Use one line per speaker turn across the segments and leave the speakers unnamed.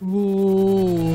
Uh,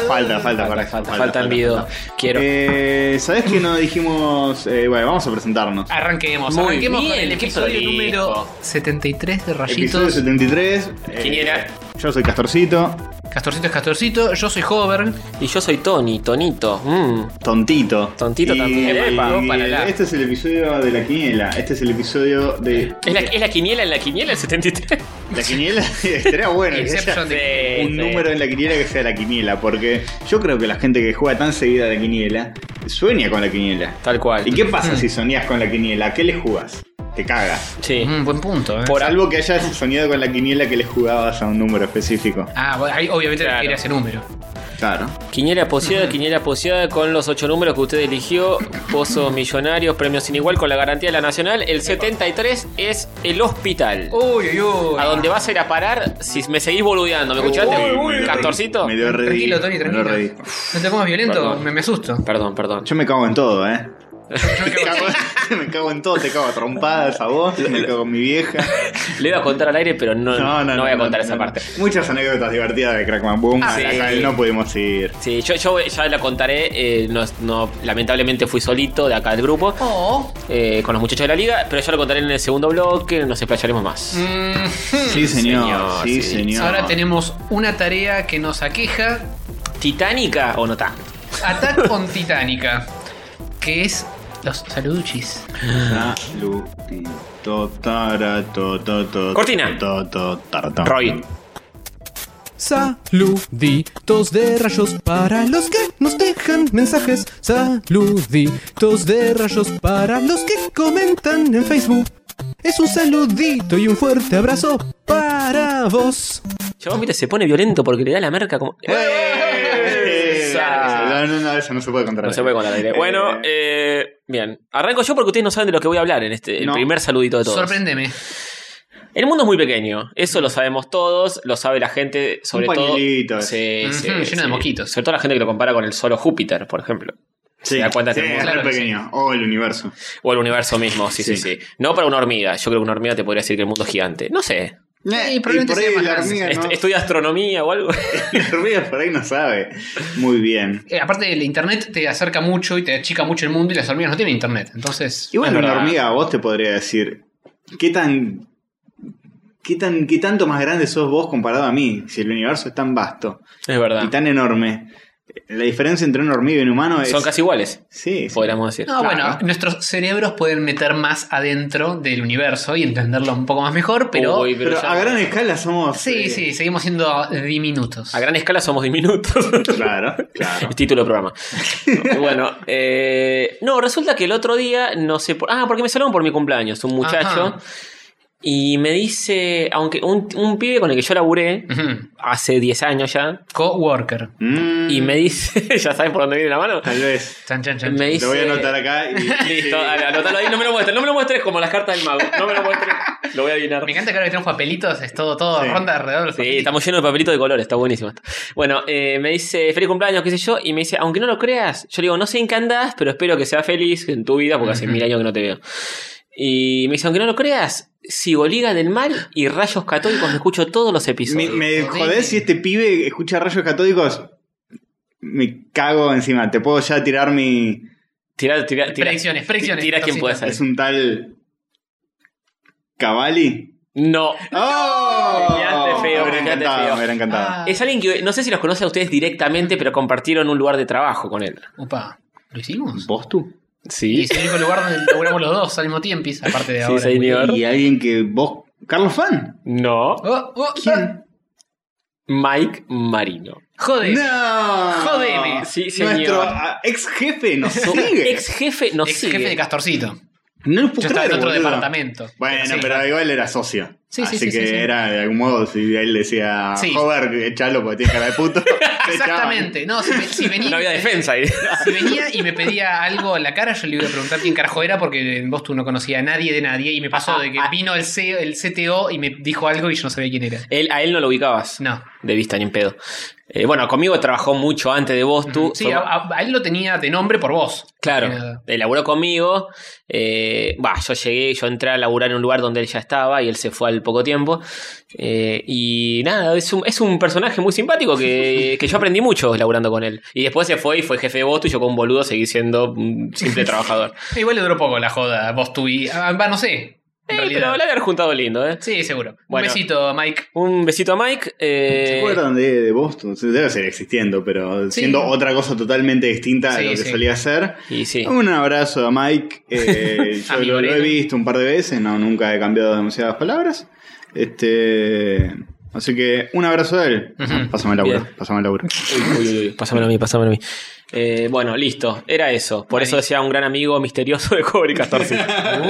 falta, falta, falta, para
Falta,
eso,
falta, falta envido.
falta.
Quiero.
Eh, ¿Sabés que no dijimos? Eh, bueno, vamos a presentarnos.
Arranquemos.
Muy
Arranquemos
bien,
con el
qué
episodio
prolijo.
número 73 de
Episodio
Rayitos.
73. eh,
¿Quién era?
Yo soy Castorcito.
Castorcito es Castorcito. Yo soy Hover.
Y yo soy Tony, Tonito. Mm.
Tontito.
Tontito
Y-
también. Epa,
y
opa, la, la.
Este es el episodio de la quiniela. Este es el episodio de.
¿Es, la, ¿Es la quiniela en la quiniela el 73?
La quiniela estaría bueno. que haya
Inception de-
un número en la quiniela que sea la quiniela. Porque yo creo que la gente que juega tan seguida a la quiniela sueña con la quiniela.
Tal cual.
¿Y qué
Mm.
pasa si soñás con la quiniela? ¿Qué le jugás? Te cagas.
Sí.
Mm, buen punto. eh.
Por
Salvo que hayas soñado con la quiniela que le jugabas a un número específico.
Ah, bueno, ahí obviamente
Claro.
refiere a ese número.
Claro.
Quiniela poseada, quiniela poseada con los ocho números que usted eligió, pozos millonarios, premios sin igual con la garantía de la nacional. El 73 es el hospital.
Uh,
Uy, uy, uy.
A donde vas a ir a parar si me seguís boludeando, ¿me escuchaste?
Uy, uy, uy.
¿Castorcito?
Me dio re
Tranquilo,
di-
Tony,
me dio
tranquilo.
re di-
No te pongas violento,
Perdón.
me, me asusto.
Perdón, perdón.
Yo me cago en todo, eh.
Yo me
Me
quedo-
cago, me cago en todo, te cago a trompadas a vos, me cago en mi vieja.
Le iba a contar al aire, pero no, no, voy a contar
no,
esa
no.
parte. Ah,
Muchas anécdotas divertidas de Crackman Boom a la
sí.
cual no pudimos ir.
Mm.
Sí, yo, yo ya la contaré. eh, no, no- lamentablemente fui solito de acá del grupo
Oh.
eh, con los muchachos de la liga, pero ya lo contaré en el segundo bloque. Nos explayaremos más.
Mm.
Sí, señor.
señor,
sí,
sí.
señor.
Ahora tenemos una tarea que nos aqueja.
¿Titánica o no tanto?
Attack on Titánica. Que es los saluduchis.
Salutito, tarato, to, to,
Cortina.
to, to, tarato. Eh,
Roy.
Saluditos de rayos para los que nos dejan mensajes. Saluditos de rayos para los que comentan en Facebook. Es un saludito y un fuerte abrazo para vos.
Chabón, mira, se pone violento porque le da la merca como.
¡Eh!
Esa.
No, no, no, eso no se puede contar.
No se puede contar al aire. Bueno, eh, bien. Arranco yo porque ustedes no saben de lo que voy a hablar en este el
No.
primer saludito de todos.
Sorpréndeme.
El mundo es muy pequeño, eso lo sabemos todos, lo sabe la gente, sobre todo.
pañuelito.
Sí,
Ujú,
sí,
lleno
sí.
de mosquitos.
Sobre todo la gente que lo compara con el solo Júpiter, por ejemplo.
Sí,
Se da cuenta
sí,
que-
es
Claro
re
que sí.
pequeño. O el universo.
O el universo mismo, sí, sí, sí.
Sí.
No para una hormiga, yo creo que una hormiga te podría decir que el mundo es gigante. No sé.
Sí,
Eh, Y
probablemente
por ahí
sea más
la
grande.
hormiga,
Est-
no,
¿Estudia astronomía o algo?
la hormiga por ahí no sabe. Muy bien.
Eh, aparte, el internet te acerca mucho y te achica mucho el mundo y las hormigas no tienen internet. Entonces.
Igual
Es
una
verdad.
hormiga a vos te podría decir, ¿qué tan, qué tan, qué tanto más grande sos vos comparado a mí? Si el universo es tan vasto
es verdad.
y tan enorme, la diferencia entre un hormiga y un humano es...
Son casi iguales,
Sí, sí.
podríamos decir.
No,
Claro.
bueno, nuestros cerebros pueden meter más adentro del universo y entenderlo un poco más mejor, pero.
Uy,
Pero
ya-
a gran escala somos...
sí,
eh,
sí, seguimos siendo diminutos.
a gran escala somos diminutos.
Claro, claro.
El título del programa. bueno, eh, no, resulta que el otro día, no sé por. Ah, porque me saludaron por mi cumpleaños, un muchacho.
Ajá.
Y me dice, aunque un, un pibe con el que yo laburé
Ujú.
hace 10 años ya,
Coworker.
Mm,
y me dice, ya saben por dónde viene la mano,
Tal vez.
Chan, chan, chan.
Me
Lo voy a
dice-
anotar acá. Y,
Listo, a- anotalo ahí, no me lo muestres, no me lo muestres como las cartas del mago, no me lo muestres, lo voy a adivinar.
Me encanta que ahora que tenemos papelitos, es todo, todo
Sí.
ronda alrededor de los
Sí,
papelitos.
estamos llenos de papelitos de colores, está buenísimo esto. Bueno, eh, me dice feliz cumpleaños, qué sé yo, y me dice, aunque no lo creas, yo le digo, no sé en qué andás, pero espero que sea feliz en tu vida, porque hace
Ujú.
mil años que no te veo. Y me dice, aunque no lo creas, sigo Liga del Mal y Rayos Católicos, me escucho todos los
me,
episodios.
me jodés si este pibe escucha rayos catódicos. Me cago encima. Te puedo ya tirar mi.
Tira, tira, tira.
Predicciones, predicciones.
Tira quién
Torcito.
puede ser.
Es un tal. Cavalli.
No.
¡Oh!
Peleaste feo,
me hubiera
peleaste
encantado,
feo.
me hubiera encantado.
Ah.
Es alguien que no sé si los conoce a ustedes directamente, pero compartieron un lugar de trabajo con él.
Upa, ¿lo hicimos?
¿Vos tú?
Sí.
Y es el único lugar donde laburamos los dos al mismo tiempo, aparte de
Sí,
ahora.
señor.
Y alguien que vos. Carlos Fan.
No.
Oh, oh,
¿Quién?
Mike Marino.
Joder.
¡No!
Jodeme.
Sí, señor.
Nuestro ah, ex jefe nos sigue.
Ex jefe, no
Ex
sigue.
jefe de Castorcito.
No lo puedo
Yo estaba en
creer,
otro
boludo.
departamento.
Bueno,
Sí,
pero igual era socio.
Sí,
así
sí, sí,
que
sí, sí.
era de algún modo, si él decía,
Sí.
joder, echalo porque tienes cara de puto. te echaban.
Exactamente. No, si, ve- si venía.
No había defensa ahí.
Si venía y me pedía algo en la cara, yo le iba a preguntar quién carajo era porque en Boston no conocía a nadie de nadie y me pasó de que
ah.
vino el, CEO el CTO y me dijo algo y yo no sabía quién era.
Él- a él no lo ubicabas.
No.
De vista, ni en pedo. Eh, bueno, conmigo trabajó mucho antes de vos, tú.
Sí,
Fue-
a, eh, a- a él lo tenía de nombre por vos.
Claro,
Más que nada.
elaboró conmigo. eh, bah, yo llegué, yo entré a laburar en un lugar donde él ya estaba y él se fue al poco tiempo. Eh, y nada, es un, es un personaje muy simpático que, que yo aprendí mucho laburando con él. Y después se fue y fue jefe de Bostu y yo con un boludo seguí siendo un simple trabajador.
Igual le duró poco la joda, vos tú y. ah, Va, no sé. en
Eh,
realidad.
pero la habían juntado lindo, ¿eh?
Sí, seguro.
Bueno.
Un besito, Mike.
Un besito a Mike. eh,
¿Se acuerdan de, de Boston? Sí, Debe ser existiendo, pero
Sí.
siendo otra cosa totalmente distinta a
Sí,
lo que
sí.
solía ser.
y sí.
Un abrazo a Mike. eh,
A
yo
mi
lo, lo he
moreno.
visto un par de veces, no, nunca he cambiado demasiadas palabras. Este, así que un abrazo a él.
Ujú.
Pásame el laburo,
Bien.
pásame el laburo.
Uy, uy, uy, pásamelo a mí, pásamelo a mí. Eh, bueno, listo. Era eso. Por eso decía un gran amigo misterioso de Cobre 14.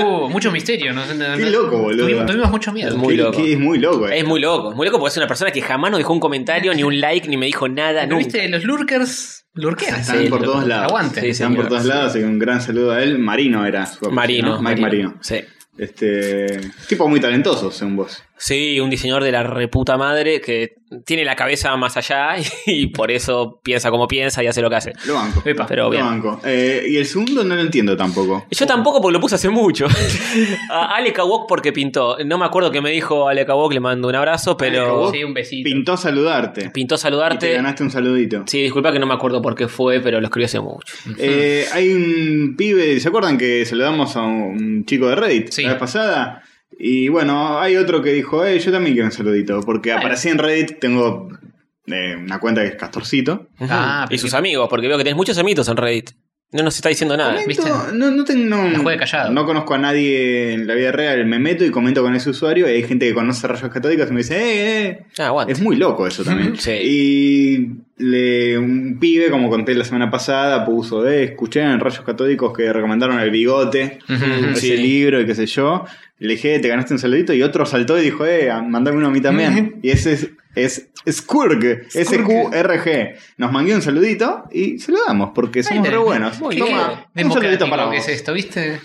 Uh, mucho misterio. No, no-
Qué
no-
loco, boludo.
Tuvimos, tuvimos mucho miedo.
Muy
Que-
loco.
que es muy loco. eh.
Es muy loco, es muy loco porque es una persona que jamás nos dejó un comentario, ni un like, ni me dijo nada,
¿No
nunca.
viste? Los lurkers lurkean.
Están
Sí,
por
loco.
todos lados.
Aguante.
Sí,
Están por
señor.
todos lados, así que un gran saludo a él. Marino era su apellido,
Marino.
¿no? Mike Marino.
Sí.
Este. Tipo muy talentoso, según vos.
Sí, un diseñador de la reputa madre que tiene la cabeza más allá y, por eso piensa como piensa y hace lo que hace.
Lo banco.
Epa,
pero
lo
bien.
banco. Eh, y el segundo no lo entiendo tampoco.
Yo tampoco porque lo puse hace mucho. A Ale Kawok porque pintó. No me acuerdo que me dijo Ale Kawok, le mando un abrazo,
Ale
pero
Kawok.
Sí, un besito.
Pintó saludarte.
pintó
Y te
saludarte.
ganaste un saludito.
Sí, disculpa que no me acuerdo por qué fue, pero lo escribió hace mucho.
Eh, hay un pibe, ¿se acuerdan que saludamos a un chico de Reddit
Sí.
la vez pasada? Y bueno, hay otro que dijo, eh, yo también quiero un saludito, porque aparecí en Reddit, tengo eh, una cuenta que es Castorcito.
Ah,
Ujú. y
pero-
sus amigos, porque veo que tenés muchos amigos en Reddit. No nos está diciendo nada.
Comento,
¿viste?
No, no tengo- no-
La juega callado.
no conozco a nadie en la vida real, me meto y comento con ese usuario, y hay gente que conoce rayos católicos y me dice, eh, eh.
Ah, aguante.
Es muy loco eso también.
Sí.
Y le, un pibe, como conté la semana pasada, puso, eh, escuché en Rayos Catódicos que recomendaron el bigote,
Ujú,
ese
sí.
libro y qué sé yo. Le dije, te ganaste un saludito y otro saltó y dijo, eh, a- mandame uno a mí también. Y ese es... Es Skurg, S-Q-R-G. Nos mangué un saludito y saludamos porque somos re buenos.
Muy
Toma,
bien.
un saludito para
Democrático que
vos.
es esto, ¿viste?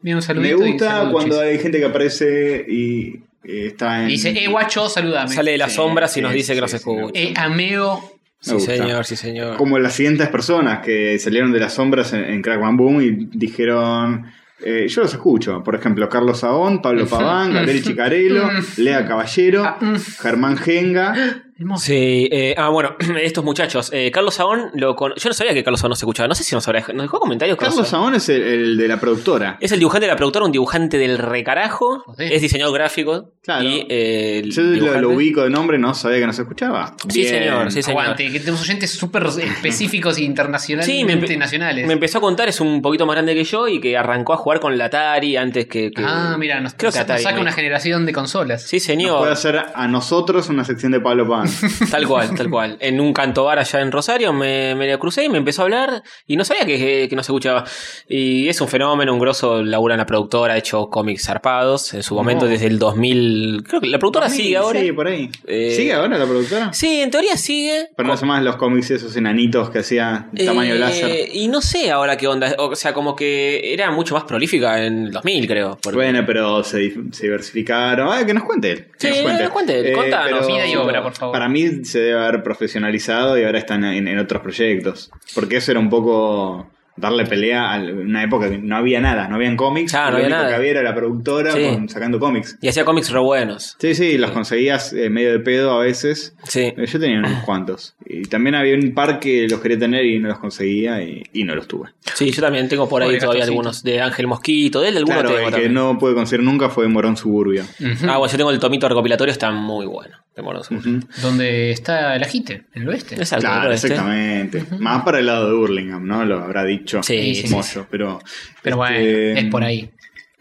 Bien, un
Me
saludito. y
gusta
saludos,
cuando
chis.
hay gente que aparece y eh, está en.
Y dice, eh, guacho, saludame.
Sale de las
Sí,
sombras y nos
sí,
dice que
sí,
nos
sí,
escucha.
Eh, ameo.
Me
Sí,
gusta.
señor, sí, señor.
como las siguientes personas que salieron de las sombras en, en Crack Bang Boom y dijeron. eh, yo los escucho, por ejemplo, Carlos Saón, Pablo Paván, Gabriel Chicarello,
Mm.
Lea Caballero,
Ah,
Germán Genga.
Hermoso.
Sí, eh, ah, bueno, estos muchachos. eh, Carlos Saón, lo con... yo no sabía que Carlos Saón no se escuchaba. No sé si nos habrá. ¿Nos dejó comentarios?
Carlos Saón es el, el de la productora.
Es el dibujante de la productora, un dibujante del recarajo.
Sí.
Es diseñador gráfico.
Claro.
Y, eh, el
Yo lo,
dibujante-
lo ubico de nombre, no sabía que nos escuchaba.
Sí,
Bien.
señor, sí, señor.
Aguante, que tenemos oyentes súper específicos e
Sí, me,
internacionalmente
empe-
nacionales.
me empezó a contar, es un poquito más grande que yo y que arrancó a jugar con la Atari antes que. que-
ah, mira, nos,
Creo que
nos
Atari,
saca
¿no?
una generación de consolas.
Sí,
Nos puede
señor.
hacer a nosotros una sección de Pablo Paván.
Tal cual, tal cual. En un canto bar allá en Rosario me, me la crucé y me empezó a hablar y no sabía que, que no se escuchaba. Y es un fenómeno, un grosso labura en la productora, ha hecho cómics zarpados en su momento
Oh.
desde el 2000. Creo que la productora sigue ahora.
Sí,
Sí,
por ahí.
Eh,
¿Sigue ahora la productora?
en teoría sigue.
Pero no hace más los cómics esos enanitos que hacía de tamaño
Eh,
láser.
Y no sé ahora qué onda. O sea, como que era mucho más prolífica en el 2000, creo. porque-
Bueno, pero se, dif- se diversificaron. Ah, que nos cuente Eh, él.
Sí, que nos cuente él. Contanos,
vida y obra, por favor.
Para mí se debe haber profesionalizado y ahora están en, en otros proyectos. Porque eso era un poco darle pelea a una época que no había nada, no habían cómics.
Claro, Ah, no
lo
había
único
nada.
que había era la productora
Sí.
con- sacando cómics.
Y hacía cómics re buenos.
Sí, sí, los conseguías eh, medio de pedo a veces.
Sí.
Eh, Yo tenía unos cuantos. Y también había un par que los quería tener y no los conseguía y, y no los tuve.
Sí, yo también tengo por ahí
Pobre
todavía
Gastosito.
algunos de Ángel Mosquito, de él alguno
Claro,
tengo
el que
también.
no pude conseguir nunca fue Morón Suburbio.
Ah, bueno, yo tengo el tomito recopilatorio, está muy bueno. de Morón Sur.
Ujú.
Donde está el ajite, en el oeste.
Exacto,
Claro,
creo este.
exactamente. Más para el lado de Burlingame, ¿no? Lo habrá dicho
Sí, sí, sí.
Moyo, pero...
Pero bueno,
este,
es por ahí.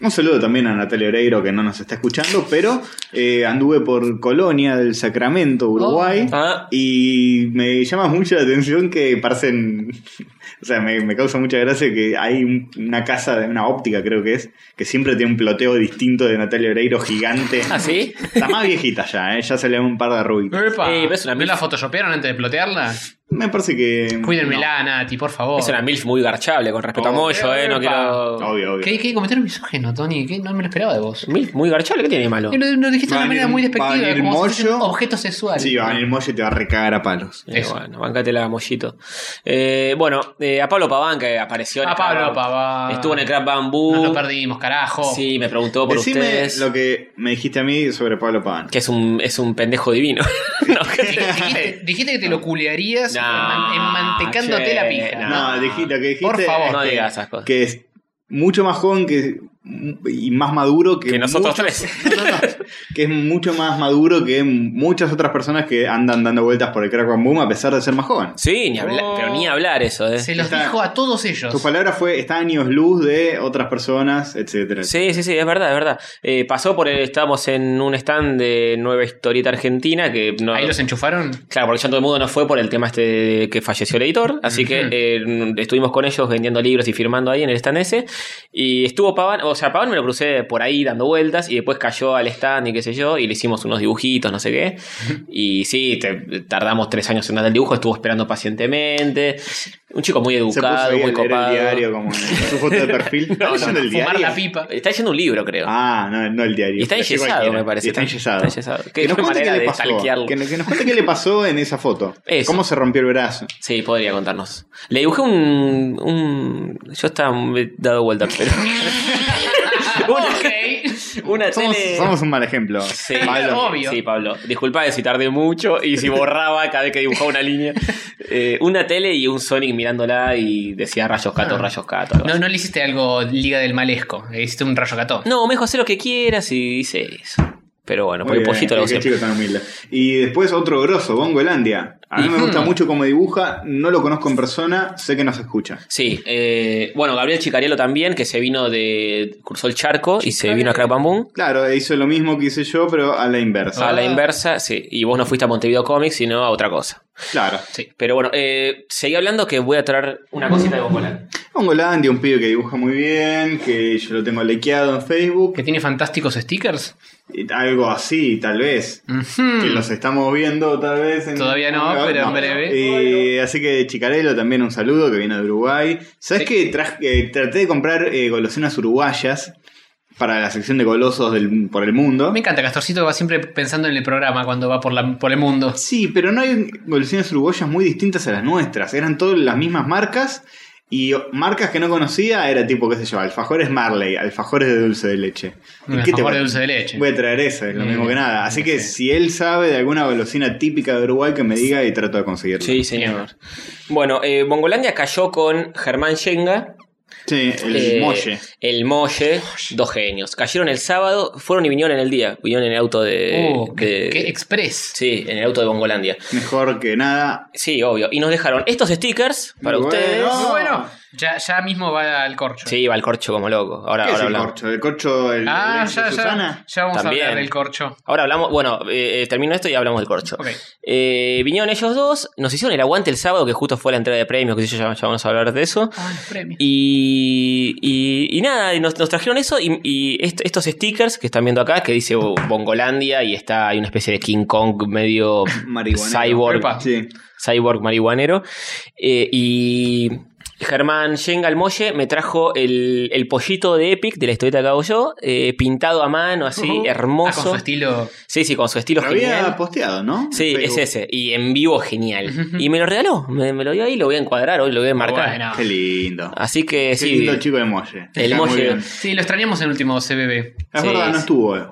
Un saludo también a Natalia Oreiro, que no nos está escuchando, pero eh, anduve por Colonia del Sacramento, Uruguay,
Ah.
y me llama mucho la atención que parecen... O sea, me, me causa mucha gracia que hay un- una casa, de una óptica creo que es, que siempre tiene un ploteo distinto de Natalia Oreiro gigante.
¿Ah, sí?
Está más viejita ya, ¿eh? ya se le ven un par de rubitos.
Epa,
Eh, pero es una
¿No
mil-
la photoshopearon antes de plotearla?
Me parece que... no.
Cuídenmela, Nati, por favor.
Es una MILF muy garchable con respecto a
Oh,
Moyo, eh, no
epa.
quiero.
Obvio, obvio.
¿Qué, qué comentario misógeno, Tony? ¿Qué? No me lo esperaba de vos.
MILF muy garchable, ¿qué tiene de malo?
Eh, Lo, lo dijiste de
Va a
una manera
venir-
muy
va a
despectiva,
venir
como si
Moyo.
fuese un objeto sexual.
Sí, va a venir Moyo y te va a recagar a palos.
Eh,
Eso.
bueno, bancatela, Mollito. Eh, bueno, eh, a Pablo Paván, que apareció en
A
el
Pablo
Crab-
Paván.
Estuvo en el Crab Bambú.
Nos lo perdimos, carajo.
Sí, me preguntó por
Decime
ustedes.
lo que me dijiste a mí sobre Pablo Paván.
Que es un, es un pendejo divino. no, que-
Dijiste, dijiste que te lo culearías
No,
enman- enmantecándote
che,
la pija.
No, dij- lo que dijiste
Por favor.
es
no
que,
digas esas cosas.
que es mucho más joven que, y más maduro que,
Que nosotros
muchos-
tres.
No, no, no. que es mucho más maduro que muchas otras personas que andan dando vueltas por el crack and boom a pesar de ser más joven.
Sí, ni hablar,
Oh.
pero ni hablar eso, ¿eh?
Se los
Está-
dijo a todos ellos.
Tu palabra fue está años luz de otras personas, etcétera.
Sí, sí, sí, es verdad, es verdad. Eh, pasó por el, estábamos en un stand de Nueva Historieta Argentina que no...
Ahí los enchufaron.
Claro, porque ya todo el mundo no fue por el tema este de que falleció el editor, así que
Ujú.
eh, estuvimos con ellos vendiendo libros y firmando ahí en el stand ese, y estuvo Paván, o sea, Paván me lo crucé por ahí dando vueltas, y después cayó al stand y qué sé yo, y le hicimos unos dibujitos, no sé qué, y sí, te- tardamos tres años en dar el dibujo, estuvo esperando pacientemente, un chico muy
Se puso
educado,
ahí a
muy
leer
copado.
el diario como en su foto de perfil. ¿Está leyendo el
fumar
diario?
la pipa.
Está leyendo un libro, creo.
Ah, no, no el diario.
Y está
Lo llegó
enyesado,
cualquiera.
me parece.
Y está enyesado.
Está enyesado. Qué-
Que nos
qué
cuente qué
manera
le
de
pasó.
stalkearlo.
Que, que nos cuente qué le pasó en esa foto.
Eso.
Cómo se rompió el brazo.
Sí, podría contarnos. Le dibujé un. un yo estaba me- dado vuelta, pero. una,
Ok.
una
Somos,
tele.
somos un mal ejemplo.
Sí,
Pablo. obvio.
Sí, Pablo. Disculpa si tardé mucho y si borraba cada vez que dibujaba una línea. Eh, una tele y un Sonic mirándola y decía rayos cato,
Ah.
rayos cato. algo
No,
así.
no le hiciste algo Liga del Malesco. Le hiciste un rayo catón.
no, me dijo hacer lo que quieras y dice eso. Pero bueno,
Muy
porque el
bien, eh,
pollito lo
qué
siempre.
chico tan humilde. Y después otro grosso, Bongolandia. A mí me gusta mucho cómo dibuja, no lo conozco en persona, sé que nos escucha.
Sí, eh, bueno, Gabriel Chicarielo también, que se vino de. cruzó el charco y se vino a Crack Bam Boom.
Claro, hizo lo mismo que hice yo, pero a la inversa.
A la
Ah.
inversa, sí. Y vos no fuiste a Montevideo Comics, sino a otra cosa.
Claro.
Pero bueno, eh, seguí hablando que voy a traer una cosita de Bongolan.
Bongolandia, un pibe que dibuja muy bien, que yo lo tengo likeado en Facebook.
Que tiene fantásticos stickers.
y Algo así, tal vez.
Ujú.
que los estamos viendo tal vez. en-
Hmm. Todavía no, pero en breve.
Eh, así que Chicarelo también un saludo que viene de Uruguay. ¿Sabes qué? Traj- eh, traté de comprar eh, golosinas uruguayas para la sección de golosos del- por el mundo.
Me encanta, Castorcito va siempre pensando en el programa cuando va por, la, por el mundo.
Sí, pero no hay golosinas uruguayas muy distintas a las nuestras. Eran todas las mismas marcas. Y marcas que no conocía era tipo, qué sé yo, alfajores Marley, alfajores de dulce de leche. ¿Y
Un
qué
alfajor
voy-
de dulce de leche.
Voy a traer eso, es lo
Mm,
mismo que nada. Así
no
que
sé.
si él sabe de alguna golosina típica de Uruguay que me diga y trato de conseguirla.
Sí, señor. Bueno, eh, Bongolandia cayó con Germán Yenga.
Sí, el
eh,
molle.
El Molle, dos genios. Cayeron el sábado, fueron y vinieron en el día. Vinieron en el auto de.
Oh, qué,
de-
qué express.
sí, en el auto de Bongolandia.
Mejor que nada.
Sí, obvio. Y nos dejaron estos stickers para
Bueno.
ustedes.
Muy bueno. Ya, ya mismo va al corcho.
Sí, va el corcho como loco. Ahora,
¿Qué es
ahora
el
hablamos.
corcho? ¿El corcho el,
Ah,
el de
ya, ya,
Susana?
ya vamos
También.
a hablar del corcho.
Ahora hablamos, bueno, eh, eh, termino esto y hablamos del corcho.
Ok.
Eh, vinieron ellos dos, nos hicieron el aguante el sábado, que justo fue la entrega de premios, que yo ya, ya vamos a hablar de eso.
Ah, los premios.
Y, y, y nada, y nos, nos trajeron eso y, y est- estos stickers que están viendo acá, que dice oh, Bongolandia y está, hay una especie de King Kong medio
Marihuana.
Cyborg.
Epa.
Sí.
cyborg marihuanero. Eh, y Germán Yenga el Molle me trajo el, el pollito de Epic, de la historieta que hago yo, eh, pintado a mano, así,
Ujú. Ah, con
hermoso.
su estilo.
sí, sí, con su estilo
Lo había
genial.
posteado, ¿no?
Sí,
En
es
Facebook.
ese. Y en vivo genial.
Ujú.
Y me lo regaló, me, me lo dio ahí, lo voy a encuadrar, hoy lo voy a enmarcar.
Bueno.
Ah, Qué lindo.
Así que
Qué
Ah, sí.
lindo el chico de Molle.
El
Está muy
Molle.
bien. Es
Sí, lo extrañamos en el último CBB.
Sí,
verdad, no
sí.
estuvo. eh.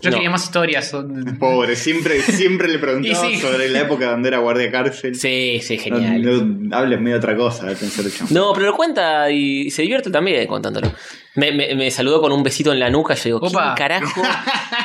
Yo
No.
quería más historias. son-
Pobre, siempre, siempre le preguntaba
Y sí.
sobre la época donde era guardia cárcel.
Sí, sí,
No,
genial. No,
no hables medio otra cosa, pensar el chon.
pero lo cuenta y se divierte también contándolo. Me, me- me saludó con un besito en la nuca. Yo digo,
Opa.
¿quién carajo?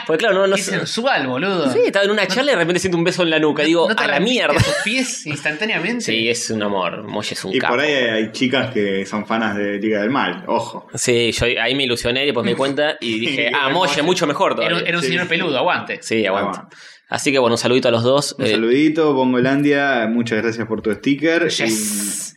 Porque claro, no, no
Qué
sé.
sensual, boludo.
Sí, estaba en una charla y de repente siento un beso en la nuca. Digo,
¿No te
a la
lambiste
mierda.
sus pies instantáneamente.
Sí, es un amor. Molle es un
Y
capo.
por ahí hay chicas que son fanas de Liga del Mal, ojo.
Sí, yo ahí me ilusioné y después me di cuenta y dije,
Y
ah,
el
Molle,
Molle.
mucho mejor
Era,
todavía.
un- era un
Sí.
señor peludo, aguante.
Sí, aguanta.
Aguanta.
Así que bueno, un saludito a los dos.
Ah, Un
Eh,
saludito, Bongolandia, muchas gracias por tu sticker. Y
Yes.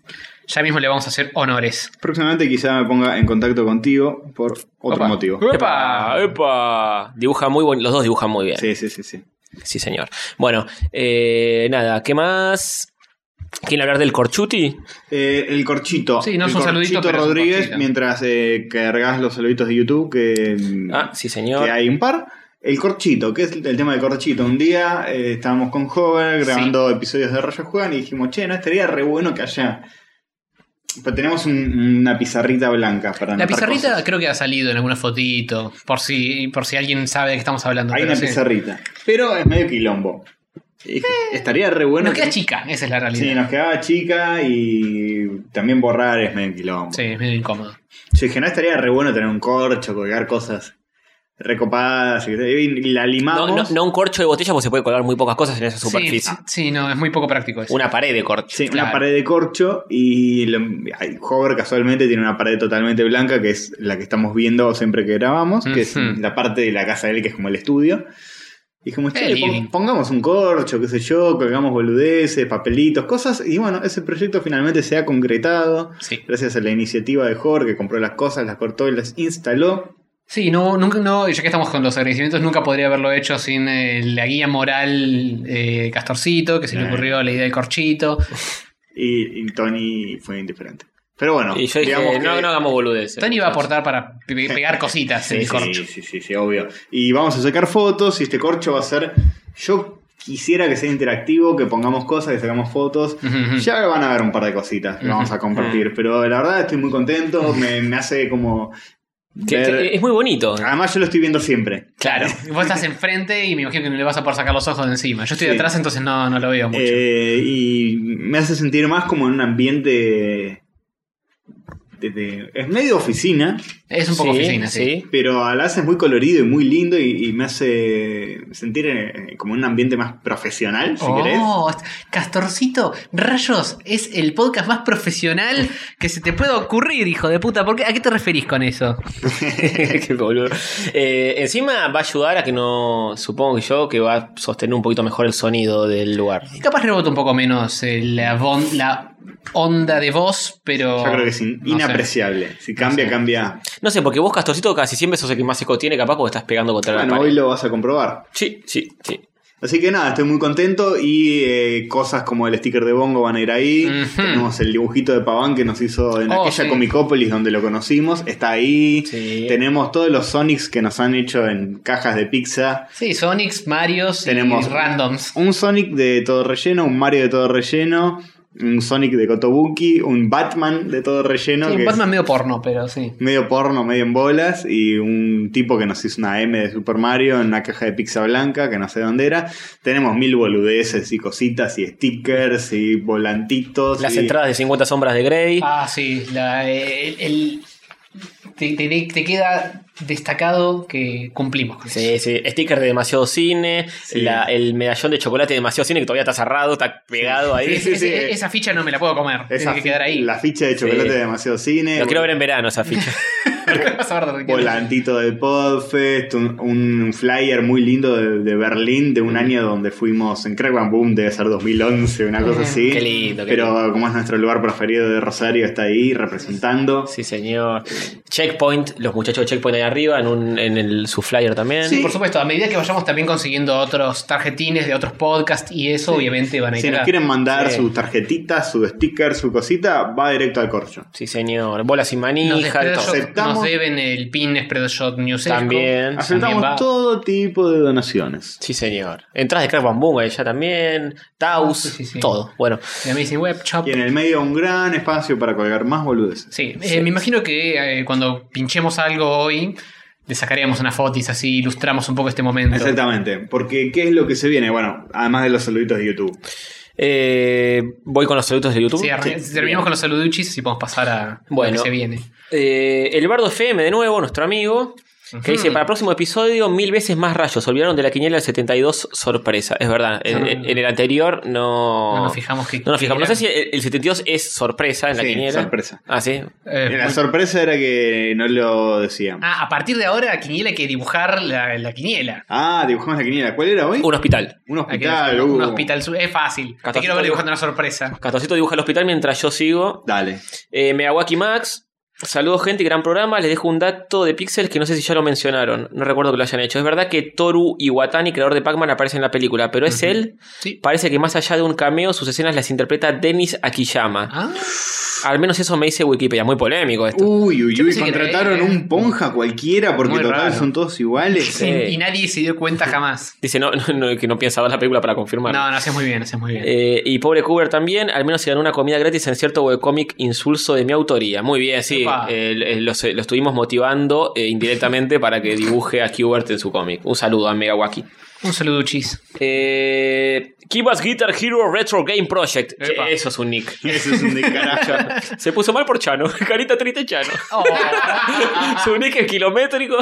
Ya mismo le vamos a hacer honores.
próximamente quizá me ponga en contacto contigo por otro
Opa.
motivo.
¡Epa! ¡Epa! Dibuja muy buen- los dos dibujan muy bien. Sí,
Sí, sí, sí, sí.
señor. Bueno, eh, nada, ¿qué más? ¿Quieren hablar del corchuti?
Eh, el corchito.
Sí, no
el
es un saludito,
corchito
pero es un
Rodríguez,
corchito.
mientras eh, cargas los saluditos de YouTube, que,
Ah, sí, señor.
que hay un par. El corchito, que es el tema del corchito. Un día eh, estábamos con Hover grabando episodios de Rayos Juegan y dijimos, che, no estaría re bueno que haya. Pero tenemos un- una pizarrita blanca para
La
anotar
pizarrita
cosas.
creo que ha salido en alguna fotito, por si, por si alguien sabe de qué estamos hablando.
Hay
pero
una
sí.
pizarrita. Pero es medio quilombo. Y dije, estaría re bueno.
Eh, Nos queda
que-
chica, esa es la realidad.
Sí, nos quedaba chica y también borrar es medio quilombo.
Sí, es medio incómodo.
Yo dije, no estaría re bueno tener un corcho, colgar cosas recopadas. Y y la
No,
limamos.
no- no un corcho de botella porque se puede colgar muy pocas cosas en esa superficie.
Sí, ah, sí, no, es muy poco práctico eso.
Una pared de corcho.
Sí,
claro.
una pared de corcho y lo- ay, Hover casualmente tiene una pared totalmente blanca que es la que estamos viendo siempre que grabamos, que es
Ujú.
la parte de la casa de él que es como el estudio. Y dijimos,
El
che, pon-
living.
pongamos un corcho, qué sé yo, colgamos boludeces, papelitos, cosas. Y bueno, ese proyecto finalmente se ha concretado
Sí.
gracias a la iniciativa de Hover que compró las cosas, las cortó y las instaló.
Sí, no, nunca, no, ya que estamos con los agradecimientos, nunca podría haberlo hecho sin eh, la guía moral eh, de Castorcito, que se le
Eh.
ocurrió la idea del corchito.
Y, y Tony fue indiferente. Pero bueno,
Y yo dije,
digamos que-
no, no hagamos boludeces.
Tony va a
muchachos.
aportar para pe- pegar cositas en
Sí,
el corcho.
sí, sí, sí, sí, obvio. Y vamos a sacar fotos y este corcho va a ser. Yo quisiera que sea interactivo, que pongamos cosas, que sacamos fotos.
Ujú, ujú.
Ya van a ver un par de cositas que
Ujú.
vamos a compartir. Pero la verdad estoy muy contento, me, me hace como.
Que-
ver-
eh,
que es muy bonito.
Además, yo lo estoy viendo siempre.
Claro, vos estás enfrente y me imagino que no le vas a poder sacar los ojos de encima. Yo estoy de
Sí.
atrás, entonces no, no lo veo mucho.
Eh, y me hace sentir más como en un ambiente. de- de- es medio oficina,
es un poco
Sí,
oficina, sí.
pero a la vez es muy colorido y muy lindo y, y me hace sentir eh, como en un ambiente más profesional, si querés.
Oh, Castorcito, Rayos es el podcast más profesional que se te pueda ocurrir, hijo de puta. ¿Por qué? ¿A qué te referís con eso?
Qué boludo. Eh, encima va a ayudar a que no. Supongo que yo que va a sostener un poquito mejor el sonido del lugar.
Capaz rebota un poco menos eh, la, von- la onda de voz, pero.
Yo creo que es in-
no sé.
inapreciable. Si cambia,
sé.
cambia.
No sé, porque vos, Castorcito, casi siempre sos el que más eco tiene, capaz porque estás pegando contra la
Bueno,
pared.
hoy lo vas a comprobar.
Sí, sí, sí.
Así que nada, estoy muy contento y eh, cosas como el sticker de Bongo van a ir ahí.
Ujú.
Tenemos el dibujito de Paván que nos hizo en
Oh,
aquella
sí.
Comicópolis donde lo conocimos, está ahí.
Sí.
Tenemos todos los Sonics que nos han hecho en cajas de pizza.
Sí, Sonics, Marios
Tenemos-
y Randoms.
Un Sonic de todo relleno, un Mario de todo relleno, un Sonic de Kotobuki, un Batman de todo relleno.
Sí, un
que es-
Batman medio porno, pero sí.
medio porno, medio en bolas, y un tipo que nos hizo una M de Super Mario en una caja de pizza blanca, que no sé dónde era. Tenemos mil boludeces y cositas, y stickers, y volantitos.
Las
y-
entradas de 50 sombras de Grey.
Ah, sí, la- el, el- te, te- te queda destacado que cumplimos con eso.
Sí, sí. Sticker de demasiado cine.
Sí.
la- el medallón de chocolate de demasiado cine que todavía está cerrado, está pegado ahí.
Ese-
sí, sí.
ese- Esa ficha no me la puedo comer.
Esa
Tiene que
fi-
quedar ahí.
La ficha de
Sí.
chocolate de demasiado cine.
Lo quiero ver en verano esa ficha.
Vas a ver de qué-
Volantito de Podfest, un, un flyer muy lindo de, de Berlín de un año donde fuimos en Crack Bam Boom, debe ser 2011, una cosa
Mm,
así.
qué lindo, qué
Pero como es nuestro lugar preferido de Rosario, está ahí representando.
Sí, señor. Checkpoint, los muchachos de Checkpoint ahí arriba, en, un, en el, su flyer también.
Sí.
Por supuesto, a medida que vayamos también consiguiendo otros tarjetines de otros podcasts y eso, obviamente van a ir.
Si nos
acá.
quieren mandar
Sí.
su tarjetita, su sticker, su cosita, va directo al corcho.
Sí, señor. Bolas sin
Nos,
manija, de
Spreadshot
todo.
Aceptamos-
nos deben el pin Spreadshot News Expo.
También.
También va.
Aceptamos todo tipo de donaciones.
Sí, señor. Entrás de Crack Bamboo ahí ya también. Taus,
Ah, Sí, sí, sí.
todo. Bueno,
The Amazing Web Shop.
Y en el medio un gran espacio para colgar más boludeces.
Sí, eh, me imagino que eh, cuando pinchemos algo hoy, le sacaríamos unas fotis así, ilustramos un poco este momento.
Exactamente, porque ¿qué es lo que se viene? Bueno, además de los saluditos de YouTube.
eh, voy con los saludos de YouTube.
Sí, arran- terminamos con los saluduchis y podemos pasar a
Bueno.
lo que se viene.
Eh, el Bardo FM, de nuevo, nuestro amigo, que
Ujú.
dice: Para el próximo episodio, mil veces más rayos. Olvidaron de la quiniela del 72, sorpresa. Es verdad, en, en- en el anterior no.
No nos fijamos que-
No nos fijamos. No
que
sé si el, el 72 es sorpresa en la
Sí,
quiniela.
sorpresa.
Ah, sí.
Eh,
La
muy-
sorpresa era que no lo decíamos.
Ah, a partir de ahora, Quiniela hay que dibujar la, la Quiniela.
Ah, dibujamos la quiniela. ¿Cuál era hoy?
Un hospital.
Un
Hay que dibujar
hospital.
un
uh.
hospital su- Es fácil. Te
Catastro-
quiero ver dibujando una sorpresa.
Castorcito dibuja el hospital mientras yo sigo.
Dale.
Eh, Megawaki Max. Saludos, gente, gran programa. Les dejo un dato de Pixels que no sé si ya lo mencionaron. No recuerdo que lo hayan hecho. Es verdad que Toru Iwatani, creador de Pac-Man, aparece en la película, pero es él.
Sí.
Parece que más allá de un cameo, sus escenas las interpreta Dennis Akiyama.
Ah, Uh.
Al menos eso me dice Wikipedia. Muy polémico esto.
Uy, uy,
Yo
uy.
pensé que
Contrataron
era-
un ponja cualquiera porque
Muy
total
raro.
son todos iguales.
Sí.
y, y nadie se dio cuenta jamás.
Dice no, no, no, que no piensa ver la película para confirmar.
No, no, haces muy bien, haces muy bien.
Eh, y pobre Cooper también, al menos se ganó una comida gratis en cierto webcomic insulso de mi autoría. Muy bien, sí.
Epa.
Eh, eh, lo, se- lo estuvimos motivando eh, indirectamente para que dibuje a Qbert en su cómic. Un saludo a Megawaki.
Un saluduchis.
Eh, Kibas Guitar Hero Retro Game Project. Che,
Epa.
eso es un nick.
Eso es un descarajo.
Se puso mal por Chano. Carita triste Chano. su nick es kilométrico.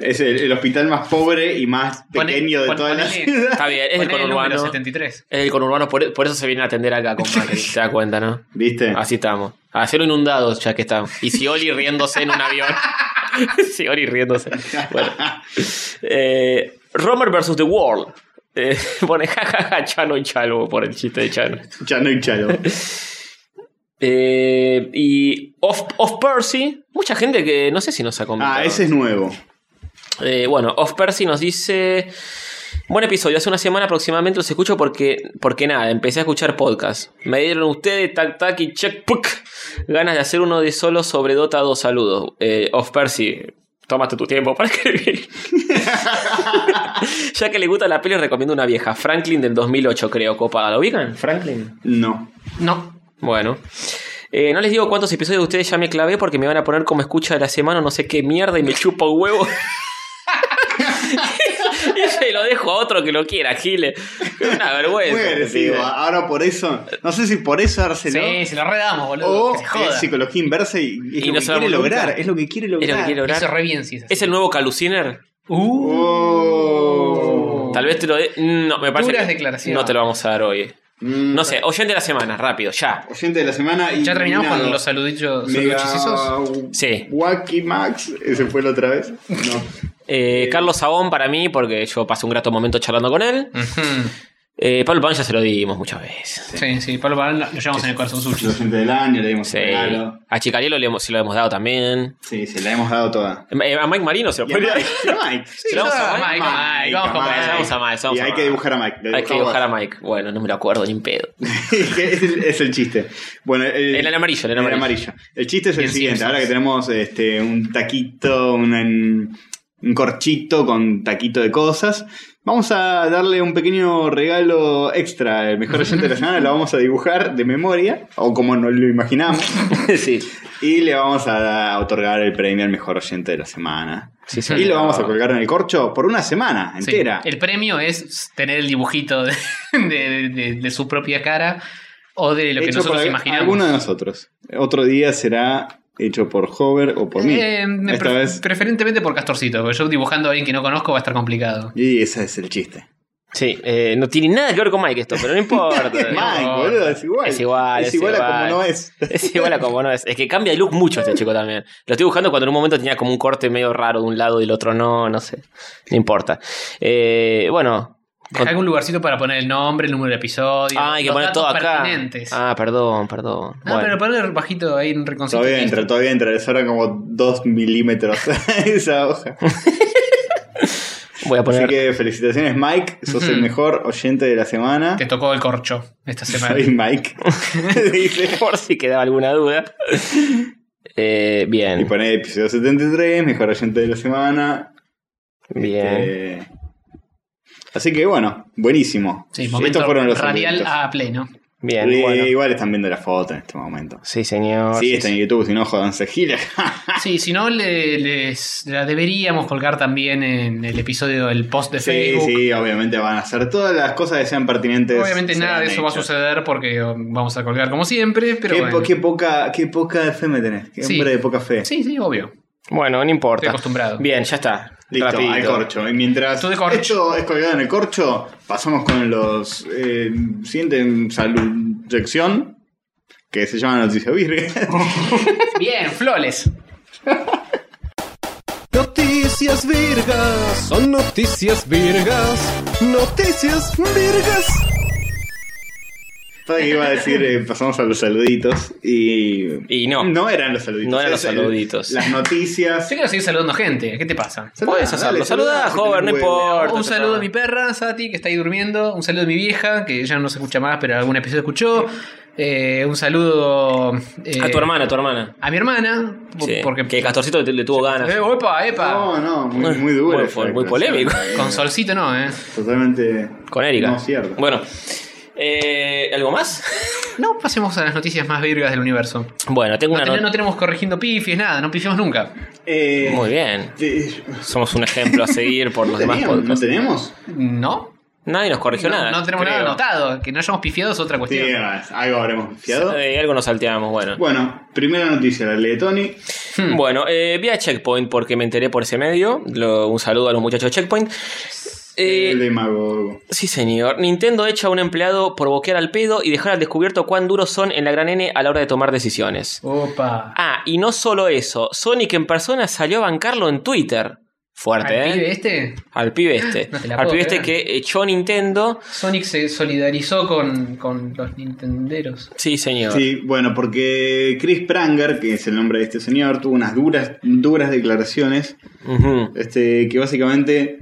Es el, el hospital más pobre y más
Pone-
pequeño de
pon-
toda la
ponele-
ciudad.
Está bien, es el
Poné el número
conurbano.
73.
Es el conurbano, por, por eso se viene a atender acá con Macri. Se da cuenta, ¿no?
¿Viste?
Ah.
Así estamos. A cero inundados ya que estamos. Y Sioli riéndose en un avión. Sioli riéndose. Bueno. Eh, Romer versus The World. Eh, pone jajaja Chano y Chalvo por el chiste de Chano.
Chano y Chalo.
Eh, y Off, Off Percy. Mucha gente que no sé si nos ha comentado.
Ah, ese es nuevo.
Eh, bueno, Off Percy nos dice. Buen episodio, hace una semana aproximadamente los escucho porque, porque nada, empecé a escuchar podcast. Me dieron ustedes, tac tac y check puc, ganas de hacer uno de solo sobre Dota 2. Saludos. Eh, Off Percy, tómate tu tiempo para escribir. ya que le gusta la peli, recomiendo una vieja, Franklin del 2008, creo, copada. ¿Lo ubican? Franklin.
No.
No.
Bueno. Eh, no les digo cuántos episodios de ustedes ya me clavé porque me van a poner como escucha de la semana, no sé qué mierda, y me chupa un huevo. y se lo dejo a otro que lo quiera, Gile. Es una vergüenza.
Muy agresivo.
este pibe.
Ahora por eso. No sé si por eso
Sí,
dárselo.
se lo redamos, boludo.
O
que se joda.
es psicología inversa y, y es
Y
lo
no
que
se va a
quiere
volver
lograr.
nunca.
Es lo que quiere lograr.
Es lo que quiere
Lo
lograr.
hizo re bien, sí. así. Uh.
¿Es el nuevo Caluciner?
Oh.
Tal vez te lo dé. No, me parece.
Duras
que
declaraciones.
No te lo vamos a dar hoy.
Mm,
No sé, oyente de la semana, rápido, ya.
Oyente de la semana y.
Ya terminamos
nominado.
con los saludichos
Mega
saluduchis esos.
Sí.
Wacky Max. Ese fue la otra vez. No.
Eh, Carlos Sabón para mí, porque yo pasé un grato momento charlando con él.
Ujú.
Eh, Pablo Pan ya se lo dimos muchas veces.
Sí, sí, Pablo Barán lo llevamos en el corazón
El
suyo.
oyente del año le dimos
Sí.
un regalo.
A Chicarielo le hemos- se lo hemos dado también.
Sí, se la hemos dado toda.
Eh, A Mike Marino se lo
Y a
puede
Mike, y a Mike. Sí,
Se la vamos a
Mike,
Mike, Mike, vamos con Mike,
vamos a Mike, vamos
Y
a
hay
Mike.
que dibujar a Mike. lo
Hay que
dibujamos.
dibujar a Mike. Bueno, no me lo acuerdo ni en pedo.
Que es, el, es el chiste. Bueno, el,
El amarillo, el amarillo.
El chiste es
Y
el
el
siguiente.
Simpsons.
Ahora que tenemos este, un taquito, un, un corchito con taquito de cosas, vamos a darle un pequeño regalo extra. El mejor oyente de la semana lo vamos a dibujar de memoria, o como nos lo imaginamos,
sí.
y le vamos a otorgar el premio al mejor oyente de la semana.
Sí,
Y
señor.
lo vamos a colgar en el corcho por una semana
Sí.
entera.
El premio es tener el dibujito de, de- de- de su propia cara o de lo que
Hecho
nosotros
por
imaginamos.
Alguno de nosotros. Otro día será hecho por Hover o por mí.
Eh, me
Esta
pre-
vez.
Preferentemente por Castorcito, porque yo dibujando a alguien que no conozco va a estar complicado.
Y ese es el chiste.
Sí, eh, no tiene nada que ver con Mike esto, pero no importa.
Mike, boludo, es igual.
Es igual,
Es
es
igual a
igual.
como no es.
Es igual a como no es. Es que cambia de look mucho este chico también. Lo estoy buscando cuando en un momento tenía como un corte medio raro de un lado y del otro no, no sé. No importa. Eh, bueno.
Deja algún lugarcito para poner el nombre, el número de episodio.
Ah, hay que
los
poner
datos
todo acá.
pertinentes.
Ah, perdón, perdón.
No,
Bueno.
pero poner bajito ahí en reconcilio.
Todavía entra, todavía entra. Le sobran como 2 milímetros a esa hoja.
Voy a
Así
poner.
que felicitaciones, Mike. Sos el mejor oyente de la semana.
Te tocó el corcho esta semana.
Soy Mike. Dice.
Por si quedaba alguna duda. Eh,
Y
bien.
pone episodio 73, mejor oyente de la semana.
Bien.
Eh, así que bueno, buenísimo.
Sí, momento
Estos fueron los
radial
saluditos.
a pleno.
Bien.
Eh,
Bueno. Ah,
Igual están viendo la foto en este momento.
Sí, señor.
Sí, está en YouTube, si no, jodanse gira.
Sí, si no, le- les la deberíamos colgar también en el episodio del post de
sí,
Facebook.
sí, obviamente van a hacer todas las cosas que sean pertinentes.
Obviamente nada de eso va a suceder porque um, vamos a colgar como siempre,
Pero
pero
qué,
bueno.
po- qué poca, qué poca fe me tenés. Qué
Sí.
hombre de poca fe.
Sí, sí, obvio.
Bueno, no
Estoy
importa.
acostumbrado.
Bien, ya está.
Listo,
Rapidito.
al corcho. Y mientras
Tú de corcho.
esto es colgado en el corcho, pasamos con los eh, siguiente salud sección, que se llama Noticias Virgen.
Bien, Flores.
Noticias virgas, son noticias virgas, noticias virgas.
Todavía iba a decir, eh, pasamos a los saluditos y...
Y no.
No eran los saluditos.
No eran los
es el-
saluditos.
las noticias...
Yo quiero seguir saludando gente. ¿Qué te pasa?
Saludá,
Puedes hacerlo.
dale,
Saludá,
saludá,
joven, no
que te huele.
importa.
Un saludo a mi perra, Sati, que está ahí durmiendo. Un saludo a mi vieja, que ya no se escucha más, pero algún episodio escuchó. Eh, un saludo eh,
A tu hermana, a tu hermana.
A mi hermana. por-
Sí,
Porque,
que Castorcito le, le tuvo ganas.
Eh, opa, epa.
No, no, muy, muy duro.
Muy-
esa
muy
declaración.
polémico.
Con solcito no, ¿eh?
Totalmente...
Con Erika.
No, cierto.
Bueno. Eh, ¿Algo más?
No, pasemos a las noticias más virgas del universo.
Bueno, tengo
No,
una
ten-
not-
no tenemos corrigiendo pifies, nada, no pifiamos nunca.
Eh,
Muy bien.
te-
Somos un ejemplo a seguir por los demás
¿Teníamos? ¿No
podcasts.
tenemos?
¿No?
Nadie nos corrigió
no,
nada.
no tenemos
creo.
nada anotado. Que no hayamos pifiado es otra
Sí,
cuestión.
algo habremos fiado.
Eh, algo nos salteamos, bueno.
Bueno, primera noticia, la ley de Tony.
Bueno, eh, vi a Checkpoint porque me enteré por ese medio. Lo- un saludo a los muchachos de Checkpoint. Eh,
el demagogo.
Sí, señor. Nintendo echa a un empleado por boquear al pedo y dejar al descubierto cuán duros son en la gran N a la hora de tomar decisiones.
Opa.
Ah, y no solo eso, Sonic en persona salió a bancarlo en Twitter. Fuerte,
¿Al
¿eh?
pibe este?
Al pibe este.
No te la
al
puedo
pibe este
creer.
que echó Nintendo.
Sonic se solidarizó con, con los nintenderos.
Sí, señor.
Sí, bueno, porque Chris Pranger, que es el nombre de este señor, tuvo unas duras, duras declaraciones.
Ujú.
Este, que básicamente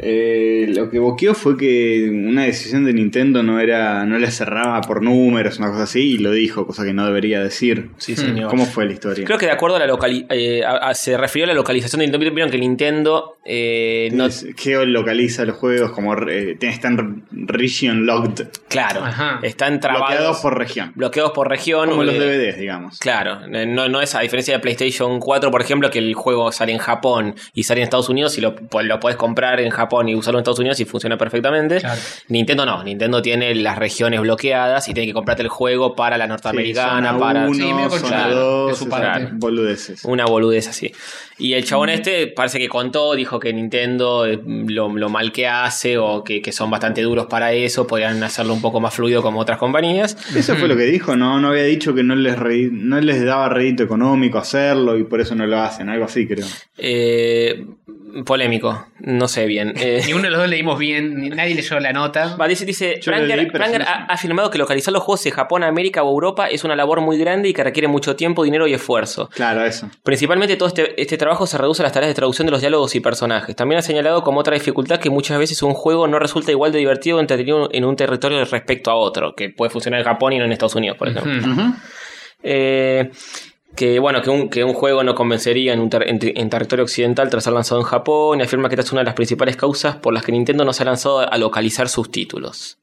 eh, lo que boqueó fue que una decisión de Nintendo no era, no la cerraba por números, una cosa así, y lo dijo, cosa que no debería decir.
Sí, señor.
¿Cómo fue la historia?
Hmm. Creo que de acuerdo a la locali- eh, a- a- se refirió a la localización de Nintendo. Vieron que Nintendo eh, no.
Es- geolocaliza los juegos como eh, están region locked,
Claro,
Ajá.
están trabados.
bloqueados por región,
bloqueados por región.
como los
eh,
DVDs, digamos.
Claro, eh, no, no es a diferencia de PlayStation 4, por ejemplo, que el juego sale en Japón y sale en Estados Unidos y lo, pues, lo puedes comprar en Japón y usarlo en Estados Unidos y funciona perfectamente.
Claro.
Nintendo no, Nintendo tiene las regiones bloqueadas y tiene que comprarte el juego para la norteamericana,
Sí, zona
para
uno,
Sí, medio con
zona
claro,
dos,
de su
esas
parte.
boludeces.
una boludez así. Y el chabón este parece que contó, dijo que Nintendo eh, lo, lo mal que hace o que, que son bastante duros para eso, podrían hacerlo un poco más fluido como otras compañías.
Eso fue lo que dijo, ¿no? No había dicho que no les, re- no les daba rédito económico hacerlo y por eso no lo hacen, algo así creo.
Eh, polémico, no sé bien. Eh,
Ninguno de los dos leímos bien, ni- nadie leyó la nota.
Va, dice, dice
Yo lo leí,
Pranger,
pero
Pranger
sí, sí.
ha ha afirmado que localizar los juegos de Japón, América o Europa es una labor muy grande y que requiere mucho tiempo, dinero y esfuerzo.
Claro, eso.
Principalmente todo este, este trabajo se reduce a las tareas de traducción de los diálogos y personajes. También ha señalado como otra dificultad que muchas veces un juego no resulta igual de divertido o entretenido en un territorio respecto a otro, que puede funcionar en Japón y no en Estados Unidos, por ejemplo.
Hmm.
Eh, que bueno, que un, que un juego no convencería en, un ter- en, en territorio occidental tras ser lanzado en Japón y afirma que esta es una de las principales causas por las que Nintendo no se ha lanzado a localizar sus títulos.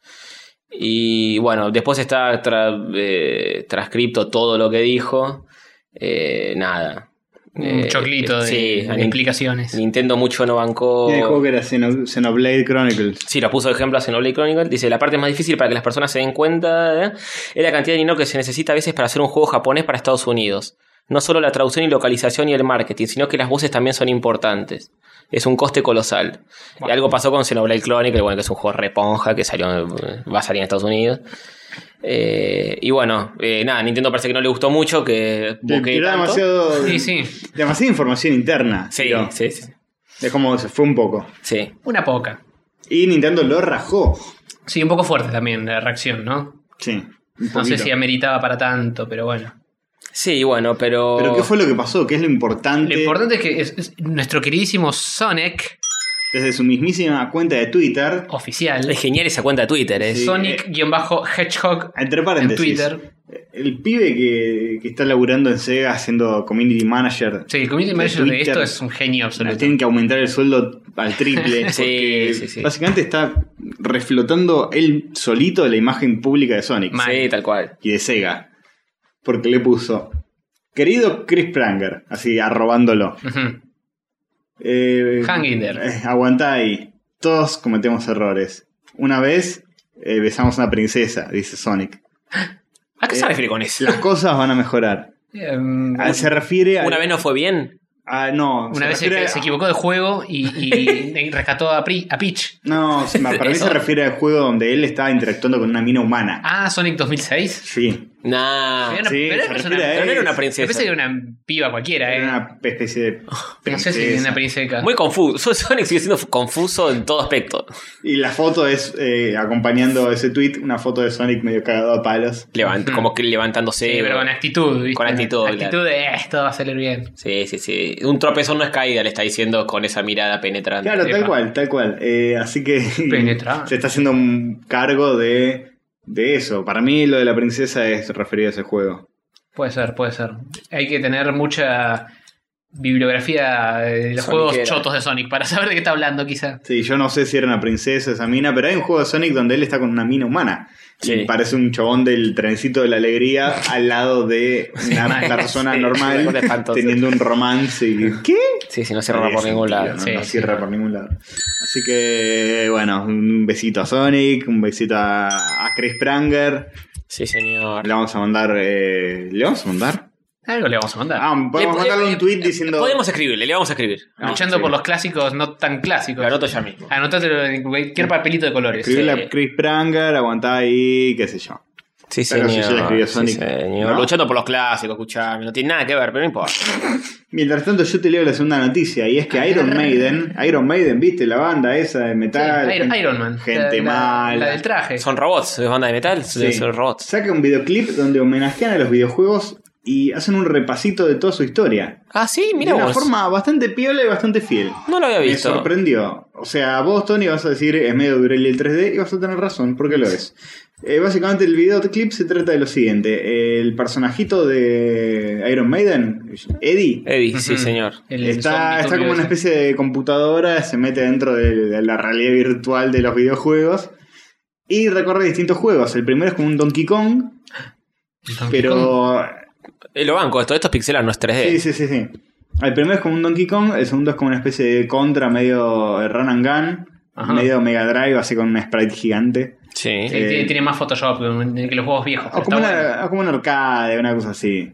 Y bueno, después está tra- eh, transcripto todo lo que dijo. Eh, nada.
Un
Eh,
choclito de,
sí,
de
a Nin-
implicaciones.
Xenoblade mucho no bancó.
Y dijo que era Xeno- Xenoblade Chronicles.
Sí, lo puso de ejemplo a Xenoblade Chronicle. Dice, la parte más difícil para que las personas se den cuenta ¿eh? es la cantidad de dinero que se necesita a veces para hacer un juego japonés para Estados Unidos. no solo la traducción y localización y el marketing, sino que las voces también son importantes. Es un coste colosal. Y
Bueno.
algo pasó con Xenoblade Chronicle, bueno, que es un juego reponja que salió, va a salir en Estados Unidos. Eh, y bueno, eh, nada, Nintendo parece que no le gustó mucho, que
Te-
buquee
te da
tanto.
demasiado,
Sí, sí.
demasiada información interna.
Sí,
digo.
sí, sí,
Es como se fue un poco.
sí.
Una poca.
Y Nintendo lo rajó.
Sí, un poco fuerte también la reacción, ¿no?
Sí. un
No sé
poquito.
si ameritaba para tanto, pero bueno.
Sí, bueno, pero...
Pero ¿qué fue lo que pasó? ¿Qué es lo importante?
Lo importante es que es- es nuestro queridísimo Sonic
Desde su mismísima cuenta de Twitter,
oficial,
Es genial esa cuenta de Twitter, ¿eh?
Sí.
Sonic-Hedgehog
entre
en
paréntesis.
Twitter.
El pibe que, que está laburando en Sega haciendo community manager.
Sí, el community
De
manager de
Twitter.
esto es un genio
le
absoluto.
tienen que aumentar el sueldo al triple.
Sí,
porque
sí, sí.
Básicamente está reflotando él solito la imagen pública de Sonic
Ma-
Sí, tal cual.
y de Sega. Porque le puso, querido Chris Pranger, así arrobándolo.
Ujú.
Eh,
Hang in there.
eh, aguantá ahí. Todos cometemos errores. Una vez eh, besamos a una princesa, dice Sonic.
¿A qué
Eh,
se refiere con eso?
Las cosas van a mejorar.
Em,
Ah, Se refiere a.
¿Una vez no fue bien?
a- no,
Una vez
refiere
se,
a-
se equivocó de juego y, y- y rescató a, Pri- a Peach.
No, se- para mí
Eso.
se refiere al juego donde él estaba interactuando con una mina humana.
Ah, Sonic 2006.
Sí.
Nah.
Era
Ah,
una-
sí,
pero
se
era una-
refiere a
Pero no era una
Yo pensé que
princesa.
era una piba cualquiera,
Era
eh.
una especie de.
No sé si era
princesa.
una princesa.
Muy confuso. Sonic sigue siendo confuso en todo aspecto.
Y la foto es, eh, acompañando ese tweet, una foto de Sonic medio cagado a palos.
Levant-
Ujú.
Como que levantándose.
Sí, pero con actitud, ¿viste?
Con actitud,
Actitud
claro.
de "Eh, esto va a salir bien.
Sí, sí, sí. Un tropezón no es caída, le está diciendo con esa mirada penetrante.
Claro, tal
Epa.
cual, tal cual. Eh, así que
Penetrante.
se está haciendo un cargo de, de eso. Para mí lo de la princesa es referido a ese juego.
Puede ser, puede ser. Hay que tener mucha bibliografía de los
Soniquera.
juegos chotos de Sonic para saber de qué está hablando, quizá.
Sí, yo no sé si era una princesa esa mina, pero hay un juego de Sonic donde él está con una mina humana.
Sí.
Y parece un chabón del trencito de la alegría al lado de una persona
sí, una cosa
normal
espantosa.
teniendo un romance. Y, ¿Qué?
Sí, sí, no cierra por ningún lado.
No,
Sí,
No
sí.
cierra por ningún lado. Así que, bueno, un besito a Sonic, un besito a, a Chris Pranger.
Sí, señor.
Ah, Le vamos a mandar. Eh, ¿Le vamos a mandar?
Algo le vamos a mandar.
Ah, podemos
Le-
mandarle
eh,
un tweet
eh,
diciendo. Ah,
Podemos escribirle, le vamos a escribir.
No,
Luchando
sí.
por los clásicos no tan clásicos.
Lo anoto ya mismo.
Anótatelo en cualquier papelito de colores.
Escribirle
sí.
a Chris Pranger, aguantá ahí, qué sé yo.
Sí,
Claro,
señor.
si yo le escribí a Sonic.
Sí, señor.
¿No?
Luchando por los clásicos, escuchame. No tiene nada que ver, pero no importa.
Mientras tanto, yo te leo la segunda noticia y es
Ah,
que Iron Maiden, Iron Maiden, viste la banda esa de metal,
Sí, Iron,
gente-
Iron Man.
gente
La- la-
mala,
La del traje.
Son robots, es banda de metal,
Sí.
son robots.
saca un videoclip donde homenajean a los videojuegos y hacen un repasito de toda su historia.
Ah, sí, mira
de una
vos.
forma bastante piola y bastante fiel.
No lo había
Me
visto.
sorprendió. O sea, vos, Tony, vas a decir es medio Durelli el 3D y vas a tener razón, porque lo es. Eh, básicamente el videoclip se trata de lo siguiente. El personajito de Iron Maiden, Eddie,
Eddie, sí,
Ujú.
señor.
El
está,
zombie
está como
turbio
una
ese.
especie de computadora, se mete dentro de, de la realidad virtual de los videojuegos y recorre distintos juegos. El primero es como un Donkey Kong, pero...
Eh, Lo banco, esto, esto es pixelar, no es 3D.
Sí, sí, sí, sí. El primero es como un Donkey Kong, el segundo es como una especie de contra medio run and gun,
Ajá.
medio Mega Drive, así con un sprite gigante.
Sí.
Sí, tiene,
eh,
tiene más Photoshop que un- que los juegos viejos. pero
O como,
está
una,
bueno.
o como un arcade, una cosa así.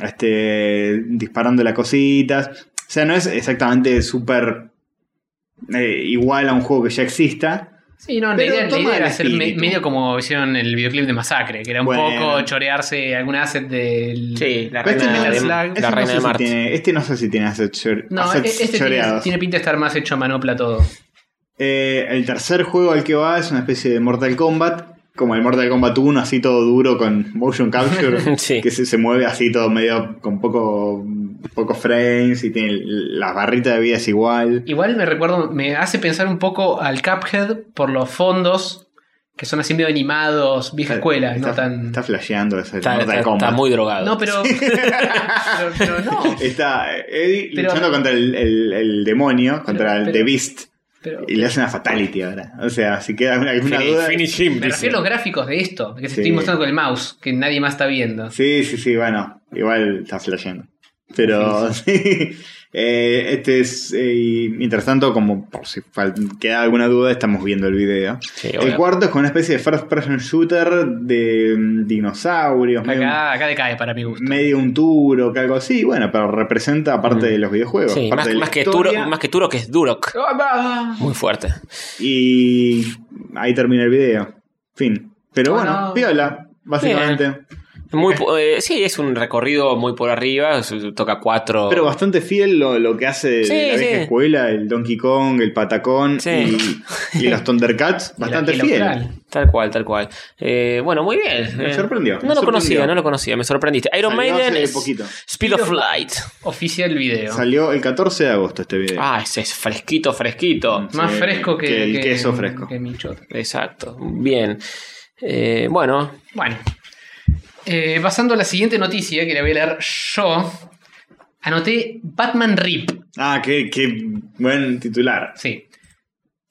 Este, disparando las cositas. O sea, no es exactamente súper eh, igual a un juego que ya exista.
Sí, no, la
pero
idea, la
toma
idea
el
era hacer me-
espíritu.
medio como hicieron el videoclip de Masacre, que era un
Bueno.
poco chorearse algún asset del.
Sí, la
Pero este
reina
no,
de,
es-
la
este no
reina
sé
de
si
Marte.
tiene- este no sé si tiene assets, chore-
No, e-
assets
este tiene,
choreados.
tiene pinta de estar más hecho a manopla todo.
Eh, el tercer juego al que va es una especie de Mortal Kombat. Como el Mortal Kombat 1, así todo duro con motion capture.
Sí.
Que se, se mueve así todo medio con poco, poco frames y tiene las barritas de vida es igual.
Igual me recuerdo, me hace pensar un poco al Cuphead por los fondos, que son así medio animados, vieja escuela,
está,
no tan.
Eh, Está flasheando ese
Está,
Mortal
está-
Kombat.
está muy drogado.
No, pero. pero, pero no.
Está eh, Eddie
Pero-
luchando contra el, el- el demonio, contra el
pero-
The Beast.
Pero,
Y le hace una fatality ahora. O sea, si queda alguna alguna
Fini-
duda.
finish him,
me
dice.
refiero a los gráficos de esto, que se
Sí.
estoy mostrando con el mouse, que nadie más está viendo.
Sí, sí, sí, bueno. Igual está flasheando. Pero sí. Eh, este es, eh, y mientras tanto, como por si fal- queda alguna duda, estamos viendo el video.
Sí,
el
obvio.
cuarto es con una especie de first person shooter de mm, dinosaurios, medio,
Acá, acá decae para mi gusto.
medio un turo, que algo así. Bueno, pero representa parte de los videojuegos.
Sí,
parte
más,
de la
más que
historia.
Turok, más que Turok es
Mm.
Durok. Muy fuerte.
Y ahí termina el video. Fin. Pero bueno,
Bueno.
piola, básicamente.
Muy, po- eh, sí, es un recorrido muy por arriba. su- Toca cuatro.
Pero bastante fiel lo, lo que hace
Sí,
la vieja
sí.
escuela, el Donkey Kong, el Patacón
Sí.
y, y los Thundercats. Bastante
Y la- y la
fiel.
Ucral.
Tal cual, tal cual. Eh, bueno, muy bien.
Me
Eh,
sorprendió, me
No lo conocía,
sorprendió.
no lo conocía. Me sorprendiste. Iron
Salió
Maiden
hace
es
poquito.
Speed of Light.
Oficial video.
Salió el 14 de agosto este video.
Ah, ese es fresquito, fresquito.
Más
Sí,
fresco que,
que el queso fresco.
que mi chota.
Exacto. Bien. Eh, bueno,
Bueno, Eh, pasando a la siguiente noticia que la voy a leer yo. Anoté Batman Rip.
Ah, qué, qué buen titular.
Sí.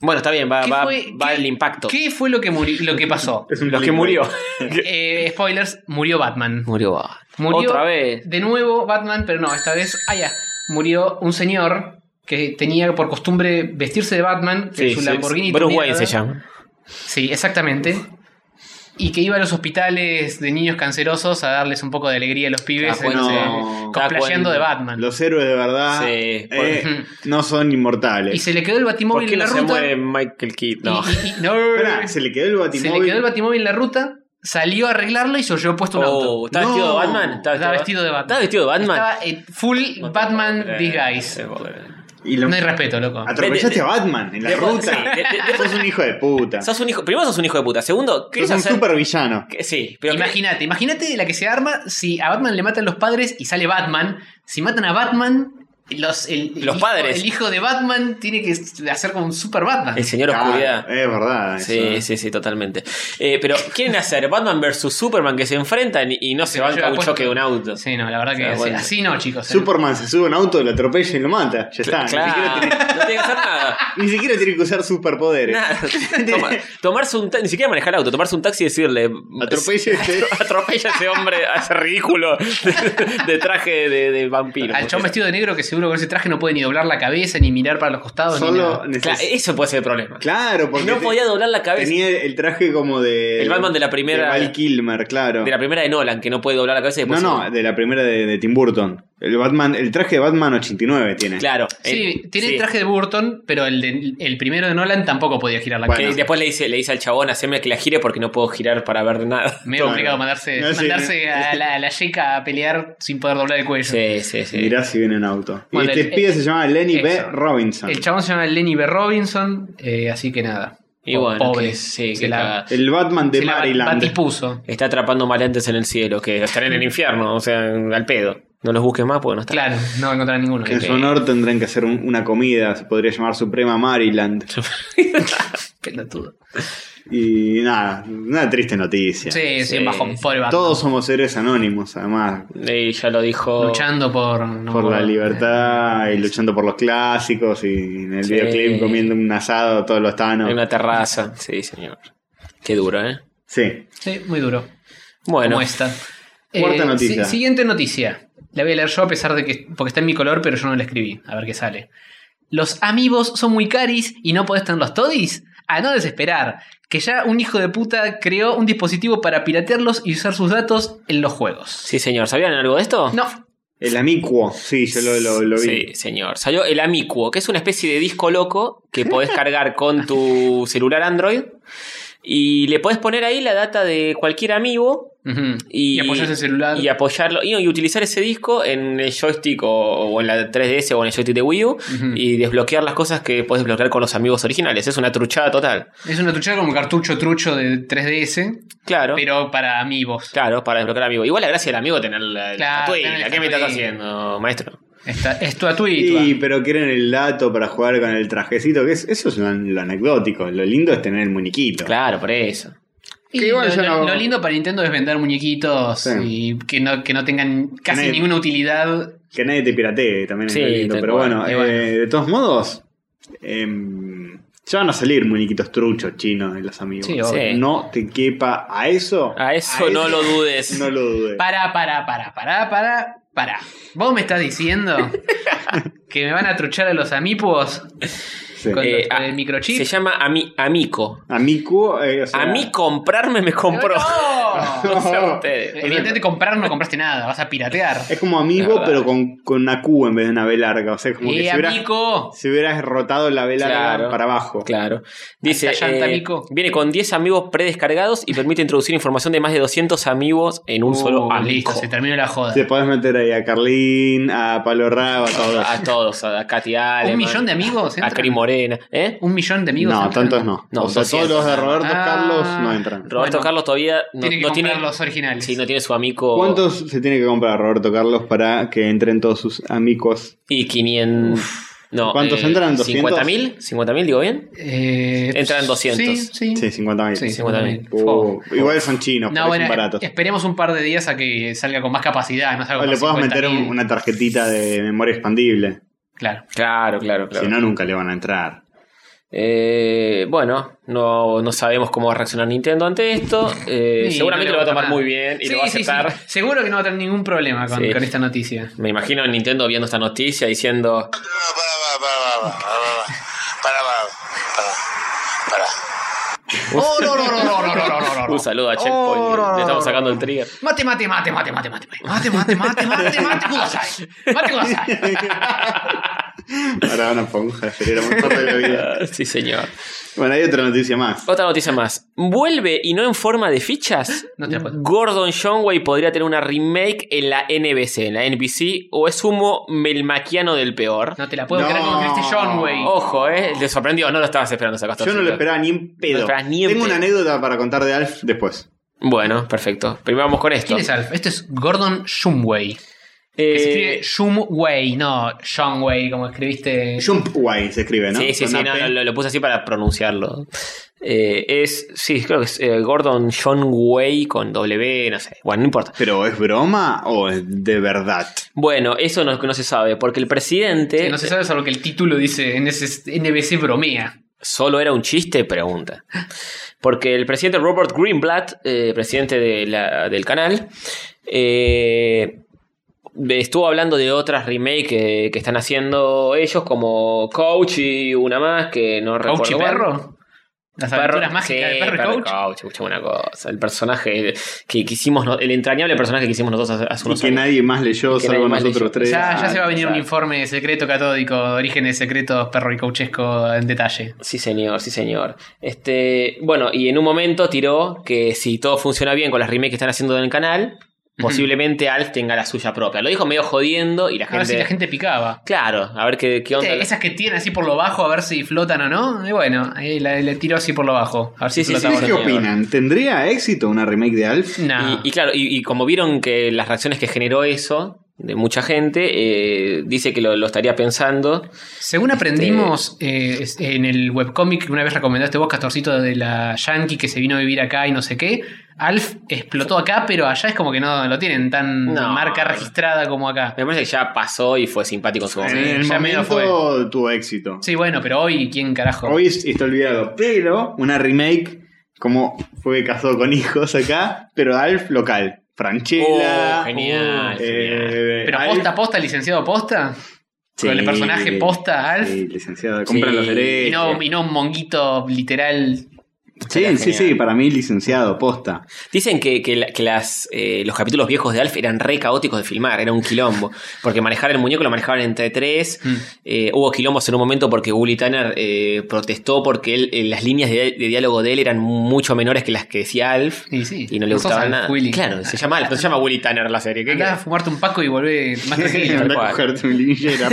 bueno, está bien, va,
¿Qué
va,
fue-
va
qué-
el impacto.
¿Qué fue lo que, muri- lo que pasó?
Es un
Los que
clickbait.
murió.
Eh, spoilers, murió Batman.
murió. va.
Murió
Otra vez.
De nuevo Batman, pero no, esta vez, ah, ya, murió un señor que tenía por costumbre vestirse de Batman, que
Sí,
su
sí,
Lamborghini.
Bruce
tuneada.
Wayne se llama.
Sí, exactamente. Y que iba a los hospitales de niños cancerosos a darles un poco de alegría a los pibes,
Da cuenta.
eh, cosplayando
Da cuenta.
de Batman.
Los héroes de verdad
Sí.
eh,
Por-
no son
Y
inmortales.
se le quedó el
¿Por
batimóvil
qué
en la
no se
ruta.
muere Michael Keaton? No.
Y- y- y- no.
Esperá, se le quedó el
Se
batimóvil.
le quedó el batimóvil en la ruta, salió a arreglarlo y se oyó puesto un
Oh,
auto.
¿Está vestido de
No.
Batman?
Está vestido de Batman.
¿Está vestido de Batman?
Estaba eh, full
No te
Batman
puedo creer,
disguise.
no te puedo creer.
y lo-
No hay respeto, loco.
Ah,
Atropellaste a Batman en la
de-
ruta.
sí, de- de-
sos un hijo de puta.
Sos un hijo, primero sos un hijo de puta. Segundo,
sos
querés
un
hacer.
supervillano.
que- Sí, pero.
Imagínate, imagínate de la que se arma si a Batman le matan los padres y sale Batman. Si matan a Batman, los, el, el
Los
hijo,
padres.
El hijo de Batman tiene que hacer como un super Batman.
El señor
Ah,
Oscuridad.
Es verdad.
Sí,
eso.
sí, sí, totalmente. Eh, pero quieren hacer Batman versus Superman que se enfrentan y no se
Pero yo
banca un
apuesto-
choque de un auto.
Sí, no, la verdad que
O sea,
sí,
bueno.
así no, chicos. eh.
Superman se sube a un auto, lo atropella y lo mata. Ya está. Ni,
Claro,
siquiera tiene,
no Ah, tiene que hacer nada.
ni siquiera tiene que usar superpoderes.
Nada. Toma- tomarse un ta- ni siquiera manejar auto, tomarse un taxi y decirle
Atropelle este.
atropella a ese hombre, a ese ridículo de, de traje de, de vampiro.
Ah,
Al chabón vestido de negro que seguro con ese traje no puede ni doblar la cabeza, ni mirar para los costados, ni
Solo
nada.
neces-
Claro, eso puede ser el problema.
Claro, porque
no
te-
podía doblar la cabeza.
tenía el traje como de.
El Batman de la primera-
de Val Kilmer, claro.
De la primera de Nolan, que no puede doblar la cabeza y
no,
después
no,
se-
de la primera de, de Tim Burton. El Batman, el traje de Batman 89 tiene.
Claro.
Sí,
eh,
tiene
sí.
el traje de Burton, pero el, de- el primero de Nolan tampoco podía girar la
Bueno.
Que
cabeza.
después le dice, le dice al chabón, haceme que la gire porque no puedo girar para ver nada.
Medio
Claro.
complicado mandarse,
No, sí,
mandarse
no.
a la, a la yeca a pelear sin poder doblar el cuello.
Sí, sí, sí.
Mirá si viene en auto.
Bueno,
y este
el-
pibe
el-
se llama Lenny B.
eso.
Robinson.
El chabón se llama Lenny B. Robinson, eh, así que nada.
Y bueno,
pobre.
que- sí,
se
que
la,
cagada.
El Batman de
se la
Maryland.
batipuso.
Está atrapando maleantes en el cielo, que estarán en el infierno, o sea, al pedo. No los busques más porque no están.
Claro, no va a encontrar ninguno.
En su honor tendrán que hacer un- una comida, se podría llamar Suprema Maryland.
Pelotudo.
Y nada, una triste noticia.
Sí, sí,
Sí,
bajo
sí.
pobre Batman.
Todos somos seres anónimos, además,
Y ya lo dijo.
luchando por, no,
por la
por-
libertad y luchando por los clásicos y en el
Sí.
videoclip comiendo un asado, todos los
En
tanos.
una terraza. Sí, señor. Qué duro, ¿eh?
Sí,
Sí, muy duro.
Bueno.
como esta.
Cuarta noticia.
Eh, si- siguiente noticia. La voy a leer yo a pesar de que. Porque está en mi color, pero yo no la escribí. A ver qué sale. Los amigos son muy caris y no podés tener los todis. A no desesperar. Que ya un hijo de puta creó un dispositivo para piratearlos y usar sus datos en los juegos.
Sí, señor. ¿Sabían algo de esto?
No.
el amicuo, sí, yo lo, lo- lo vi.
Sí, señor. Salió el Amicuo, que es una especie de disco loco que podés cargar con tu celular Android. Y le podés poner ahí la data de cualquier amigo.
Ujú.
Y,
Y apoyás el celular.
Y apoyarlo. Y, y utilizar ese disco en el joystick o, o en la 3DS o en el joystick de Wii U. Y desbloquear las cosas que podés desbloquear con los amigos originales. Es una truchada total.
Es una truchada como cartucho trucho de 3DS,
Claro.
pero para amigos.
Claro, para desbloquear amigos. Igual la gracia del amigo es tener la, la
Claro,
estatuilla.
tener la
¿Qué me estás
estatuilla.
haciendo, maestro?
Esta, es tu atuito.
Sí, pero quieren el dato para jugar con el trajecito, que es, eso es lo, lo anecdótico. Lo lindo es tener el muñequito.
Claro, por eso.
Y
Que igual
lo,
yo
lo-
no-
lo lindo para Nintendo es vender muñequitos
Sí.
y que no, que no tengan casi
Nadie-
ninguna utilidad.
Que nadie te piratee también es
Sí,
lo lindo. eh,
tal
Pero
cual,
bueno,
y bueno.
eh, de todos modos, em, Ya van a salir muñequitos truchos chinos en las amigos.
Sí, obvio.
Sí.
No te quepa a eso.
A eso no lo dudes.
No lo dudes.
Para, para, para, para, para, para. ¿Vos me estás diciendo que me van a truchar a los amipos
Sí.
con
Eh,
los- con
ah,
el microchip?
Se llama Ami- Amico.
A Miku, eh, o sea,
A mí comprarme me compró.
¡No! Eh,
No sé a ustedes.
Evidentemente comprar no compraste nada, vas a piratear.
Es como amigo,
verdad.
pero con, con una Q en vez de una B larga. O sea, es como que
¡Eh,
si hubiera,
amigo!
si hubieras rotado la B larga
Claro.
para abajo.
Claro. Dice,
Hasta llanta,
eh,
Mico.
viene con 10 amigos predescargados y permite introducir información de más de 200 amigos en un solo
Uh,
amigo.
listo, se terminó la joda.
Te podés meter ahí a Carlín, a Palo Raba, a
Ah,
todos.
A todos, a Katy Aleman,
¿Un millón de amigos?
a
entran?
Cari Morena. ¿Eh?
¿Un millón de amigos?
no,
entran?
tantos no.
No,
o sea,
200.
todos los de Roberto
Ah.
Carlos no entran.
Roberto
Bueno.
Carlos todavía no
Tiene que
no
comprar
tiene,
los originales.
sí, no tiene su amigo.
¿Cuántos se tiene que comprar Roberto Carlos para que entren todos sus amigos?
Y 500. No,
¿Cuántos entran?
50 mil, 50 mil, digo bien.
Eh,
Entran 200.
Sí, sí.
Sí, 50 mil. Uh,
Sí,
50.000.
Oh.
igual son chinos,
No,
pero
bueno,
son baratos.
esperemos un par de días a que salga con más capacidad. No salga
O
con
le podés meter
50.000.
un- una tarjetita de memoria expandible.
Claro.
Claro, claro, claro.
Si no, nunca le van a entrar.
Eh, bueno, no, no sabemos cómo va a reaccionar Nintendo ante esto. Eh,
Sí,
seguramente
no
lo
le
va a tomar
nada.
muy bien y
Sí,
lo va a
sí, sí.
aceptar.
Seguro que no va a tener ningún problema con,
Sí.
con esta noticia.
Me imagino a Nintendo viendo esta noticia diciendo.
No, para, para, para, para, para, para, para,
Oh, no, no, no, no, no, no, no, no, no.
Un saludo a Checkpoint.
Oh, no, no,
Le
no,
estamos
no,
sacando
no.
el trigger.
Mate, mate, mate, mate, mate, mate, mate, mate, mate, mate, mate, mate, Kudasai. Mate, Kudasai.
Ahora van a ponja, era muy parte de la vida.
sí, señor.
Bueno, hay otra noticia más.
Otra noticia más. ¿Vuelve y no en forma de fichas?
No te la puedo.
Gordon Johnway podría tener una remake en la NBC, en la NBC, o es humo melmaquiano del peor.
No te la puedo
No.
creer como escribiste John Way.
Ojo, eh. Te sorprendió, no lo estabas esperando esa
Yo no lo esperaba ni en
No lo
pedo.
esperabas ni en
Tengo una
pedo.
anécdota para contar de Alf después.
Bueno, perfecto. Primero vamos con esto.
¿Quién es Alf? Este es Gordon Shumway. Que se
Eh,
escribe Shumway, no John Way, como escribiste.
Jumpway se escribe, ¿no?
Sí, sí,
Con
sí,
una
no,
P.
no, lo, lo puse así para pronunciarlo. Eh, es, sí, creo que es eh, Gordon John Way con W, no sé. Bueno, no importa.
Pero ¿es broma o es de verdad?
Bueno, eso no, no se sabe, porque el presidente
Que no se sabe solo que el título dice NS NBC bromea.
solo era un chiste, pregunta. Porque el presidente Robert Greenblatt, eh, presidente de la- del canal, eh, estuvo hablando de otras remakes que, que están haciendo ellos, como Coach y una más, que no recuerdo.
¿Coach y
cuál.
perro? Las
Perro-
aventuras mágicas
sí,
de perro y coach.
escuchame una cosa. El personaje que quisimos, no- el entrañable personaje que hicimos nosotros hace, hace
Y
unos
que
años.
nadie más leyó,
Y que nadie
salvo
más
nosotros
leyó.
tres.
Ya, ya
Ah,
se va a venir
claro.
un informe secreto catódico, orígenes secretos, perro y coachesco en detalle.
Sí, señor, sí, señor. Este, bueno, y en un momento tiró que si todo funciona bien con las remakes que están haciendo en el canal, posiblemente Alf tenga la suya propia. Lo dijo medio jodiendo y la
A ver
gente.
si la gente picaba.
Claro, a ver qué, qué onda.
Viste, Esas que tiran así por lo bajo a ver si flotan o no. Y bueno, ahí la- le tiró así por lo bajo. A ver
Sí,
si
sí,
¿Ustedes
sí,
flotaba.
¿Qué
señor.
opinan? ¿Tendría éxito una remake de Alf?
No.
Y, y claro, y, y como vieron que las reacciones que generó eso de mucha gente, eh, dice que lo, lo estaría pensando.
Según
este,
aprendimos eh, es- en el webcomic que una vez recomendaste vos, Castorcito, de la Yankee que se vino a vivir acá y no sé qué, Alf explotó acá, pero allá es como que no lo tienen tan
No.
marca registrada como acá.
Me parece que ya pasó y fue simpático en su
en
momento.
el
ya medio
momento tuvo éxito.
Sí, bueno, pero hoy, ¿quién carajo?
Hoy es- está olvidado. Pero una remake, como fue casado con hijos acá, pero Alf local. Franchella.
Oh, genial, genial.
eh,
¿Pero
Alf-
posta, posta, licenciado posta?
Sí,
¿Con el personaje posta Alf?
Sí, licenciado. Compran
Sí.
los
Y
derechos.
no, y no un monguito literal.
sí, sí, sí, para mí licenciado, posta.
Dicen que, que la- que las, eh, los capítulos viejos de Alf eran re caóticos de filmar, era un quilombo. Porque manejar el muñeco lo manejaban entre tres.
Mm.
Eh, hubo quilombos en un momento porque Willy Tanner eh, protestó porque él, eh, las líneas de, de diálogo de él eran mucho menores que las que decía Alf.
Y sí.
Y no le
sos
gustaba
Alf
nada.
Willy.
Claro, se llama Alf, no se llama Willy Tanner la serie. ¿qué
Andá a
querés?
fumarte un paco y volvé más tranquilo.
Anda
cual.
a cogerte un linillera.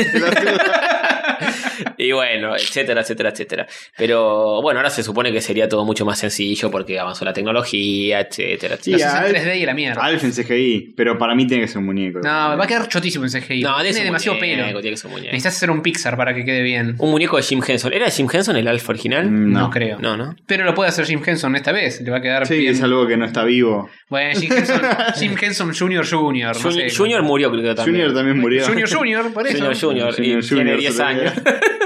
Y bueno, etcétera, etcétera, etcétera. Pero bueno, ahora se supone que sería todo mucho más sencillo porque avanzó la tecnología, etcétera,
Sí,
etcétera.
Los haces
Alf-
en 3D y a la mierda.
Alf en CGI, pero para mí tiene que ser un muñeco.
No, va a quedar chotísimo en CGI.
No, tiene que ser
tiene
un
demasiado
muñeco,
pelo.
tiene que ser un muñeco.
Necesitas hacer un Pixar para que quede bien.
Un muñeco de Jim Henson. ¿Era Jim Henson el Alf original?
No,
Mm, No.
creo.
No, ¿no?
Pero lo puede hacer Jim Henson esta vez. Le va a quedar
Sí,
bien.
es algo que no está vivo.
Bueno, Jim Henson, Jim Henson Jr. Jr. no
Juni-
sé.
Junior murió, creo que también.
Junior también murió.
Junior Jr. por eso.
Junior, Junior,
Junior
y tiene
Junior,
10
se le
años.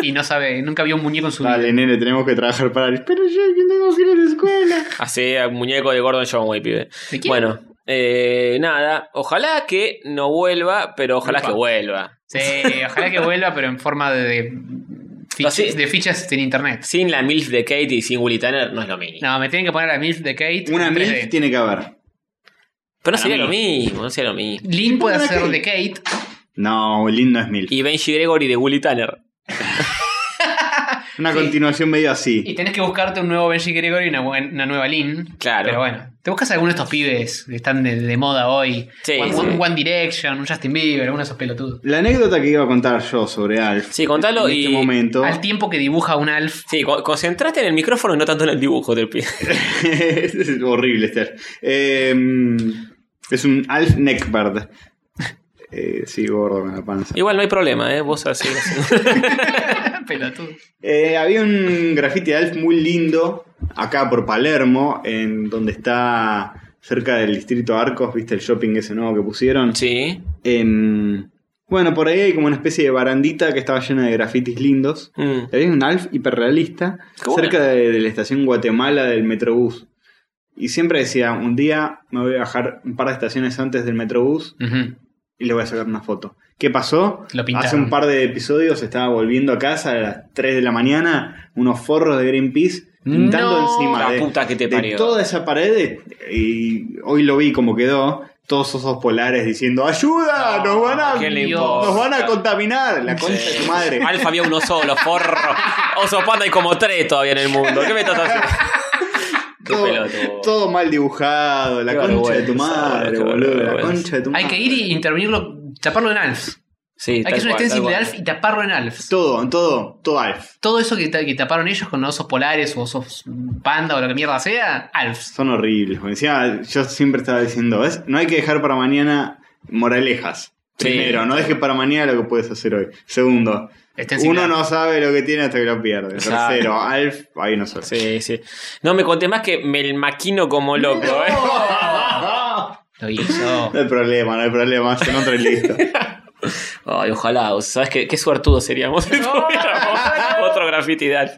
y no sabe, nunca vio un muñeco en su vida.
Dale, nene, tenemos que trabajar para él. Pero yo que tengo que ir a la escuela.
Hace a muñeco de Gordon John Way, pibe.
¿De quién?
Bueno, eh, nada, ojalá que no vuelva, pero ojalá
Upa.
que vuelva.
Sí, ojalá que vuelva, pero en forma de, de fichas,
Así-
de fichas en internet.
Sin la MILF de Kate y sin Willy Tanner no es lo mismo.
No, me tienen que poner a MILF de Kate.
Una
en
mil
3D.
tiene que haber.
pero no
para
sería
mí.
lo mismo, no sería lo mismo.
Lynn puede
Pongan a
hacer
Kate.
de Kate.
No, Lin no es mil.
Y Benji Gregory de Willy Tanner.
Una
sí.
continuación medio así.
Y tenés que buscarte un nuevo Benji Gregory y una, buen- una nueva Lynn.
Claro.
Pero bueno, te buscas alguno de estos pibes que están de, de moda hoy.
Sí,
One,
sí.
un One Direction, un Justin Bieber, alguno de esos pelotudos.
La anécdota que iba a contar yo sobre Alf.
Sí, contalo
en este
y-
momento.
Al tiempo que dibuja un Alf.
Sí, co- concentrate en el micrófono y no tanto en el dibujo del pie.
es horrible este Alf. Eh, es un Alf Neckbird. Eh, sí, gordo con la panza.
Igual no hay problema, ¿eh? Vos así. así.
pelotudo.
Eh, había un graffiti de Alf muy lindo acá por Palermo, en donde está cerca del distrito Arcos, ¿viste el shopping ese nuevo que pusieron?
sí.
Em, bueno, por ahí hay como una especie de barandita que estaba llena de grafitis lindos.
Mm.
Había un Alf hiperrealista
Qué bueno.
cerca de, de la estación Guatemala del Metrobús. Y siempre decía, un día me voy a bajar un par de estaciones antes del Metrobús
Ujú.
y le voy a sacar una foto. ¿Qué pasó?
Lo pintaron.
Hace un par de episodios estaba volviendo a casa a las 3 de la mañana, unos forros de Greenpeace pintando
No,
encima
la
de,
puta que te
de
parió.
toda esa pared de- y hoy lo vi como quedó, todos osos polares diciendo, "Ayuda, Ah, nos van a
¿Qué le
Dios.
importa?
nos van a contaminar la concha de tu madre."
Alfa había uno solo, forro. Oso panda hay como tres todavía en el mundo. ¿Qué me estás haciendo? Qué
Todo,
pelotudo.
todo mal dibujado, la
Qué
concha de tu
vergüenza,
madre,
qué
boludo, la
vergüenza.
concha de tu madre.
Hay que ir y intervenirlo, taparlo en Alf.
Sí,
Hay
tal
que hacer un
cual, tal
stencil
cual.
de Alf y taparlo en Alf.
todo, todo, todo Alf.
Todo eso que, ta- que taparon ellos con osos polares o osos panda o lo que mierda sea, Alf.
Son horribles. porque encima yo siempre estaba diciendo, ¿ves? No hay que dejar para mañana moralejas.
Sí.
Primero, no dejes para mañana lo que puedes hacer hoy. Segundo,
Stencil
uno
Alf.
no sabe lo que tiene hasta que lo pierde.
Exacto.
Tercero, Alf, ahí no sabe.
Sí, sí. No me conté más que me el maquino como loco, ¿eh?
Lo hizo.
No hay problema, no hay problema, se encuentra y listo.
Ay, ojalá. o sea, ¿Sabes qué, qué suertudos seríamos si tuviéramos otro graffiti de Alf.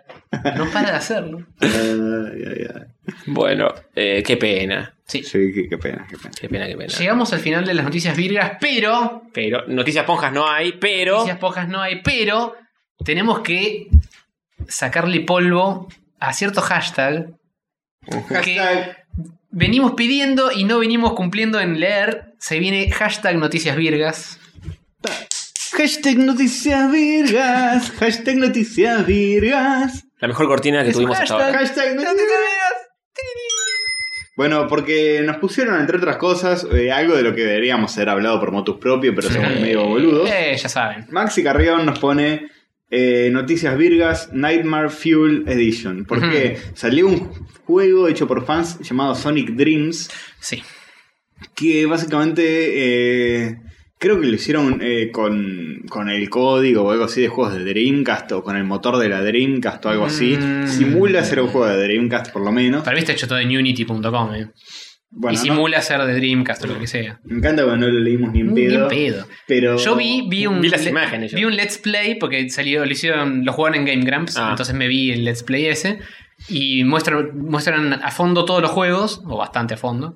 No para de hacerlo.
Ay, ay, ay.
Bueno, eh, qué pena.
Sí.
Sí, qué, qué pena, qué pena.
Qué pena, qué pena.
Llegamos al final de las noticias virgas, pero.
Pero noticias ponjas no hay, pero
Noticias pocas no hay, pero tenemos que sacarle polvo a cierto hashtag que
Hashtag,
venimos pidiendo y no venimos cumpliendo en leer. Se viene hashtag noticias virgas.
hashtag noticias virgas, hashtag noticias virgas.
la mejor cortina que
Es un
tuvimos hasta ahora.
Hashtag noticias virgas. Bueno, porque nos pusieron, entre otras cosas, eh, algo de lo que deberíamos haber hablado por motus propio, pero somos medio boludos.
Eh, ya saben.
Maxi Carrión nos pone eh, Noticias Virgas Nightmare Fuel Edition. Porque salió un juego hecho por fans llamado Sonic Dreams,
Sí.
que básicamente eh, creo que lo hicieron eh, con, con el código o algo así de juegos de Dreamcast o con el motor de la Dreamcast o algo así.
Mm.
Simula ser un juego de Dreamcast por lo menos.
Para mí está hecho todo en unity.com. eh.
Bueno,
y
no-
simula ser de Dreamcast o lo que sea.
Me encanta cuando no lo leímos ni en
Ni
pedo.
en pedo.
Pero
Yo vi, vi un.
Vi las
le-
imágenes yo.
Vi un Let's Play porque salió, lo hicieron, lo jugaron en Game Grumps,
Ah.
entonces me vi el Let's Play ese. Y muestran, muestran a fondo todos los juegos, o bastante a fondo.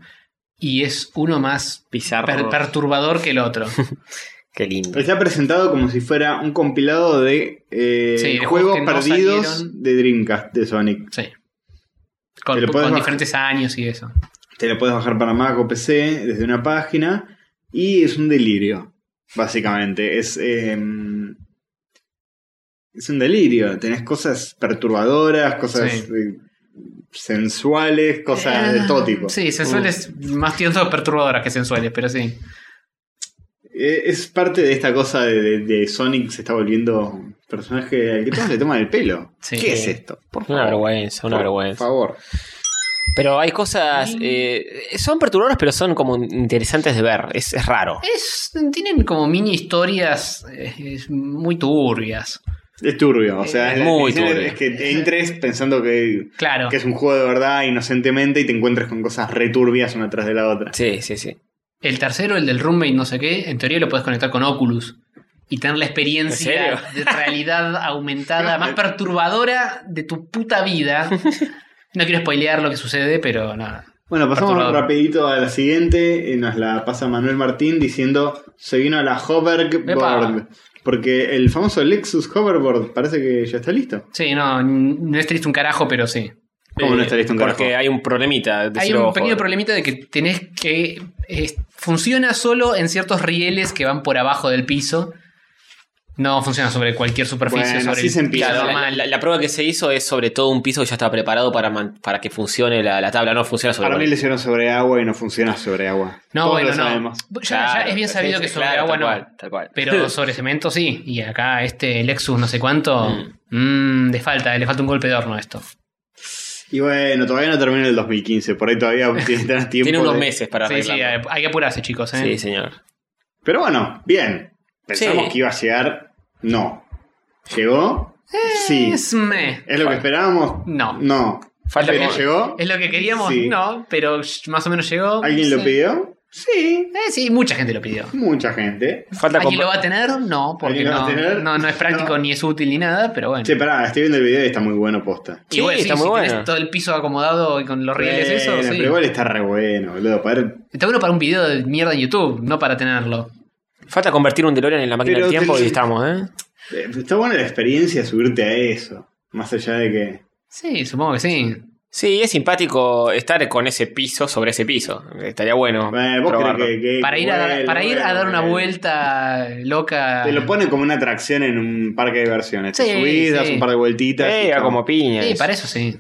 Y es uno más
Pizarro.
per- perturbador que el otro.
Qué lindo.
está presentado como si fuera un compilado de eh,
Sí, de
juegos
juegos que no
perdidos
salieron.
de Dreamcast de Sonic.
Sí. Con,
Te lo
con
puedes bajar.
diferentes años y eso.
Te lo puedes bajar para Mac o PC desde una página y es un delirio, básicamente. Es, eh, es un delirio. Tenés cosas perturbadoras, cosas
Sí. Ah,
eh, sensuales, cosas de todo tipo. Mm.
Sí, sensuales, más tiendas perturbadoras que sensuales, pero sí.
Eh, Es parte de esta cosa de, de- de Sonic se está volviendo un personaje al que todos le toman el pelo.
Sí.
¿Qué es esto? Por
Una vergüenza, una
Por
vergüenza.
favor.
Pero hay cosas. eh, son perturbadoras, pero son como interesantes de ver. Es, es raro.
Es, tienen como mini historias eh, es muy turbias.
Es turbio, o sea,
Eh,
Es
la
muy
definición
turbio.
Es que te entres pensando que,
Claro.
que es un juego de verdad inocentemente y te encuentres con cosas returbias una tras de la otra.
Sí, sí, sí.
El tercero, el del roommate no sé qué, en teoría lo puedes conectar con Oculus. y tener la
¿En
experiencia
serio? Eh.
de realidad aumentada más perturbadora de tu puta vida. No quiero spoilear lo que sucede, pero nada.
Bueno, pasamos
Perturbador.
rapidito a la siguiente. eh, Nos la pasa Manuel Martín diciendo: Se vino la hoverboard.
Epa.
Porque el famoso Lexus hoverboard parece que ya está listo.
Sí, no, n- no es triste un carajo, pero sí.
¿Cómo no está listo un carajo?
Eh, Porque hay un problemita. de
Hay
cero
un
ojo.
pequeño problemita de que tenés que. eh, funciona solo en ciertos rieles que van por abajo del piso. No funciona sobre cualquier superficie,
Bueno,
sobre
así se empieza.
piso
Claro, la,
normal.
la- la prueba que se hizo es sobre todo un piso que ya está preparado para, man- para que funcione la, la tabla. No funciona sobre
Para mí
cual-
le hicieron sobre agua y no funciona sobre agua.
No,
Todos
bueno,
lo
no.
sabemos.
Ya- Ya,
Claro,
es bien
sí,
sabido
sí,
que sobre
claro,
agua
tal
no.
cual, tal cual.
Pero sobre cemento sí. Y acá este Lexus no sé cuánto. mm, le falta, le falta un golpe de horno a esto.
Y bueno, todavía no termina el 2015. Por ahí todavía tienes tenés tiempo.
Tiene unos
de-
meses para
Sí, sí, hay
arreglarlo.
hay que apurarse, chicos. ¿eh?
Sí, señor.
Pero bueno, bien. Pensamos
Sí.
que iba a llegar. No. ¿Llegó?
Eh,
Sí.
Es meh.
¿Es lo que esperámos?
No.
No.
Falta
¿Pero
como-
llegó?
Es lo que queríamos,
Sí.
no, pero sh- más o menos llegó.
¿Alguien lo
Sí.
pidió? Sí.
Eh, sí, mucha gente lo pidió.
Mucha gente.
Falta
¿Alguien
compra-
lo va a tener? No, porque
¿Alguien lo va
no,
a tener?
no, no es práctico
No.
ni es útil ni nada, pero bueno.
Che, pará, estoy viendo el video y está muy bueno posta.
Y
Sí,
bueno,
está
sí,
muy
si
bueno.
tenés todo el piso acomodado y con los rieles, eso,
Bueno,
sí.
Pero igual está re bueno, boludo. para ver-
Está bueno para un video de mierda en YouTube, no para tenerlo.
Falta convertir un DeLorean en la máquina
Pero
del tiempo
te-
y estamos, ¿eh?
eh, Está buena la experiencia subirte a eso. Más allá de que.
Sí, supongo que sí.
Sí, es simpático estar con ese piso sobre ese piso. Estaría bueno.
Eh, vos crees
probarlo.
que, que-
Para ir a, dar-
vuelve,
para ir a dar una
vuelve.
vuelta loca.
Te lo ponen como una atracción en un parque de diversiones. Te
Sí,
subís,
sí.
das un par de vueltitas. y
Pega
chao.
como piña.
Sí, para eso sí.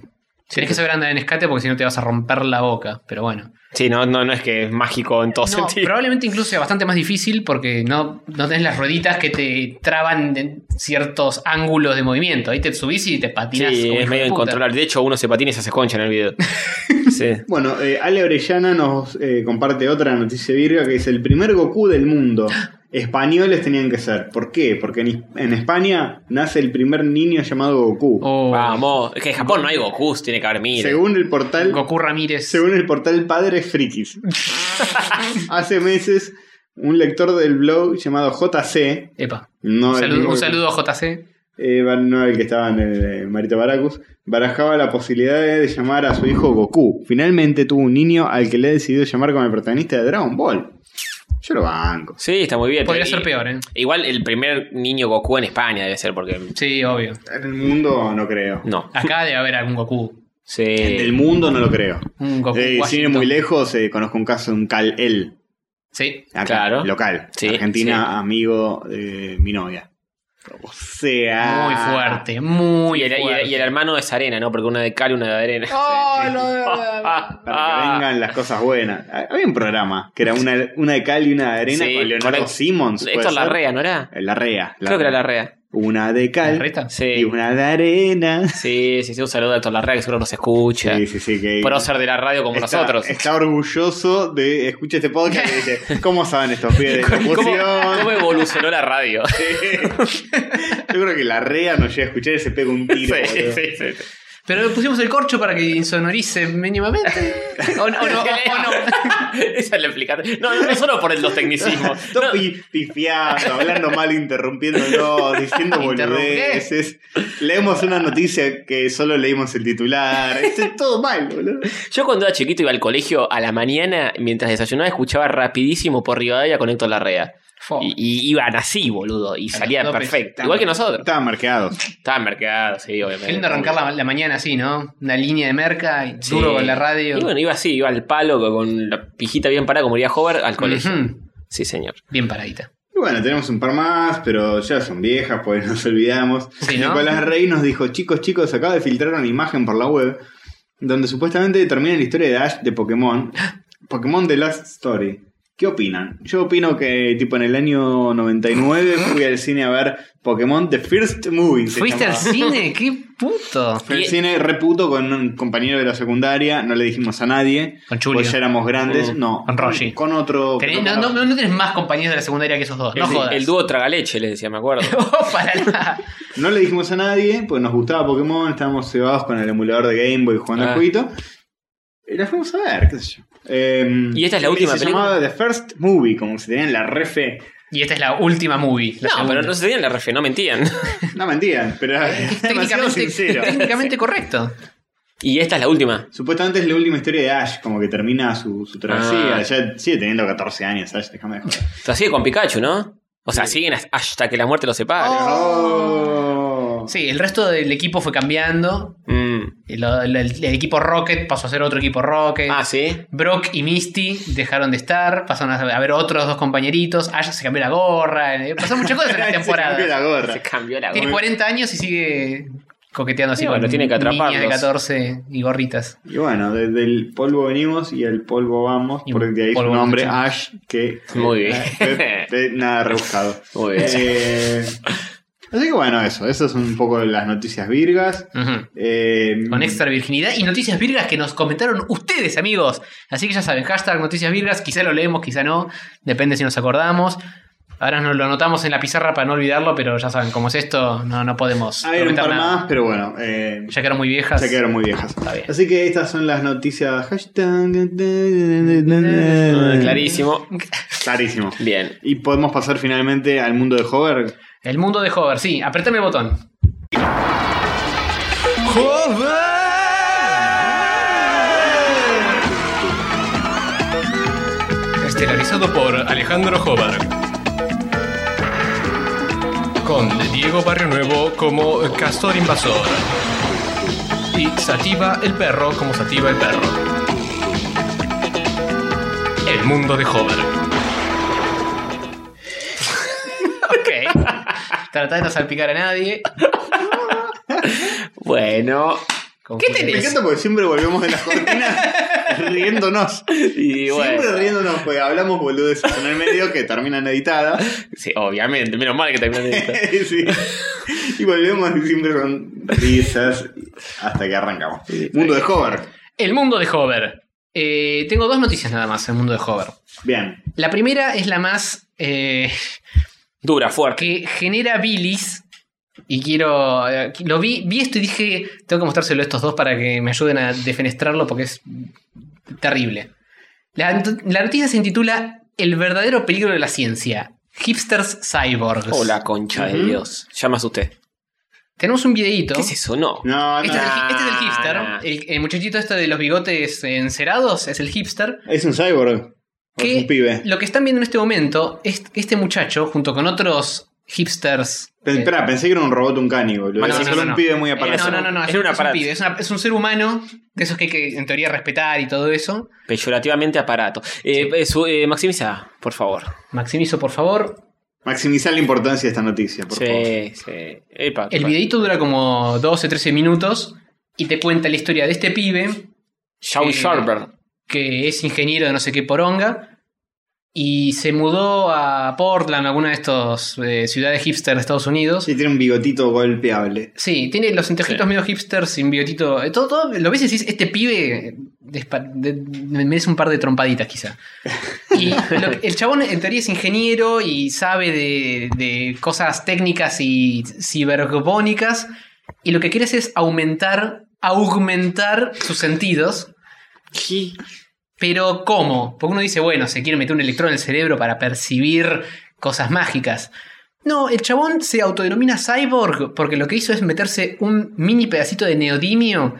Tienes que saber andar en escate porque si no te vas a romper la boca, pero bueno.
Sí, no, no, no es que es mágico en todo
No,
sentido.
probablemente incluso sea bastante más difícil porque no, no tenés las rueditas que te traban en ciertos ángulos de movimiento. Ahí te subís y te
Sí,
patinas. como
es
hijo
medio
de puta.
incontrolable. De hecho, uno se patina y se hace concha en el video. sí.
Bueno, eh, Ale Orellana nos eh, comparte otra noticia virga que es el primer Goku del mundo. Españoles tenían que ser. ¿Por qué? Porque en, Is- en España nace el primer niño llamado Goku.
Oh,
Vamos. Es que en Japón no hay Goku, tiene que haber mil.
según el portal,
Goku Ramírez.
según el portal Padres Frikis. Hace meses, un lector del blog llamado JC,
Epa.
no
un,
el
saludo,
mismo
un
que-
saludo a JC.
eh, Bar- no el que estaba en el eh, Marito Baracus, barajaba la posibilidad de llamar a su hijo Goku. Finalmente tuvo un niño al que le decidió llamar como el protagonista de Dragon Ball. Yo lo banco.
Sí, está muy bien.
Podría
Y-
ser peor, ¿eh?
Igual el primer niño Goku en España debe ser, porque.
Sí, obvio.
En el mundo no creo.
No. eh,
Acá debe haber algún Goku.
Sí.
En el mundo no lo creo.
Un Goku.
Eh, si viene
Washington.
muy lejos, eh, conozco un caso de un Cal El.
Sí.
Acá,
Claro.
Local.
Sí,
Argentina,
sí.
amigo de mi novia. O sea.
Muy fuerte, muy
Ah. y, el, y el-
fuerte.
y el hermano es arena, ¿no? Porque una de cal y una de arena.
Oh, no, no, no, no.
Ah,
Para
ah.
que vengan las cosas buenas. Había un programa que era una, una de cal y una de arena
Sí,
con Leonardo
con-
Simmons.
Esto es la
rea.
rea, ¿no era?
Eh, La rea.
Creo que era la rea.
Una de cal
¿Reta?
y
Sí.
una de arena.
Sí, sí, sí, un saludo a Héctor Larrea, que seguro nos escucha.
Sí, sí, sí. Que
Prócer de la radio como
está,
nosotros.
Está orgulloso de. Escucha este podcast y dice: ¿Cómo saben estos pies de
¿Cómo, cómo
locución?
evolucionó la radio?
Sí. Yo creo que la rea nos llega a escuchar y se pega un tiro.
Sí,
boludo.
sí, sí.
Pero le pusimos el corcho para que insonorice mínimamente. O no, o no, o no.
Esa es la explicación. No, no, no solo por el- los tecnicismos.
Todo pi- pifiando, hablando mal, interrumpiéndonos, diciendo
Interrumpí.
boludeces. Leemos una noticia que solo leímos el titular. Esto es todo mal, boludo.
Yo cuando era chiquito iba al colegio a la mañana, mientras desayunaba, escuchaba rapidísimo por Rivadavia con Héctor Larrea.
Fo.
Y, y iban así, boludo, y salía
Oh. López.
perfecto. Igual que nosotros.
Estaban marqueados.
Estaban mercados, sí, obviamente.
Qué lindo arrancar la, la mañana así, ¿no? Una línea de merca y
Sí.
duro con la radio.
Y bueno, iba así, iba al palo con la pijita bien parada, como diría Hover, al colegio.
Ujú.
Sí, señor.
Bien paradita.
Y bueno, tenemos un par más, pero ya son viejas, pues nos olvidamos.
Sí, ¿no?
Nicolás Rey nos dijo, chicos, chicos, acaba de filtrar una imagen por la web donde supuestamente termina la historia de Ash de Pokémon. Pokémon The Last Story. ¿Qué opinan? Yo opino que, tipo, en el año 99 fui al cine a ver Pokémon The First Movie. se
¿Fuiste al
llamaba.
cine? ¡Qué puto!
Fui al
Y-
cine reputo con un compañero de la secundaria, no le dijimos a nadie.
Con Julio.
Pues ya éramos grandes.
Mm.
no.
Con Roger.
Con otro.
Tenés- no, no, no, no tenés más compañeros de la secundaria que esos dos, no
el,
jodas. Oh,
el dúo Tragaleche, le decía, me acuerdo.
para la...
No le dijimos a nadie, pues nos gustaba Pokémon, estábamos cebados con el emulador de Game Boy jugando
Ah.
al jueguito. Y la fuimos a ver, qué sé yo. Eh,
¿Y esta es la última
Se
película?
llamaba The First Movie, como si tenían la refe
Y esta es la última movie.
No,
la segunda.
pero no se tenían la refe, no mentían.
No mentían, pero era demasiado sincero.
técnicamente correcto.
y esta es la última.
Supuestamente es la última historia de Ash, como que termina su, su travesía.
Ah.
Ya sigue teniendo 14 años, Ash, déjame de joder.
Pero sigue con Pikachu, ¿no? O sea, siguen hasta- hasta que la muerte los separe.
Oh.
Sí, el resto del equipo fue cambiando.
Mm.
El, el- el equipo Rocket pasó a ser otro equipo Rocket.
Ah, sí.
Brock y Misty dejaron de estar, pasaron a haber otros dos compañeritos. Ash se cambió la gorra. eh, Pasó muchas cosas en la
Se cambió
temporada.
la gorra.
Se cambió la
Tiene
gorra.
40 años y sigue coqueteando así.
Sí, bueno, tiene que
niña de
atraparlos.
14 y gorritas.
Y bueno, desde el polvo venimos y al polvo vamos,
Y
porque de ahí su
polvo
nombre,
escuchamos.
Ash, que...
Muy bien.
eh, eh, nada rebuscado.
Muy bien.
Eh, así que bueno, eso. Eso es un poco las noticias virgas.
Ujú.
Eh,
Con extra virginidad y noticias virgas que nos comentaron ustedes, amigos. Así que ya saben, hashtag noticias virgas. Quizá lo leemos, quizá no. Depende si nos acordamos. Ahora nos lo anotamos en la pizarra para no olvidarlo, pero ya saben, como es esto, no, no podemos
Hay un
prometer
par
nada.
más, pero bueno. Eh,
Ya quedaron muy viejas.
se quedaron muy viejas.
Está bien.
Así que estas son las noticias. Hashtag-
Ah, Clarísimo.
Clarísimo.
Bien.
Y podemos pasar finalmente al mundo de Hover.
El mundo de Hover, sí, apretame el botón.
Estelarizado por Alejandro Jobar. Con Diego Barrio Nuevo como Castor Invasor. Y Sativa el Perro como Sativa el Perro. El mundo de Hover.
Ok. Tratá de no salpicar a nadie.
Bueno.
¿Qué
Me
tenés?
encanta porque siempre volvemos de las cortinas riéndonos.
Y
Siempre
bueno.
riéndonos porque hablamos boludeces en el medio que terminan editadas.
Sí, obviamente. Menos mal que terminé esto.
Sí. Y volvemos siempre con risas hasta que arrancamos. Mundo de Hover.
El mundo de Hover. Eh, tengo dos noticias nada más, el mundo de Hover.
Bien.
La primera es la más eh,
Dura, fuerte.
que genera bilis. Y quiero. eh, Lo vi, vi esto y dije: Tengo que mostrárselo a estos dos para que me ayuden a defenestrarlo porque es terrible. La, la noticia se intitula El verdadero peligro de la ciencia: Hipsters Cyborgs.
Oh, la concha de
Ujú.
Dios. Llamas usted.
Tenemos un videíto.
¿Qué es eso? No.
No,
Este, es,
no.
el, este es el hipster.
Ah.
El, el muchachito este de los bigotes eh, encerados es el hipster.
Es un cyborg. O
Que
es un pibe.
Lo que están viendo en este momento es que este muchacho, junto con otros hipsters.
Pero,
eh,
Espera, pensé que era un robot, un cani,
No,
boludo. Era
no, no,
solo
no, no.
un pibe muy
eh,
aparato.
no, no, no, no,
Era
es,
un
es
aparato.
pibe, es una- es un ser humano, de esos que hay que en teoría respetar y todo eso.
Peyorativamente aparato. Eh, eh, su- eh, maximiza, por favor.
Maximizo, por favor.
Maximizar la importancia de esta noticia, por favor.
Sí, sí. Epa,
El
epa.
videito dura como 12, 13 minutos y te cuenta la historia de este pibe
Shaun
Eh,
Sharper.
que es ingeniero de no sé qué poronga y se mudó a Portland, alguna de estas ciudades hipster de Estados Unidos.
Sí, tiene un bigotito golpeable.
Sí, tiene los anteojitos
Sí.
medio hipsters, sin biotito. eh, Todo, todo, lo ves y decís, este pibe despa- de- me merece un par de trompaditas quizá. Y lo que- el chabón en teoría es ingeniero y sabe de, de cosas técnicas y cibergónicas. Y lo que quiere hacer es aumentar, aumentar sus sentidos. Pero ¿cómo? Porque uno dice, bueno, se quiere meter un electrón en el cerebro para percibir cosas mágicas. No, el chabón se autodenomina cyborg porque lo que hizo es meterse un mini pedacito de neodimio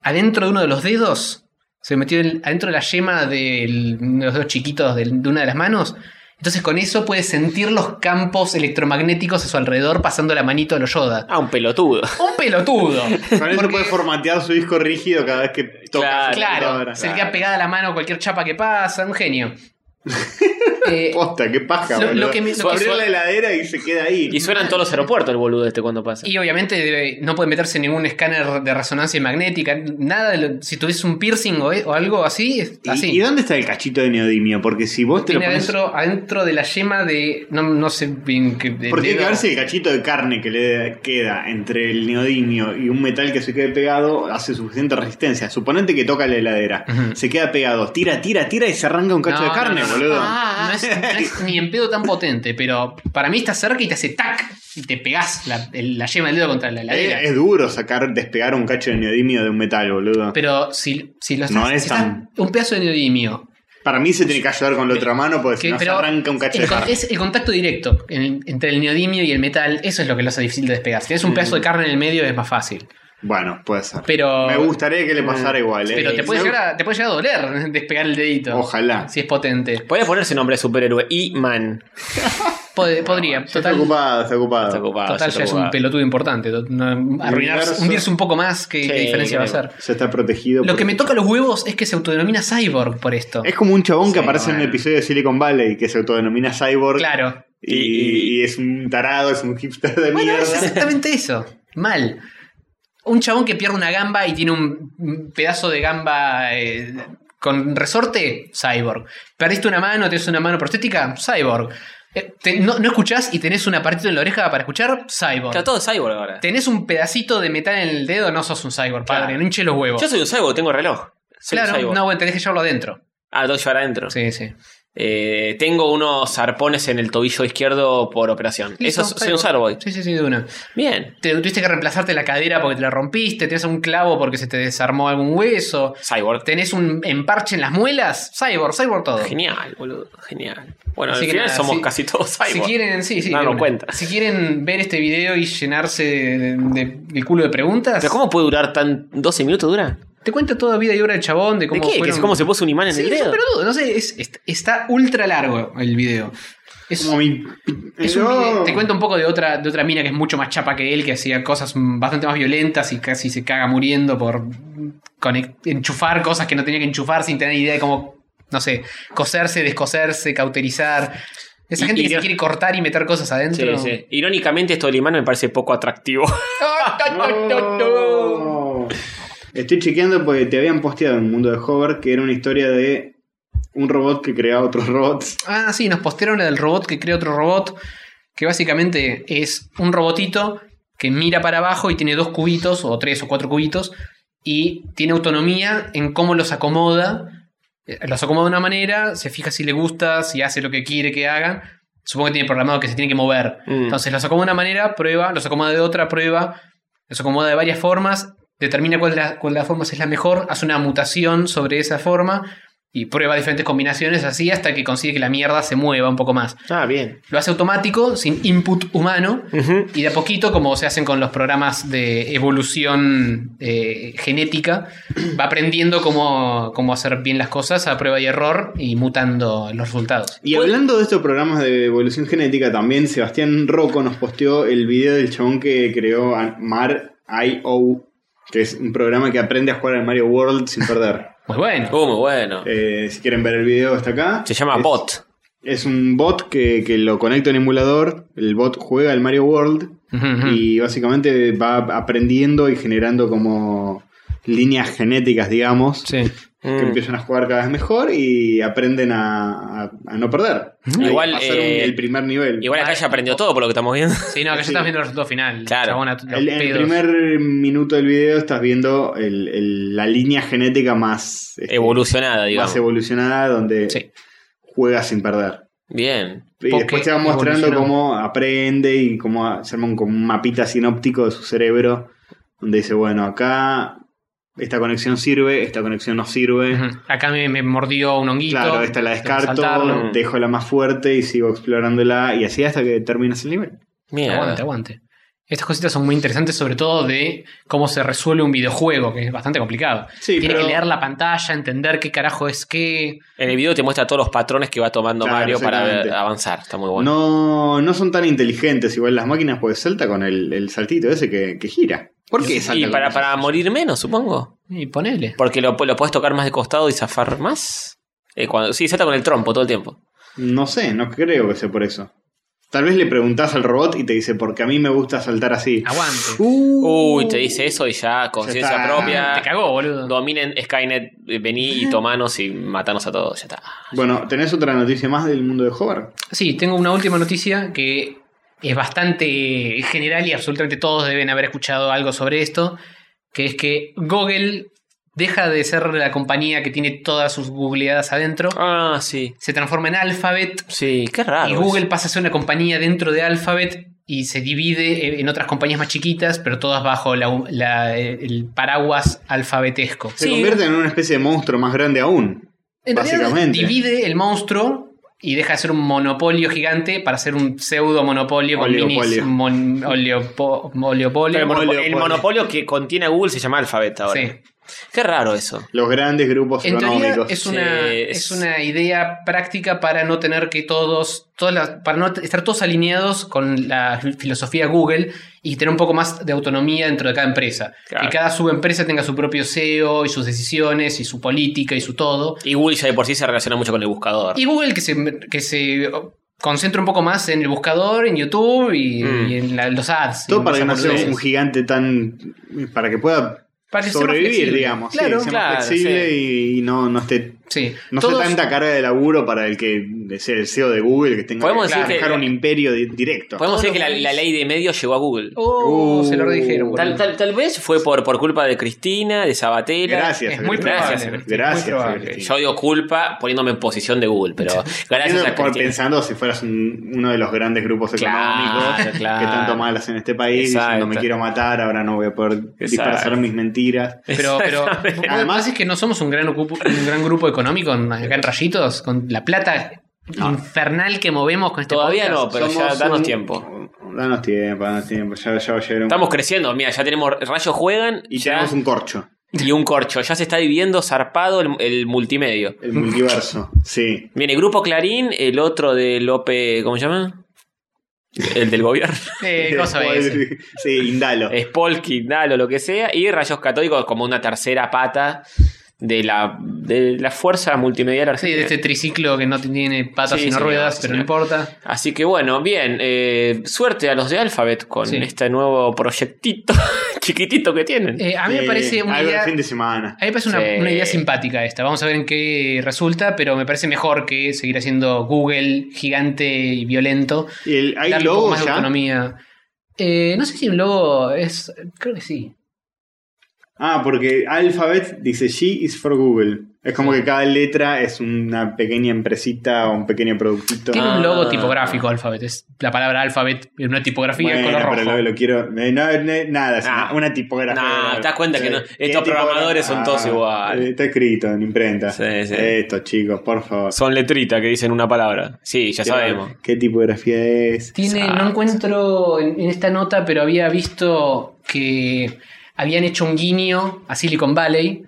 adentro de uno de los dedos. Se metió en- adentro de la yema del- de los dedos chiquitos del- de una de las manos. Entonces con eso puede sentir los campos electromagnéticos a su alrededor pasando la manito a los Yoda.
Ah, un pelotudo.
Un pelotudo.
Con eso
Porque-
puede formatear su disco rígido cada vez que toca.
Claro,
su
Claro,
computadora.
se le queda pegada a la mano cualquier chapa que pasa, un genio. Eh,
Posta, qué paja,
Lo- lo
boludo.
que me- lo que-
Abrir la heladera y se queda ahí.
Y suena en todos los aeropuertos el boludo este cuando pasa.
y obviamente debe- no puede meterse ningún escáner de resonancia magnética, nada de lo- si tuviese un piercing o, o algo así, es
¿Y-
así.
¿Y dónde está el cachito de neodimio? Porque si vos te lo
Tiene
pones...
adentro, adentro de la yema de. No, no sé bien qué. de-
Porque hay que
dedo.
ver si el cachito de carne que le queda entre el neodimio y un metal que se quede pegado hace suficiente resistencia. Suponete que toca la heladera,
Ujú.
se queda pegado, tira, tira, tira y se arranca un cacho
No,
de carne,
no, Ah, no,
boludo.
No es, no es ni en pedo tan potente, pero para mí está cerca y te hace tac y te pegás la, el- la yema del dedo contra la heladera.
Eh, Es, es duro sacar, despegar un cacho de neodimio de un metal, boludo.
Pero si, si lo
No
si
es tan-
Un pedazo de neodimio
Para mí se tiene que ayudar con la otra mano porque si
Que-
no se
pero
Pues arranca un cacho de
el con-
carne.
Es el contacto directo en- entre el neodimio y el metal, eso es lo que lo hace difícil de despegar. Si tienes
Mm.
un pedazo de carne en el medio es más fácil.
Bueno, puede ser.
Pero,
Me gustaría que le pasara igual. ¿eh?
pero te puede,
Me-
llegar a, te puede llegar a doler despegar el dedito.
Ojalá.
Si es potente.
Podría ponerse nombre de superhéroe. E-Man.
Ah, Pod- podría.
Está
Total,
ocupado, está ocupado.
Está ocupado,
total
está
ya es un
ocupado.
pelotudo importante. To- no, arruinarse-
Universo.
hundirse un poco más, ¿qué,
Sí,
qué diferencia va a
creo.
hacer?
Ya está protegido.
Lo
por-
que me toca los huevos es que se autodenomina cyborg por esto.
Es como un chabón que
Sí,
aparece en un
bueno.
episodio de Silicon Valley que se autodenomina Cyborg.
Claro.
Y, y es un tarado, es un hipster de
Bueno, es
mierda.
exactamente eso. Mal. Un chabón que pierde una gamba y tiene un un pedazo de gamba eh, con resorte, cyborg. Perdiste una mano, tenés una mano prostética, cyborg. Eh, te- no, no escuchás y tenés un apartito en la oreja para escuchar, cyborg.
Claro, todo es cyborg ahora.
Tenés un pedacito de metal en el dedo, no sos un cyborg, padre.
Claro.
No hinches los huevos.
Yo soy un cyborg, tengo reloj. Soy un
claro,
cyborg.
no, bueno, tenés que llevarlo adentro.
Ah, dos llevar adentro.
Sí, sí.
Eh, tengo unos arpones en el tobillo izquierdo por operación.
Listo,
Eso es- soy un cyborg.
Sí, sí, sí, de una.
Bien.
Te, tuviste que reemplazarte la cadera porque te la rompiste, tenés un clavo porque se te desarmó algún hueso.
Cyborg.
¿Tenés un emparche en las muelas? Cyborg, cyborg todo.
Genial, boludo. Genial. Bueno,
Así
al
que
final
nada,
somos
si-
casi todos cyborg.
Si quieren, sí, sí.
No,
de
no
una.
cuenta.
Si quieren ver este video y llenarse de- de- de- del culo de preguntas,
¿Pero cómo puede durar tan. 12 minutos dura?
te cuenta toda vida y obra del chabón, de
¿De
cómo
qué?
fueron-
¿Que- ¿Cómo se puso un imán en
Sí,
el
es un
dedo?
pelotudo, no sé, es- es- está ultra largo el video. Es,
Como mi-
es un
No.
video- Te cuento un poco de otra, de otra mina que es mucho más chapa que él, que hacía cosas mm, bastante más violentas y casi se caga muriendo por mm, conect- enchufar cosas que no tenía que enchufar sin tener idea de cómo, no sé, coserse, descoserse, cauterizar. Esa
Y-
gente
y
que se
no-
quiere cortar y meter cosas adentro.
Sí, sí. Irónicamente, esto del imán me parece poco atractivo.
¡Ah,
No. Estoy chequeando porque te habían posteado en Mundo de Hover que era una historia de un robot que creaba otros robots.
Ah, sí, nos postearon la del robot que crea otro robot, que básicamente es un robotito que mira para abajo y tiene dos cubitos, o tres o cuatro cubitos, y tiene autonomía en cómo los acomoda. Eh, Los acomoda de una manera, se fija si le gusta, si hace lo que quiere que hagan. Supongo que tiene programado que se tiene que mover.
Mm.
Entonces los acomoda de una manera, prueba, los acomoda de otra, prueba, los acomoda de varias formas, determina cuál de, la- cuál de las formas es la mejor, hace una mutación sobre esa forma y prueba diferentes combinaciones así hasta que consigue que la mierda se mueva un poco más.
Ah, bien.
Lo hace automático, sin input humano,
Ujú.
y de a poquito, como se hacen con los programas de evolución eh, genética, va aprendiendo cómo, cómo hacer bien las cosas a prueba y error y mutando los resultados.
Y
Pues-
hablando de estos programas de evolución genética, también Sebastián Rocco nos posteó el video del chabón que creó a- Mar IO, que es un programa que aprende a jugar al Mario World sin perder.
Muy bueno.
Uh, muy bueno.
Eh, si quieren ver el video, está acá.
Se llama
Es-
Bot.
Es un bot que, que lo conecta a un emulador. El bot juega al Mario World
Ujú, ujú.
y básicamente va aprendiendo y generando como líneas genéticas, digamos,
Sí.
que
Mm.
empiezan a jugar cada vez mejor y aprenden a, a- a no perder.
Igual,
A pasar un-
eh,
el primer nivel.
Igual acá ya aprendió todo por lo que estamos viendo.
Sí, no, que
Sí.
ya estás viendo el resultado final.
Claro.
Chabón, a los
El- en el
pedos.
primer minuto del video estás viendo el- el- la línea genética más, este,
Evolucionada, digamos.
más evolucionada donde
Sí.
juegas sin perder.
bien.
Y
Porque
después te va mostrando
evolucionó.
cómo aprende y cómo se arma un, como un mapita sinóptico de su cerebro, donde dice, bueno, acá esta conexión sirve, esta conexión no sirve.
Ujú. Acá me, me mordió un honguito.
Claro, esta la
Tengo que saltarlo.
descarto, dejo la más fuerte y sigo explorándola y así hasta que terminas el nivel.
Bien.
Aguante, aguante. Estas cositas son muy interesantes, sobre todo de cómo se resuelve un videojuego, que es bastante complicado.
Sí,
Tiene
pero-
que leer la pantalla, entender qué carajo es qué.
En el video te muestra todos los patrones que va tomando
Claro,
Mario para
exactamente.
ver- avanzar. Está muy bueno.
No, no son tan inteligentes igual las máquinas porque salta con el, el saltito ese que, que gira. ¿Por qué salta?
y
con
para,
eso?
para morir menos, supongo.
Y ponele.
Porque lo, lo puedes tocar más de costado y zafar más. Eh, cuando, sí, salta con el trompo todo el tiempo.
No sé, no creo que sea por eso. Tal vez le preguntás al robot y te dice, porque a mí me gusta saltar así.
Ah. Aguante.
Uy, te dice eso y ya,
Ya
conciencia
está.
Te
propia.
cagó, boludo.
Dominen Skynet, eh, vení y tomanos y matanos a todos. Ya está.
Bueno, ¿tenés otra noticia más del mundo de Hover?
Sí, tengo una última noticia que es bastante general y absolutamente todos deben haber escuchado algo sobre esto, que es que Google deja de ser la compañía que tiene todas sus googleadas adentro,
Ah, sí.
se transforma en Alphabet
Sí, qué raro.
y
eso.
Google pasa a ser una compañía dentro de Alphabet y se divide en- en otras compañías más chiquitas, pero todas bajo la- la- el paraguas alfabetesco.
Se
Sí.
convierte en una especie de monstruo más grande aún.
En realidad,
Básicamente.
divide el monstruo y deja de ser un monopolio gigante para ser un pseudo monopolio con minis.
Oligopolio.
mon- oleopo- oleopolio.
El, monopo- el
Oleopolio.
monopolio que contiene a Google se llama Alphabet ahora.
Sí.
Qué raro eso.
Los grandes grupos
En teoría
económicos.
es una,
Sí,
es
es-
una idea práctica para no tener que todos, todas las- para no estar todos alineados con la filosofía Google y tener un poco más de autonomía dentro de cada empresa.
Claro.
Que cada subempresa tenga su propio SEO y sus decisiones y su política y su todo.
Y Google ya de por sí se relaciona mucho con el buscador.
Y Google que se, que se concentra un poco más en el buscador, en YouTube y,
Mm.
y en la- los ads. y
Todo
en
para que
esas
no sea
boludeces.
un gigante tan. para que pueda
Para que sea más
sobrevivir,
flexible.
digamos. Sí,
Claro,
sea más
claro,
flexible y, y no, no esté.
Sí.
No
Todos-
sea tanta carga de laburo para el que sea el CEO de Google que tenga
Podemos
que
decir
manejar
que-
un imperio di- directo.
Podemos decir que la,
Todos los
la ley
países-
de medios llegó a Google.
Oh,
Uh,
se lo dijeron.
Tal, tal- tal vez fue por, por culpa de Cristina, de Sabatella.
Gracias,
Es muy
Cristina.
probable,
Gracias,
Cristina, muy probable.
Cristina.
Yo digo culpa poniéndome en posición de Google, pero gracias
Entiendo
a
por
Cristina.
pensando si fueras un- uno de los grandes grupos
Claro,
económicos
claro.
que tanto mal hacen este país,
Exacto.
diciendo me quiero matar, ahora no voy a poder dispersar mis mentiras.
Pero, pero
Exactamente.
además es que no somos un gran, ocupo- un gran grupo económico en- acá en Rayitos, con la plata infernal que movemos con este
Todavía no,
podcast.
pero ya
Somos
danos
un-
tiempo.
Danos tiempo, danos tiempo. Ya, ya va a llegar un-
Estamos creciendo, mira, ya tenemos Rayos Juegan
Y
ya-
tenemos un corcho,
y un corcho. Ya se está dividiendo zarpado el, el multimedio.
el multiverso. Sí.
Viene Grupo Clarín, el otro de Lope, ¿cómo se llama? El del gobierno.
Eh, cosa ese.
Sí, indalo.
Eh, Spolky, Dalo, lo que sea. Y Rayos Católicos como una tercera pata de la, de la fuerza multimedial
Sí,
argentina.
de este triciclo que no tiene patas
Sí,
sino
señor,
ruedas,
sí,
pero no
señor.
importa.
Así que bueno, bien, eh, suerte a los de Alphabet con
Sí.
este nuevo proyectito chiquitito que tienen.
Eh, a mí me
Sí,
parece Eh, una
algo
idea...
de fin de semana.
A mí me parece una,
Sí.
una idea simpática esta. Vamos a ver en qué resulta, pero me parece mejor que seguir haciendo Google gigante y violento.
Y el- ¿Hay
Darle un poco
logo
más de
ya?
autonomía. Eh, no sé si un logo es. Creo que sí.
Ah, porque Alphabet dice She is for Google. Es como que cada letra es una pequeña empresita o un pequeño productito.
Tiene
Ah.
un logo tipográfico Alphabet. Es la palabra Alphabet en una tipografía de
Bueno,
color rojo.
pero lo, lo quiero. eh, no, no, nada, es
Ah.
una, una tipografía.
Nah, te das cuenta que no- estos
¿Qué
programadores son
tipografía?
todos igual.
eh, Está escrito en imprenta.
Sí, sí.
Estos chicos, por favor.
Son letritas que dicen una palabra. Sí, ya sabemos.
¿Qué tipografía es?
Tiene, no
Exacto.
encuentro en, en esta nota, pero había visto que habían hecho un guiño a Silicon Valley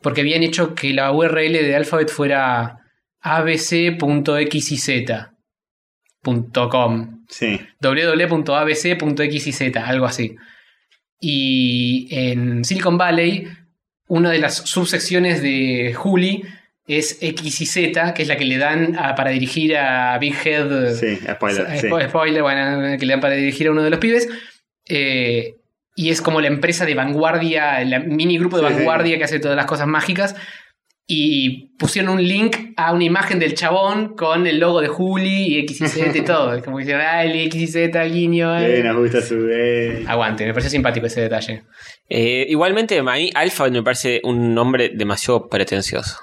porque habían hecho que la URL de Alphabet fuera abc.xyz.com
Sí.
www.abc.xyz, algo así. Y en Silicon Valley, una de las subsecciones de Juli es X y Z, que es la que le dan a- para dirigir a Big Head.
Sí, spoiler.
Eh,
sí.
spo- spoiler, bueno, que le dan para dirigir a uno de los pibes. Eh, y es como la empresa de vanguardia, el mini grupo de
Sí, sí.
vanguardia que hace todas las cosas mágicas. Y pusieron un link a una imagen del chabón con el logo de Juli y X y Z y todo. Es Como que dicen, ah, el X y Z, guiño. eh".
Eh, nos gusta su. eh.
Ah,
Aguante, me pareció simpático ese detalle.
Eh, igualmente, a mí Alphabet me parece un nombre demasiado pretencioso.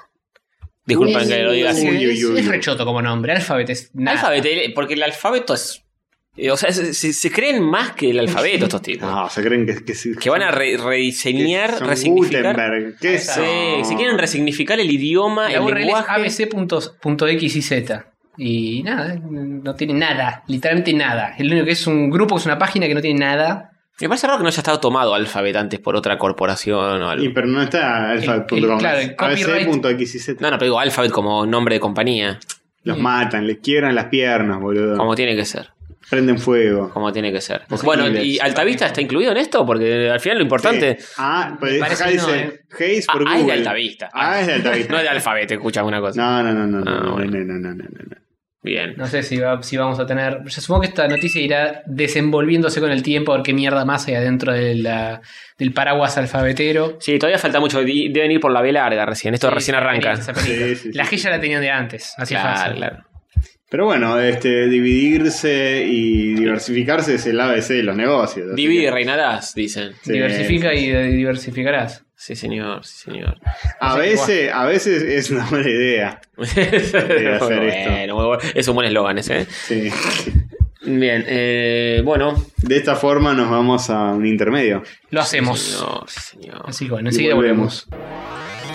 Disculpen
Uy,
que lo diga
Es,
así.
uy, uy, uy.
es rechoto como nombre, Alphabet es nada.
Alphabet, eh, porque el alfabeto es... eh, O sea, se, se- se creen más que el alfabeto estos tipos.
No, se creen que, que,
Que van a re-
que
rediseñar,
son
resignificar.
Gutenberg. ¿Qué
Sí,
Sí,
son?
si quieren resignificar el
Ah,
idioma,
La
el
URL
lenguaje.
es abc.xyz. Y nada, no tiene nada, literalmente nada. El único que es un grupo, que es una página que no tiene nada.
Me parece raro que no haya estado tomado Alphabet antes por otra corporación o algo.
Y, pero no está
El-
alphabet.com.
el- claro, el copyright-
ABC.xyz.
No, no, pero digo Alphabet como nombre de compañía.
Los matan, les quiebran las piernas, boludo.
Como tiene que ser.
Prenden fuego.
Como tiene que ser.
sé
Bueno,
quién es.
¿y Altavista está incluido en esto? Porque al final lo importante.
Sí. Ah, pues
parece
acá
que no,
dice
eh.
Hayes
Ah,
por
ah,
Google.
es de Altavista.
Ah, es de Altavista.
No es de Alfabet, escucha una cosa.
No, no, no, no, no,
Ah,
no,
bueno.
no, no, no, no, no.
Bien.
No sé si, va- si vamos a tener. Yo supongo que esta noticia irá desenvolviéndose con el tiempo, a ver qué mierda más hay adentro de la- del paraguas alfabetero.
Sí, todavía falta mucho. Di- Deben ir por la B larga recién. Esto
Sí,
recién
esa
arranca.
perita, esa perita.
Sí, sí, sí.
La G ya la tenían de antes, así es
Claro,
fácil.
claro.
Pero bueno, este, dividirse y diversificarse es el ABC de los negocios. así
Divide y
que-
reinarás, dicen.
Sí.
Diversifica y eh, diversificarás.
Sí, señor, sí, señor.
A
Así que
veces, a veces es una buena idea.
Muy
hacer esto.
bueno, muy bueno. Es un buen eslogan ese. ¿eh?
Sí.
Bien, eh, bueno.
De esta forma nos vamos a un intermedio.
Lo hacemos.
Señor, sí, señor.
Así que
Y
bueno, enseguida volvemos.
volvemos.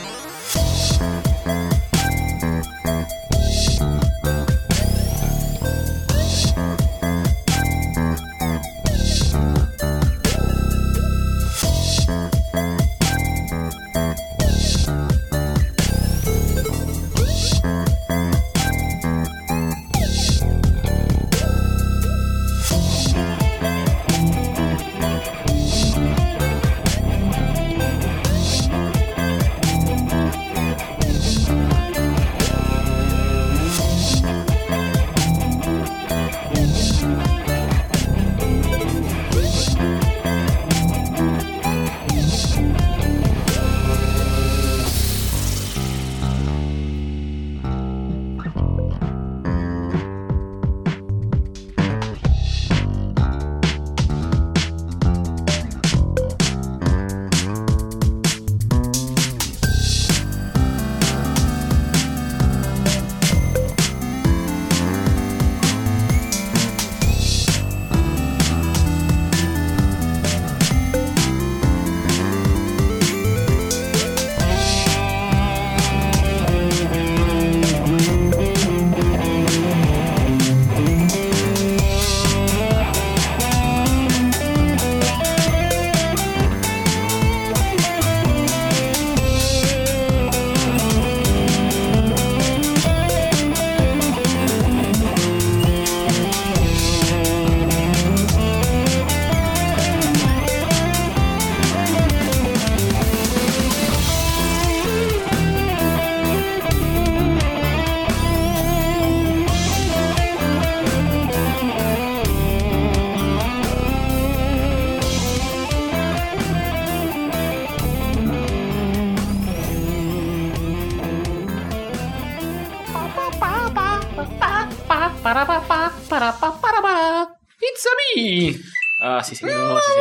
It's a me.
Ah, sí, señor, sí,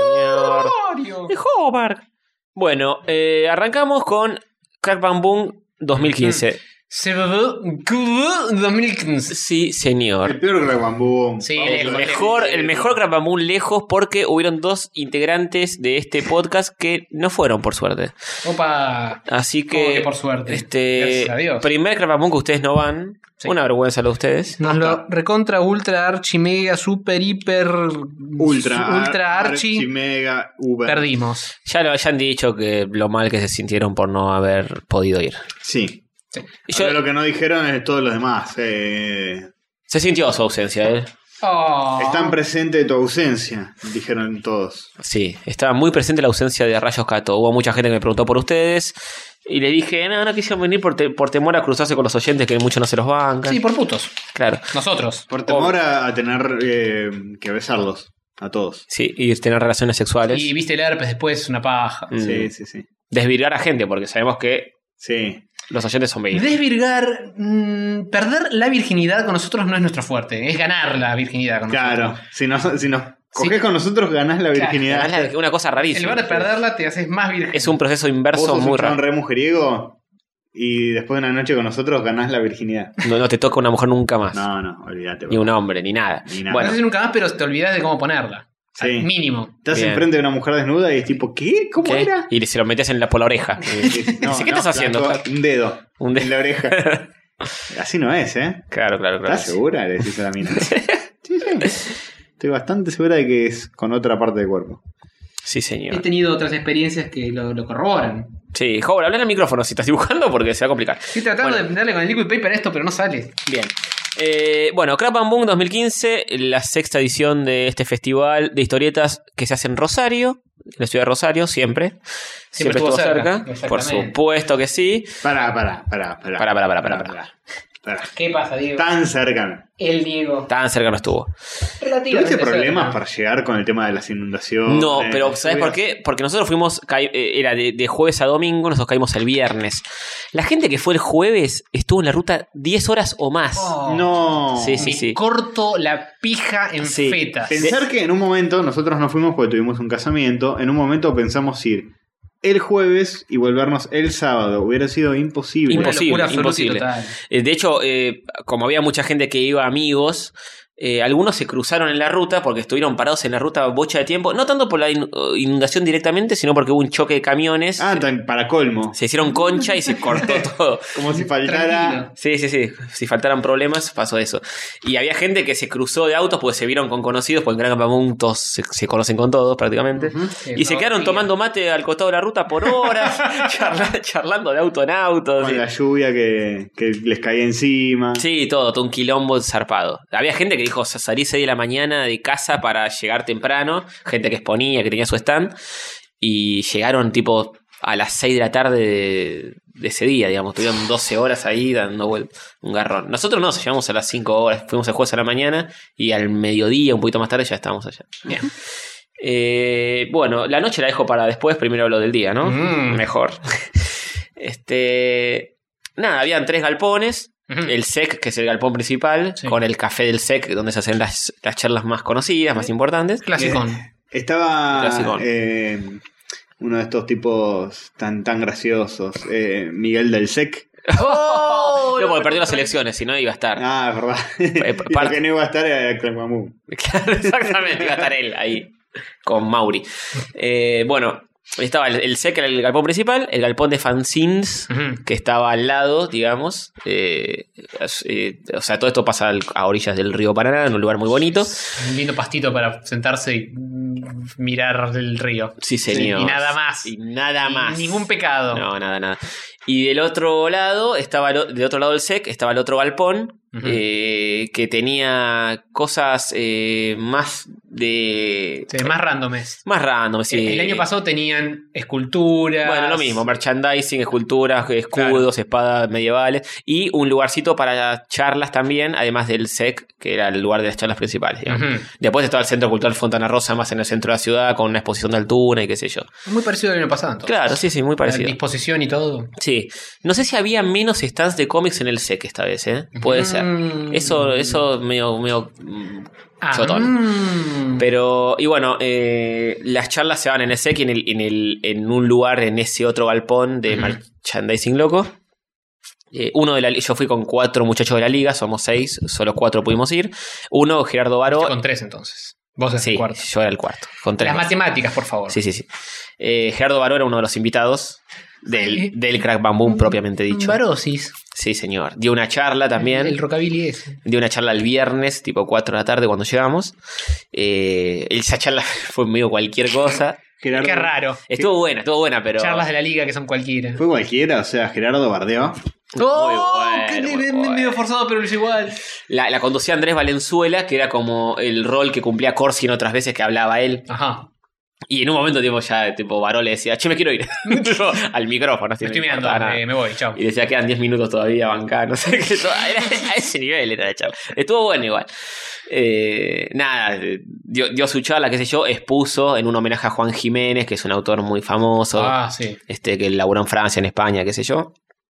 señor.
Mario.
Bueno, eh, arrancamos con Crack Bang Boom 2015.
CBB, QB 2015.
Sí, señor.
El peor Crack Bambú.
Sí,
Vamos a
el
la-
Mejor, el mejor Crack Bang Boom lejos porque hubieron dos integrantes de este podcast que no fueron, por suerte.
Opa.
Así
Como
que,
que por suerte.
este,
Gracias a Dios.
primer Crack Bang Boom que ustedes no van.
Sí.
Una vergüenza lo de ustedes.
Nos lo recontra, ultra, archi, mega, super, hiper.
Ultra.
ultra,
Ar-
archi.
Mega, Uber.
Perdimos.
Ya lo hayan dicho que lo mal que se sintieron por no haber podido ir.
Sí.
Y yo-
Ahora lo que no dijeron es todos los demás. eh,
se sintió su ausencia, ¿eh?
Oh.
Están presentes de tu ausencia, dijeron todos.
Sí, estaba muy presente la ausencia de Rayos Cato. Hubo mucha gente que me preguntó por ustedes. Y le dije, no, no quisieron venir por, te- por temor a cruzarse con los oyentes que muchos no se los bancan.
Sí, por putos.
Claro.
Nosotros.
Por temor a, a tener eh, que besarlos a todos.
Sí, y tener relaciones sexuales.
Y viste el herpes después, una paja.
Mm.
Sí, sí, sí.
Desvirgar a gente, porque sabemos que
Sí.
los oyentes son vehículos.
Desvirgar. mm, perder la virginidad con nosotros no es nuestro fuerte. Es ganar la virginidad con
Claro.
nosotros.
Si nos, si nos cogés con nosotros, ganás la
Claro,
virginidad.
Una cosa
En
rarísima.
lugar de perderla, te haces más virgen.
Es un proceso
Vos
inverso
sos
muy
un chabón
raro.
re mujeriego y después de una noche con nosotros ganás la virginidad.
No, no te toca una mujer nunca más.
No, no, olvídate.
Ni
bro.
un hombre, ni nada.
Ni nada.
No
Bueno,
haces nunca más, pero te olvidas de cómo ponerla.
Sí.
Al mínimo.
Estás
Bien.
enfrente de una mujer desnuda y es tipo, ¿qué? ¿Cómo
¿qué?
era?
Y se lo metes en la, por la oreja.
Eh, sí, no,
¿qué
no,
estás haciendo?
flaco, Un dedo.
Un dedo.
En la oreja. Así no es, ¿eh?
Claro, claro, claro.
¿Estás segura? Le decís a la mina. Sí, sí. Estoy bastante segura de que es con otra parte del cuerpo.
Sí,
He
señor.
tenido otras experiencias que lo, lo corroboran.
Sí, joven, habla en el micrófono si estás dibujando porque se va a complicar.
Estoy tratando
Bueno.
de darle con el liquid paper a esto, pero no sale.
Bien. Eh, bueno, Crap and Boom 2015, la sexta edición de este festival de historietas que se hace en Rosario, en la ciudad de Rosario, siempre. Siempre,
estuvo
estuvo cerca.
cerca,
Por
exactamente.
supuesto que sí.
Pará, pará, pará, pará.
Pará, pará, pará, pará,
pará.
¿Qué pasa, Diego?
Tan cercano.
El Diego.
Tan cerca no estuvo.
¿Tuviste problemas para llegar con el tema de las inundaciones?
No, pero ¿sabes por
lluvias?
qué? Porque nosotros fuimos, ca- eh, era de, de jueves a domingo, nosotros caímos el viernes. La gente que fue el jueves estuvo en la ruta 10 horas o más.
no.
No.
Sí, sí.
Me corto la pija en
Sí.
fetas.
Pensar que en un momento, nosotros no fuimos porque tuvimos un casamiento, en un momento pensamos ir el jueves y volvernos el sábado. Hubiera sido imposible.
Una
Imposible,
locura absoluta y
imposible.
total.
Eh, De hecho, eh, como había mucha gente que iba amigos, eh, algunos se cruzaron en la ruta porque estuvieron parados en la ruta bocha de tiempo, no tanto por la in- inundación directamente, sino porque hubo un choque de camiones,
Ah, tan- para colmo.
se hicieron concha y se cortó todo.
Como si faltara.
Sí, sí, sí. Si faltaran problemas, pasó eso. Y había gente que se cruzó de autos porque se vieron con conocidos, porque en Gran Campamón todos se, se conocen con todos prácticamente. Y se quedaron tomando mate al costado de la ruta por horas, charla- charlando de auto en auto.
Con
sí.
la lluvia que, que les caía encima.
Sí, todo, todo un quilombo zarpado. Había gente que dijo, "Sa- salí 6 de la mañana de casa para llegar temprano, gente que exponía, que tenía su stand, y llegaron tipo a las 6 de la tarde de, de ese día, digamos, tuvieron 12 horas ahí dando vueltas, un garrón. Nosotros no, llegamos a las 5 horas, fuimos a jueves a la mañana y al mediodía, un poquito más tarde, ya estábamos allá.
Bien.
Eh, bueno, la noche la dejo para después, primero hablo del día, ¿no?
Mm.
Mejor. este. Nada, habían tres galpones.
Ujú.
El SEC, que es el galpón principal,
Sí.
con el café del SEC, donde se hacen las, las charlas más conocidas, más importantes.
Clasicón.
Estaba
Clásico.
eh, uno de estos tipos tan, tan graciosos, eh, Miguel del Sec.
¡Oh!
No, porque perdió las elecciones, si no iba a estar.
Ah, es
Eh,
verdad.
pa-
Y
parte-
Lo que no iba a estar era Clamamú.
Claro, exactamente, iba a estar él ahí, con Mauri. Eh, bueno, estaba el, el SEC, el galpón principal, el galpón de fanzines,
Ujú.
que estaba al lado, digamos. eh, as- eh, o sea, todo esto pasa al- a orillas del río Paraná, en un lugar muy bonito.
Un lindo pastito para sentarse y mm, mirar el río.
Sí, señor.
Y nada más.
Y nada más.
Ningún pecado.
No, nada, nada. Y del otro lado, estaba el- del otro lado del SEC, estaba el otro galpón,
Ujú.
eh, que tenía cosas eh, más de...
Sí, más randomes.
Más random, sí.
El año pasado tenían esculturas.
Bueno, lo mismo, merchandising, esculturas, escudos, espadas medievales y un lugarcito para charlas también, además del SEC, que era el lugar de las charlas principales. digamos.
Ujú.
Después estaba el Centro Cultural Fontana Rosa, más en el centro de la ciudad, con una exposición de altura y qué sé yo.
Muy parecido al año pasado. entonces.
Claro, sí, sí, muy
La
parecido.
disposición y todo.
Sí. No sé si había menos stands de cómics en el SEC esta vez, ¿eh? Puede ser.
Mm.
Eso, eso medio, medio mm,
Ah,
chotón.
mm.
Pero, y bueno, eh, las charlas se van en el SEC y en, el- en el- en un lugar, en ese otro galpón de
Ujú.
merchandising loco. Eh, uno de la li- yo fui con cuatro muchachos de la liga, somos seis, solo cuatro pudimos ir. Uno, Gerardo
Fuiste
Baro.
Con tres entonces. Vos eres
Sí,
el cuarto.
yo era el cuarto. Con tres.
Las
más.
matemáticas, por favor.
Sí, sí, sí. Eh, Gerardo Baró era uno de los invitados
Ay.
del, del Crack Bamboo, propiamente dicho.
Barosis.
Sí, señor. Dio una charla también.
El rockabilly ese.
Dio una charla el viernes, tipo 4 de la tarde, cuando llegamos. Eh, esa charla fue medio cualquier cosa.
Gerardo.
Qué raro.
Estuvo buena, estuvo buena, pero.
Charlas de la liga que son cualquiera. ¡Oh!
Fue cualquiera, o sea, Gerardo bardeó.
bueno,
qué
muy
nivel
bueno.
medio forzado, pero es igual.
La, la conducía Andrés Valenzuela, que era como el rol que cumplía Corsi en otras veces que hablaba él.
Ajá.
Y en un momento, tipo, ya, tipo, Baró le decía, che, me quiero ir. Tipo, al micrófono, así,
Me
no
estoy mirando.
importaba nada.
eh, me voy, chao.
Y decía, quedan 10 minutos todavía, bancar, no sé qué. todo. Era- a ese nivel era la charla. Estuvo bueno igual. Eh, nada, eh, dio, dio su charla, qué sé yo, expuso en un homenaje a Juan Jiménez, que es un autor muy famoso,
Ah, sí.
este que laburó en Francia, en España, qué sé yo.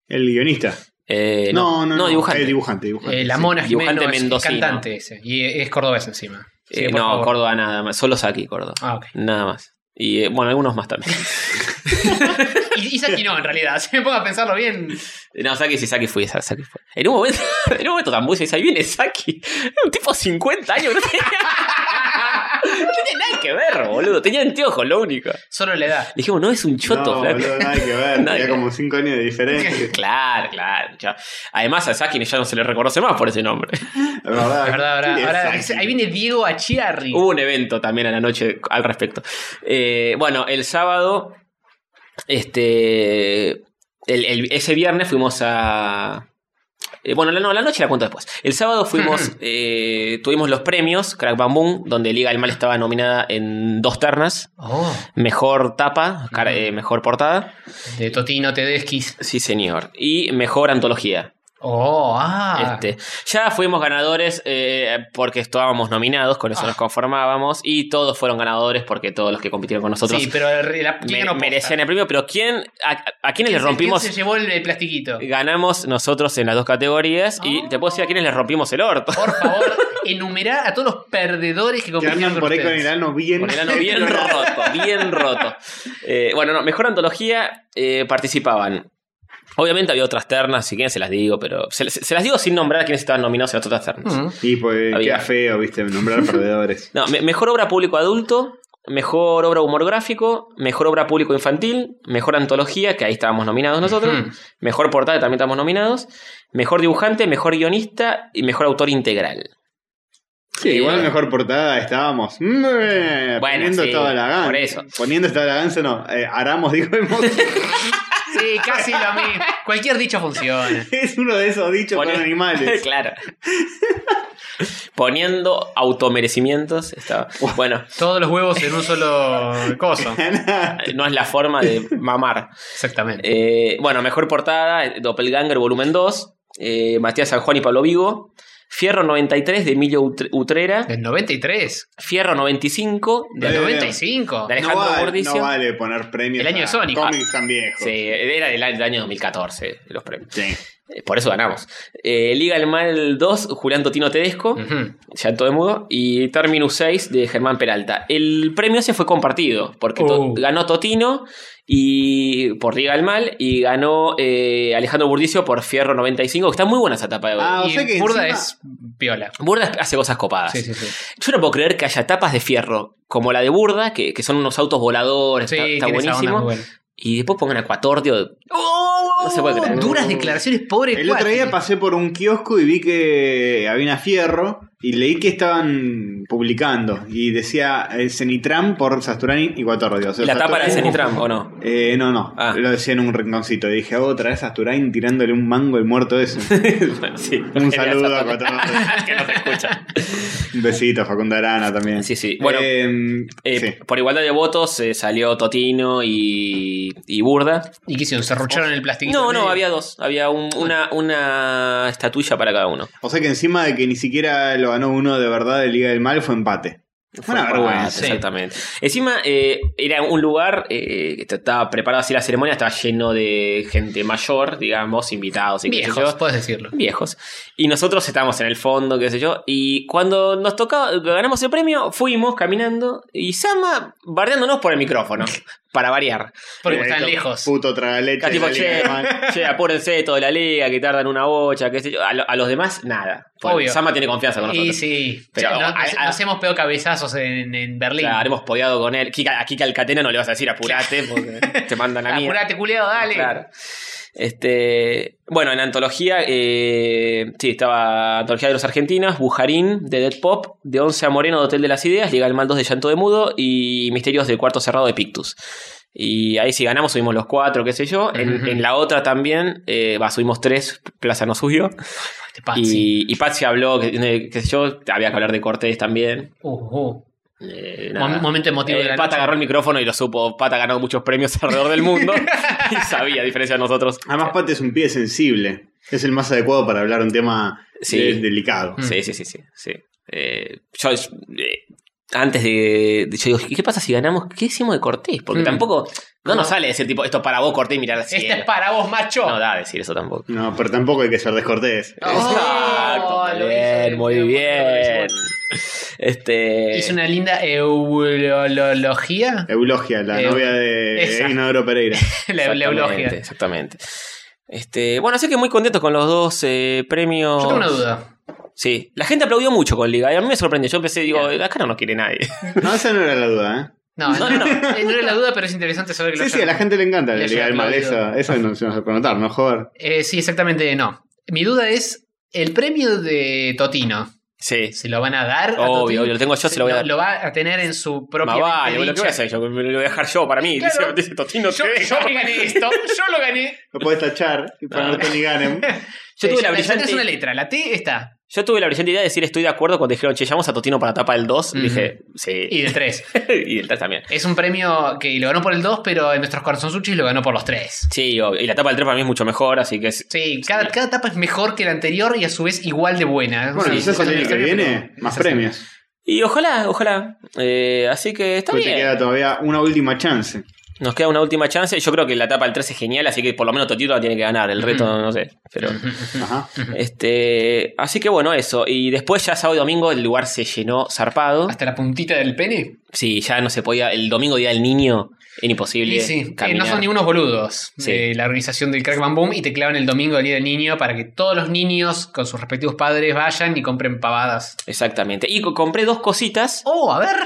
El guionista.
Eh,
no, no, no.
dibujante.
El dibujante, dibujante.
Eh, la Mona
sí.
Jiménez
Dibujante
no, es- es
mendocino.
cantante ese. Y es cordobés encima. Sí,
Eh,
por
no,
favor.
Córdoba nada más, solo Saki, Córdoba.
Ah, ok.
Nada más. Y eh, bueno, algunos más también.
Y, y Saki no, en realidad. Si me pongo a pensarlo bien.
No, Saki sí, Saki fue, Sa- Saki fue. En un momento, en un momento Tambucio dice, ahí viene Saki. Era un tipo de 50 años, no tenía, no tenía nada que ver, boludo. Tenía anteojos, lo único. Le
Solo la edad.
dijimos, no, es un choto,
no,
flaco.
boludo, nada que ver.
Nada que
Tenía como 5 años de diferencia.
Claro, claro. ya. Además, a Saki ya no se le reconoce más por ese nombre.
La verdad.
La verdad, ahora,
¿quién es
ahora-
Saki?
ahí viene Diego Achiarri.
Hubo un evento también a la noche al respecto. Eh, bueno, el sábado, este, el- el- ese viernes fuimos a... eh, bueno, la, no, la noche la cuento después. El sábado fuimos, eh, tuvimos los premios, Crack Bam Boom, donde Liga del Mal estaba nominada en dos ternas.
Oh,
Mejor tapa, cara- eh, mejor portada.
de Totino Tedesquis.
Sí, señor. Y mejor antología.
Oh, ah.
Este, ya fuimos ganadores eh, porque estábamos nominados, con eso
Ah.
nos conformábamos, y todos fueron ganadores porque todos los que compitieron con nosotros
sí, pero el- la
me-
liga no posta.
merecían el premio, pero ¿quién, a, a quiénes les
¿Quién se-
rompimos?
quién se llevó el, el plastiquito?
Ganamos nosotros en las dos categorías
Ah.
y te puedo decir a quiénes les rompimos el orto.
Por favor, enumerá a todos los perdedores que
Que
compitieron
andan
con
por ahí con
ustedes.
el ano bien.
Con el ano bien roto, bien roto. Eh, bueno, no, mejor antología eh, participaban Obviamente había otras ternas, si quieren se las digo, pero se, se- se las digo sin nombrar a quienes estaban nominados en las otras ternas.
Mm.
Y pues
Había.
queda feo, viste, nombrar perdedores.
No, me- mejor obra público adulto, mejor obra humor gráfico, mejor obra público infantil, mejor antología, que ahí estábamos nominados nosotros,
Ujú.
mejor portada, también estábamos nominados, mejor dibujante, mejor guionista y mejor autor integral.
Sí, igual mejor portada estábamos. mm, eh,
Bueno,
poniendo
sí,
toda la ganza.
por eso.
Poniendo toda la ganza, no. eh, aramos, dijo el mozo.
Sí, casi lo mismo. Cualquier dicho funciona.
es uno de esos dichos
Poni-
con animales.
claro. Poniendo automerecimientos. Estaba... Bueno,
Todos los huevos en un solo coso.
no es la forma de mamar.
Exactamente.
Eh, bueno, mejor portada, eh, Doppelganger volumen 2, eh, Matías San Juan y Pablo Vigo, Fierro 93 de Emilio Utre- Utrera,
Del 93,
Fierro 95 de...
del
Eh,
95.
dale.
no,
Alejandro
vale,
Bordicio.
no vale poner premios.
El año de
a
Sonic.
Cómics tan viejos.
Sí, era del, del año 2014 los premios.
Sí.
Eh, Por eso ganamos. Eh, Liga del Mal 2, Julián Totino Tedesco,
Ujú.
ya todo de mudo, y Terminus 6 de Germán Peralta. El premio ese fue compartido, porque to-
Oh.
ganó Totino y por Liga del Mal y ganó eh, Alejandro Burdicio por Fierro 95, que está muy buena esa etapa de
Ah, o sea
Y
que
Burda
encima-
es piola.
Burda hace cosas copadas.
Sí, sí, sí.
Yo no puedo creer que haya tapas de fierro, como la de Burda, que, que son unos autos voladores,
Sí,
está, está
tiene esa onda
buenísimo.
muy buena.
Y después pongan a Cuatordio. No se puede creer.
Duras declaraciones, pobre
El otro día
cuate.
pasé por un kiosco y vi que había una fierro y leí que estaban publicando y decía eh, Cenitram por Saturani y Cuatordio. O sea,
La tapa era de
Saturani-
Cenitram, ¿o no?
Eh, no, no.
Ah.
Lo decía en un rinconcito. Y dije, otra vez Asturain tirándole un mango el muerto ese.
Bueno, sí.
un saludo a Cuatordo.
que no se escucha.
Un besito a Facundo Arana también.
Sí, sí. Bueno,
Eh,
Eh,
sí.
Por igualdad de votos eh, salió Totino y, y Burda.
¿Y qué hicieron? ¿Se rucharon el plastiquito?
No,
en
no,
medio?
había dos. Había un- una, una estatuilla para cada uno.
O sea que encima de que ni siquiera lo ganó uno de verdad de Liga del Mal, fue empate.
Fue
Una
un combate,
vergüenza.
Exactamente. Encima eh, era un lugar eh, que estaba preparado así la ceremonia, estaba lleno de gente mayor, digamos, invitados y qué sé
Viejos,
yo.
puedes decirlo.
Viejos. Y nosotros estábamos en el fondo, qué sé yo. Y cuando nos tocaba, ganamos el premio, fuimos caminando y Sama bardeándonos por el micrófono, para variar.
Porque
Eh,
están
esto,
lejos.
Puto tragaleche.
Acá tipo,
de la Liga
che,
del Mal.
che, apúrense todo de la liga, que tardan una bocha, qué sé yo. A, lo- a los demás, nada. Porque
Obvio.
Sama tiene confianza con nosotros.
Y sí.
Pero
Sí, no-
a-
nos,
a-
nos hemos pegado cabezazos en, en Berlín.
Claro, hemos podiado con él. Kika- a Kika Alcatena no le vas a decir apurate porque te mandan a mí.
Apurate, culeado, dale.
Claro. Este, bueno, en antología, eh, sí, estaba Antología de los Argentinos, Bujarín de Dead Pop, De Once a Moreno de Hotel de las Ideas, Llega el Mal 2 de Llanto de Mudo y Misterios del Cuarto Cerrado de Pictus. Y ahí si ganamos, subimos los cuatro, qué sé yo. En,
Ujú.
en la otra también, eh, va, subimos tres, Plaza no subió.
Este Patsy.
Y, y Patsy habló, que, que sé yo, había que hablar de Cortés también.
Uh, uh.
Eh,
Mom-
nada.
Momento emotivo
Eh,
de la
Pata
noche.
agarró el micrófono y lo supo. Pata ha ganado muchos premios alrededor del mundo y sabía, a diferencia de nosotros.
Además, Pate es un pie sensible. Es el más adecuado para hablar un tema
Sí.
de-
Mm.
delicado.
Sí, sí, sí, sí. sí. Eh, yo, eh, antes de, de- Yo digo, ¿qué pasa si ganamos? ¿Qué hicimos de Cortés? Porque
Mm.
tampoco. No, nos sale decir, tipo, esto es para vos, Cortés, mirar así.
Esta es para vos, macho.
No da decir eso tampoco.
Mm.
No, pero tampoco hay que ser descortés.
No.
Exacto,
lo hizo
bien,
bien,
muy
lo hizo
bien.
bien.
Este.
Hizo una linda eulología.
Eulogia, la
Eh,
novia de
esa.
Ignoro Pereira.
La la
Exactamente,
eulogía.
Exactamente. Este, bueno, así que muy contento con los dos eh, premios.
Yo tengo una duda.
Sí, la gente aplaudió mucho con Liga y a mí me sorprendió. Yo empecé, digo, acá no nos quiere nadie.
No, esa no era la duda,
No, no, no. eh, No era la duda, pero es interesante
¿eh?
saber que
Sí,
lo
sí, a la
hayan-
gente le encanta la
Le
Liga del Mal.
aplaudido.
Eso, eso no se nos puede notar, no joder.
Eh, sí, exactamente, no. Mi duda es, el premio de Totino,
Sí, sí.
¿se lo van a dar? a
Obvio,
Totino?
obvio, lo tengo yo, se lo voy a dar.
Lo va a tener en su propia...
Más vale,
mente
boludo, ¿qué voy a
dicha.
hacer yo? Me lo voy a dejar yo para mí.
Claro.
Dice, dice Totino,
Yo,
te
yo
dejo.
que gané esto, yo lo gané.
Lo podés tachar y poner Tony Gannem.
Yo tuve
Eh,
la
ya tenés una
brillante-
letra, la T está.
Yo tuve la brillante idea de decir, estoy de acuerdo cuando dijeron, che, llamamos a Totino para tapa el 2.
Ujú.
Dije, sí.
Y de tres.
y el 3 también.
Es un premio que lo ganó por el 2, pero en nuestros corazonsuchis lo ganó por los 3.
Sí, obvio. y la tapa del 3 para mí es mucho mejor, así que es-
Sí, cada, cada etapa es mejor que la anterior y a su vez igual de buena.
Bueno,
Sí,
quizás
cosas
el año que
extrañas,
viene,
pero-
más premios.
Y ojalá, ojalá. Eh, así que está
Porque
bien.
te queda todavía una última chance.
Nos queda una última chance. Yo creo que la etapa del 3 es genial, así que por lo menos Totito la tiene que ganar. El reto,
Ujú.
no sé. Pero.
Ajá.
Este, así que bueno, eso. Y después ya sábado y domingo el lugar se llenó zarpado.
Hasta la puntita del pene.
Sí, ya no se podía. El domingo día del niño Era imposible.
Y sí, eh, no
caminar.
son ni unos boludos
Sí.
de la organización del Crack Bam Boom y te clavan el domingo del Día del Niño para que todos los niños con sus respectivos padres vayan y compren pavadas.
Exactamente. Y co- compré dos cositas.
¡Oh, a ver!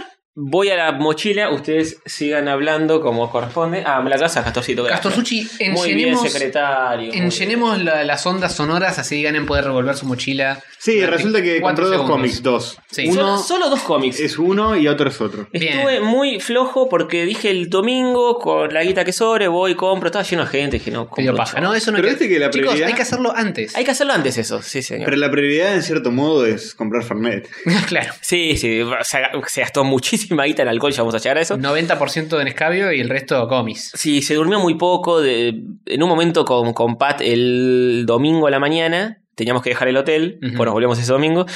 Voy a la mochila, ustedes sigan hablando como corresponde. Ah, me la casa, Castorcito. gracias.
Castosuchi,
Muy bien,
enllenemos,
secretario. muy
enllenemos la- las ondas sonoras así ganen poder revolver su mochila.
Sí,
durante
resulta que compró
cuatro
dos
segundos.
cómics, dos.
Sí.
bien. Solo-
Uno
solo dos cómics.
es uno y otro es otro.
Bien.
Estuve muy flojo porque dije el domingo con la guita que sobre, voy, compro, estaba lleno de gente, dije no, compro
Medio paja,
yo.
¿no? Eso no
Pero
hay
viste que la
Chicos,
prioridad-
hay que hacerlo antes.
Hay que hacerlo antes eso, sí señor.
Pero la prioridad, en cierto modo, es comprar Fernet.
claro.
Sí, sí, se, se gastó muchísima guita en alcohol, ya vamos a llegar a eso.
90% en escabio y el resto comis.
Sí, se durmió muy poco, de- en un momento con, con Pat el domingo a la mañana, teníamos que dejar el hotel,
Ujú.
pues nos volvemos ese domingo,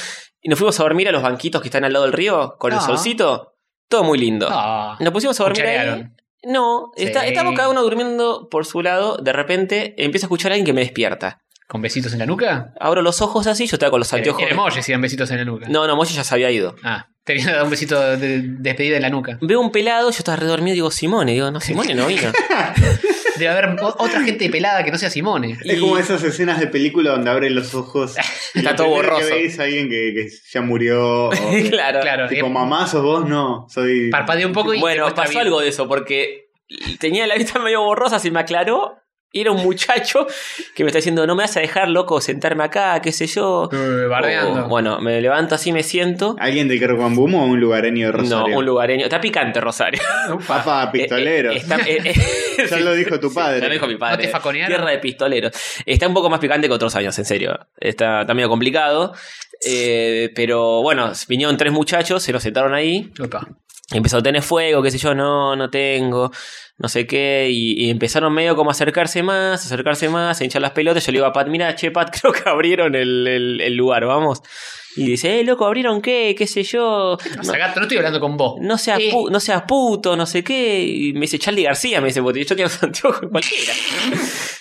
y nos fuimos a dormir a los banquitos que están al lado del río, con
Ah.
el solcito, todo muy lindo.
Ah.
Nos pusimos a dormir ahí.
Cucharearon.
No, está-
Sí.
estamos cada uno durmiendo por su lado. De repente empiezo a escuchar a alguien que me despierta.
¿Con besitos en la nuca?
Abro los ojos así, yo estaba con los anteojos.
En emojis iban besitos en la nuca.
no, no, Mochi ya se había ido.
Ah, te viene a dar un besito de, de despedida en la nuca.
Veo un pelado, yo estaba redormido, digo, Simone, digo, no, Simone no vino.
Debe haber o- otra gente pelada que no sea Simone.
Y-
Es como esas escenas de película donde abre los ojos. y
Está
lo
todo
primero
borroso.
Que veis a alguien que, que ya murió. o que-
claro.
Claro,
Tipo,
eh,
mamá, sos vos, no. Soy.
parpadea un poco y. te
Bueno,
muestra
pasó
bien.
algo de eso, porque tenía la vista medio borrosa, se me aclaró. Y era un muchacho que me está diciendo, no me vas a dejar, loco, sentarme acá, qué sé yo.
Eh, bardeando.
O- Oh, bueno, me levanto así, me siento.
¿Alguien de Kerwan Boom o un lugareño de
No,
Ah, Rosario?
un lugareño. Está picante, Rosario.
Papá, pistolero.
Eh, eh, está- eh, eh,
Ya lo dijo tu padre.
Ya lo dijo mi padre.
¿No te faconearon?
Tierra de pistoleros. Está un poco más picante que otros años, en serio. Está, está medio complicado. Eh, pero bueno, vinieron tres muchachos, se los sentaron ahí.
Opa.
Empezó a tener fuego, qué sé yo, no, no tengo, no sé qué. Y, y empezaron medio como a acercarse más, acercarse más, a hinchar las pelotas. Yo le digo a Pat, mira, che, Pat, creo que abrieron el, el- el lugar, vamos. Y dice, eh, loco, ¿abrieron qué? ¿Qué sé yo?
O sea, gato, no estoy hablando con vos.
no seas,
Eh.
pu- no seas puto, no sé qué. Y me dice Charlie García, me dice, porque yo tenía los anteojos cualquiera. me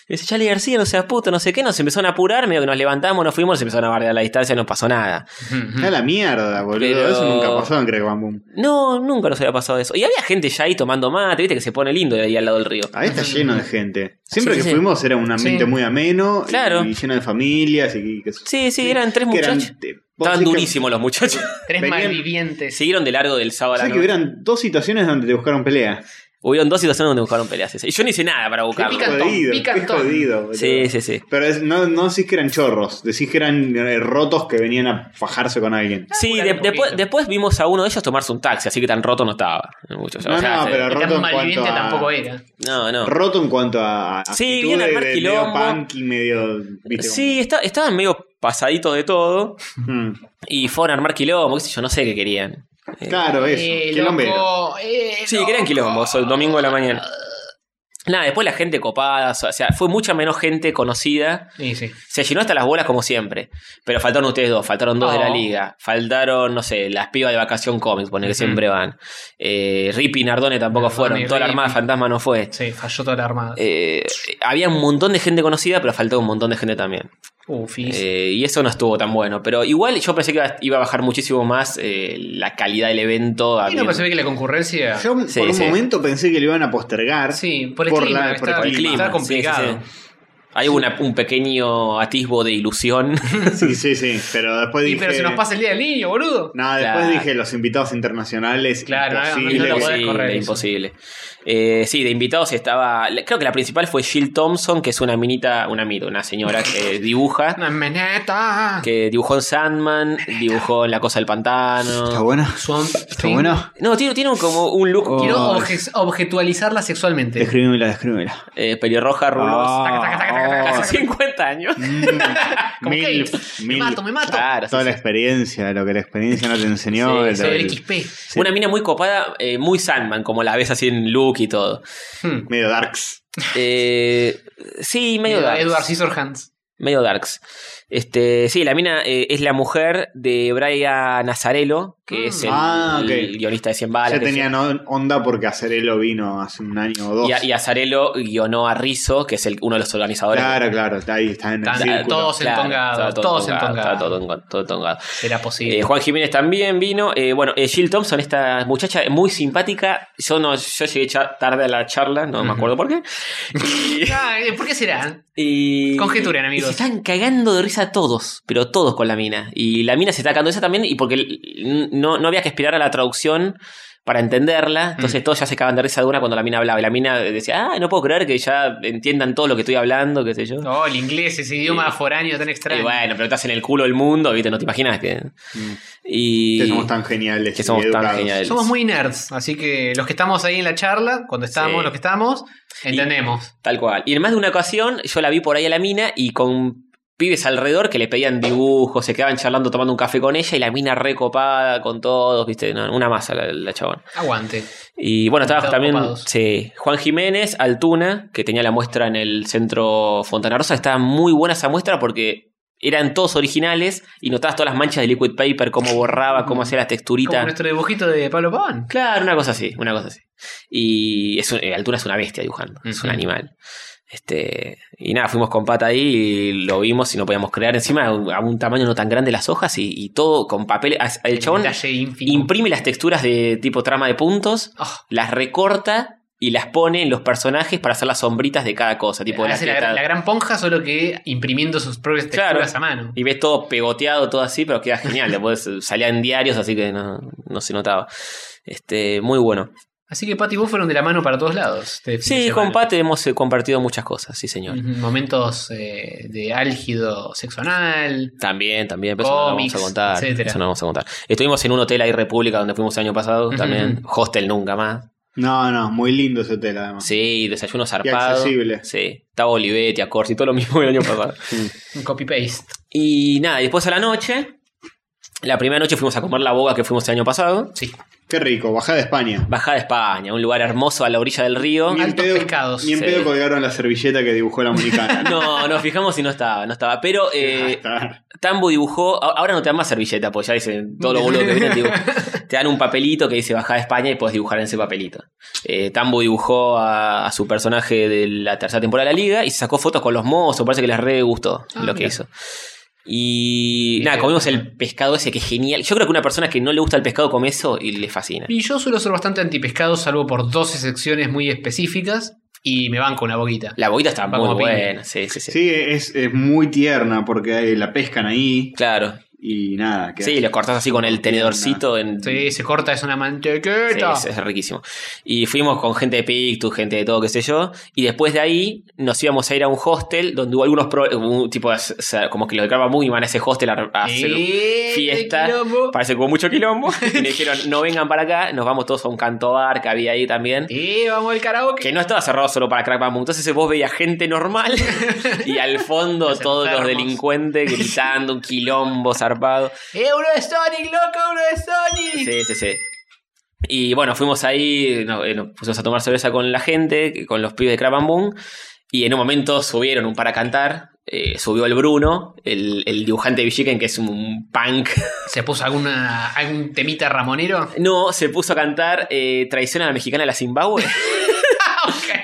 dice Charlie García, no seas puto, no sé qué. Nos empezaron a apurar, medio que nos levantamos, nos fuimos, se empezaron a bardear a la distancia, no pasó nada.
Está la mierda, boludo.
Pero-
Eso nunca pasó en Kerwan Boom.
No, nunca nos había pasado eso. Y había gente ya ahí tomando mate, viste que se pone lindo de ahí al lado del río.
Ahí está lleno de gente. Siempre
Mm. Sí,
que
sí.
fuimos era un ambiente
Sí.
muy ameno. y-
Claro.
Y lleno de familias. Y, que-
Sí, sí, eran tres
que eran-
muchachos.
te- vos
Estaban
decís que-
durísimos los muchachos.
Tres
Venían-
malvivientes.
Siguieron de largo del sábado. a la
¿Sabes que
noche.
hubieran dos situaciones donde te buscaron pelea?
Hubieron dos situaciones donde buscaron peleas. Y yo no hice nada para
Qué
buscarlo.
picante. picantón,
jodido, qué
picantón.
jodido. boludo.
Sí, sí, sí.
Pero es- no, no decís que eran chorros, decís que eran eh, rotos que venían a fajarse con alguien.
Sí,
Duraron
de-
un
después,
poquito.
después vimos a uno de ellos tomarse un taxi, así que tan roto no estaba. Mucho, o sea,
No, no,
se-
pero
Y
roto
Este tan
en
malviviente
cuanto a...
tampoco era.
no, no.
Roto en cuanto a... a
Sí,
actitudes
bien armar
de
quilombo.
Medio punk y medio... ¿viste?
Sí, está, estaban medio pasaditos de todo
Como- Mm.
y fueron a armar quilombo, qué sé yo, no sé qué querían. Eh,
Claro, eso.
Eh,
quilombero.
loco, eh,
Sí, que eran quilombos, el domingo de la mañana. Nada, después la gente copada, o sea, fue mucha menos gente conocida.
Sí, sí.
Se llenó hasta las bolas como siempre. Pero faltaron ustedes dos, faltaron dos de la
Oh.
liga. Faltaron, no sé, las pibas de vacación cómics, ponele que siempre van. Eh, Rippy y Nardone tampoco
Nardone,
fueron. Toda la
Rippy.
Armada Fantasma no fue.
Sí, falló toda la armada.
Eh, había un montón de gente conocida, pero faltó un montón de gente también.
Ufis.
Eh, y eso no estuvo tan bueno. Pero igual yo pensé que iba- iba a bajar muchísimo más eh, la calidad del evento.
y no,
habiendo-
pero se ve que la concurrencia.
Yo
Sí,
por un
sí.
momento pensé que lo iban a postergar.
sí, por el
Por
clima,
la-
que
por el
estaba-
el clima. sí,
estaba
sí,
complicado.
sí. Hay una- un pequeño atisbo de ilusión.
Sí, sí, sí. Pero después
Sí,
dije...
pero se nos pasa el día del niño, boludo.
No, después
Claro.
dije los invitados internacionales.
Claro, no, no, no,
imposible
no lo
que-
podés correr eso.
imposible. Eh, sí, de invitados estaba. la- Creo que la principal fue Jill Thompson, que es una minita, una minita, una señora que dibuja.
Una meneta.
Que dibujó en Sandman, dibujó en La Cosa del
Está
Pantano.
bueno.
Swamp
Está
Thing.
bueno.
No, tiene, tiene un- como un look
Quiero
Oh.
obje- objetualizarla sexualmente.
Describímela, describímela.
eh, pelirroja, rulosa.
Taca, taca, taca, taca, taca,
Hace
taca.
50 años.
Ah, Mm,
Como
mil,
Kate. Me
mil.
mato, me mato.
Claro, sí,
Toda la
sí.
experiencia, lo que la experiencia no te enseñó.
Sí,
el-
sí,
Soy
el-
el XP.
Una mina muy copada, eh, muy Sandman, como la ves así en look y todo.
Hmm.
medio darks.
Eh, sí, medio
Edward-
darks.
Edward Scissorhands.
Medio darks. Este, sí, la mina eh, es la mujer de Brian Nazarelo, que es el,
Ah, ok.
el guionista de 100 balas.
Ya
que es-
tenían on- onda porque Acerelo vino hace un año o dos.
y, a- y Azarello guionó a Rizzo, que es el, uno de los organizadores.
claro, claro, está ahí, está en el
Tan-
círculo.
todos entongados,
estaba todo
todos
entongado,
entongados.
estaba todo engon- todo entongado.
Será posible.
Eh, Juan Jiménez también vino. Eh, bueno, eh, Jill Thompson, esta muchacha muy simpática. Yo no, yo llegué cha- tarde a la charla, no me
Ujú.
acuerdo por qué.
Ah, eh, ¿Por qué será?
Y,
Conjeturen, amigos.
y se están cagando de risa todos, pero todos con la mina. Y la mina se está cagando de risa también, y porque l- n- no, no había que esperar a la traducción para entenderla.
Mm.
Entonces todos ya se cagan de risa de una cuando la mina hablaba. Y la mina decía, ah, no puedo creer que ya entiendan todo lo que estoy hablando, qué sé yo.
Oh, el inglés, ese idioma foráneo tan extraño.
Y bueno, pero estás en el culo del mundo, ¿viste? No te imaginas que.
Mm.
Y.
Que somos tan geniales.
que somos
y
tan
educados.
geniales.
Somos muy nerds, así que los que estamos ahí en la charla, cuando estamos,
Sí.
los que estamos, entendemos.
Tal cual. Y en más de una ocasión, yo la vi por ahí a la mina y con pibes alrededor que le pedían dibujos, se quedaban charlando, tomando un café con ella y la mina recopada con todos, ¿viste? No, una masa la, la chabón.
Aguante.
Y bueno, estaba
Estaban
también
copados.
sí, Juan Jiménez, Altuna, que tenía la muestra en el centro Fontana Rosa. Estaba muy buena esa muestra porque eran todos originales y notabas todas las manchas de liquid paper, cómo borraba, cómo hacía las
Como
texturitas.
nuestro dibujito de Pablo Pavón.
Claro, una cosa así, una cosa así. Y es un- eh, Altuna es una bestia dibujando, es un
Ujú.
animal. Este, y nada, fuimos con pata ahí y lo vimos y no podíamos crear encima a un, a un tamaño no tan grande las hojas y, y todo con papel. as- El chabón
Detalle ínfimo.
imprime las texturas de tipo trama de puntos,
Oh,
las recorta y las pone en los personajes para hacer las sombritas de cada cosa. Tipo las
hace la,
tetas.
la gran ponja, solo que imprimiendo sus propias
Claro.
texturas a mano.
Y ves todo pegoteado, todo así, pero queda genial. Después eh, salía en diarios, así que no, no se notaba. Este, muy bueno.
Así que Pat y vos fueron de la mano para todos lados. este fin de
Sí,
semana. Mm.
con Pat hemos eh, compartido muchas cosas, sí, señor.
Ujú, Momentos eh, de álgido sexo anal.
También, también, pero eso no lo vamos a
Cómics,
contar.
etcétera.
Eso no lo vamos a contar. Estuvimos en un hotel ahí, República, donde fuimos el año pasado,
Ujú.
también. Hostel nunca más.
No, no, muy lindo ese hotel además.
Sí, desayuno zarpado.
accesible.
Sí, estaba Olivetti, Corsi, todo lo mismo que el año pasado.
Un copy-paste.
y nada, y después a la noche, la primera noche fuimos a comer la boga que fuimos el año pasado.
Sí.
Qué rico, bajada de España.
Bajada de España, un lugar hermoso a la orilla del río.
Ni en
altos
pedo-
pescados,
Ni en
sí.
pedo colgaron la servilleta que dibujó la americana.
No, nos fijamos y no estaba, no estaba. Pero eh, Tambo dibujó, a- ahora no te dan más servilleta, porque ya dicen todo lo boludo que viene, te, dibuj- te dan un papelito que dice bajada a España y puedes dibujar en ese papelito. Eh, Tambo dibujó a, a su personaje de la tercera temporada de la liga y se sacó fotos con los mozos, parece que les re gustó
Ah,
lo que
mira.
hizo. Y
Mira.
nada, comimos el pescado ese que es genial. Yo creo que una persona que no le gusta el pescado come eso y le fascina.
Y yo suelo ser bastante antipescado, salvo por 12 secciones muy específicas. Y me banco una boquita.
La boquita está
Va
muy
como piña.
buena, sí, sí, sí.
Sí, es, es muy tierna porque la pescan ahí
Claro.
y nada. que-
Sí, lo cortás así con el tenedorcito en
Sí, se corta, es una
Sí,
mantequeta.
es, es riquísimo. Y fuimos con gente de Pictus, gente de todo, qué sé yo. Y después de ahí nos íbamos a ir a un hostel donde hubo algunos pro- hubo un tipo de- o sea, como que los de Karma Moon iban a ese hostel a, a hacer
Eh,
fiesta.
quilombo.
Parece que hubo mucho quilombo. y me dijeron, no vengan para acá, nos vamos todos a un canto bar que había ahí también.
Eh, vamos al karaoke.
Que no estaba cerrado solo para Crack Bamboo. Entonces vos veías gente normal y al fondo
Los
todos los
enfermos.
delincuentes gritando, un quilombo zarpado.
Eh, uno de Sonic, loco, uno de Sonic.
Sí, sí, sí. Y bueno, fuimos ahí, no, eh, nos pusimos a tomar cerveza con la gente, que- con los pibes de Crab and Boom, y en un momento subieron un para cantar. eh, subió el Bruno, el, el dibujante de Villiquen, que es un punk.
¿Se puso alguna, algún temita ramonero?
No, se puso a cantar eh, Traición a la Mexicana de la Zimbabue,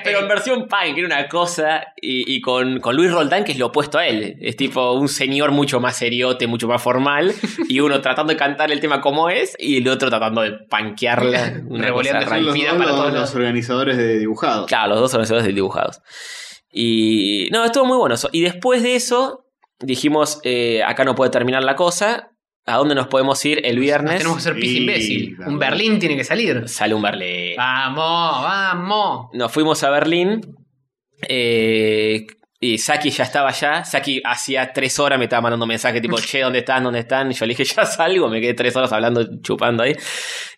pero en versión punk, era una cosa. Y, y con, con Luis Roldán, que es lo opuesto a él. Es tipo un señor mucho más seriote, mucho más formal. Y uno tratando de cantar el tema como es, y el otro tratando de panquearla. una cosa
Revoleándose
rara.
Son los,
Raipida
dos
para
los-
todos
los
lados.
organizadores de dibujados.
Claro, los dos organizadores del dibujados. Y. No, estuvo muy bueno eso. Y después de eso, dijimos: eh, acá no puede terminar la cosa. ¿A dónde nos podemos ir el
Nos
viernes?
tenemos que ser pis
Sí,
imbécil.
claro.
Un Berlín tiene que salir.
Sale un Berlín.
Vamos, vamos.
Nos fuimos a Berlín. eh, y Saki ya estaba allá. Saki hacía tres horas me estaba mandando mensaje tipo, che, ¿dónde están? ¿Dónde están? Y yo le dije, ya salgo. Me quedé tres horas hablando, chupando ahí.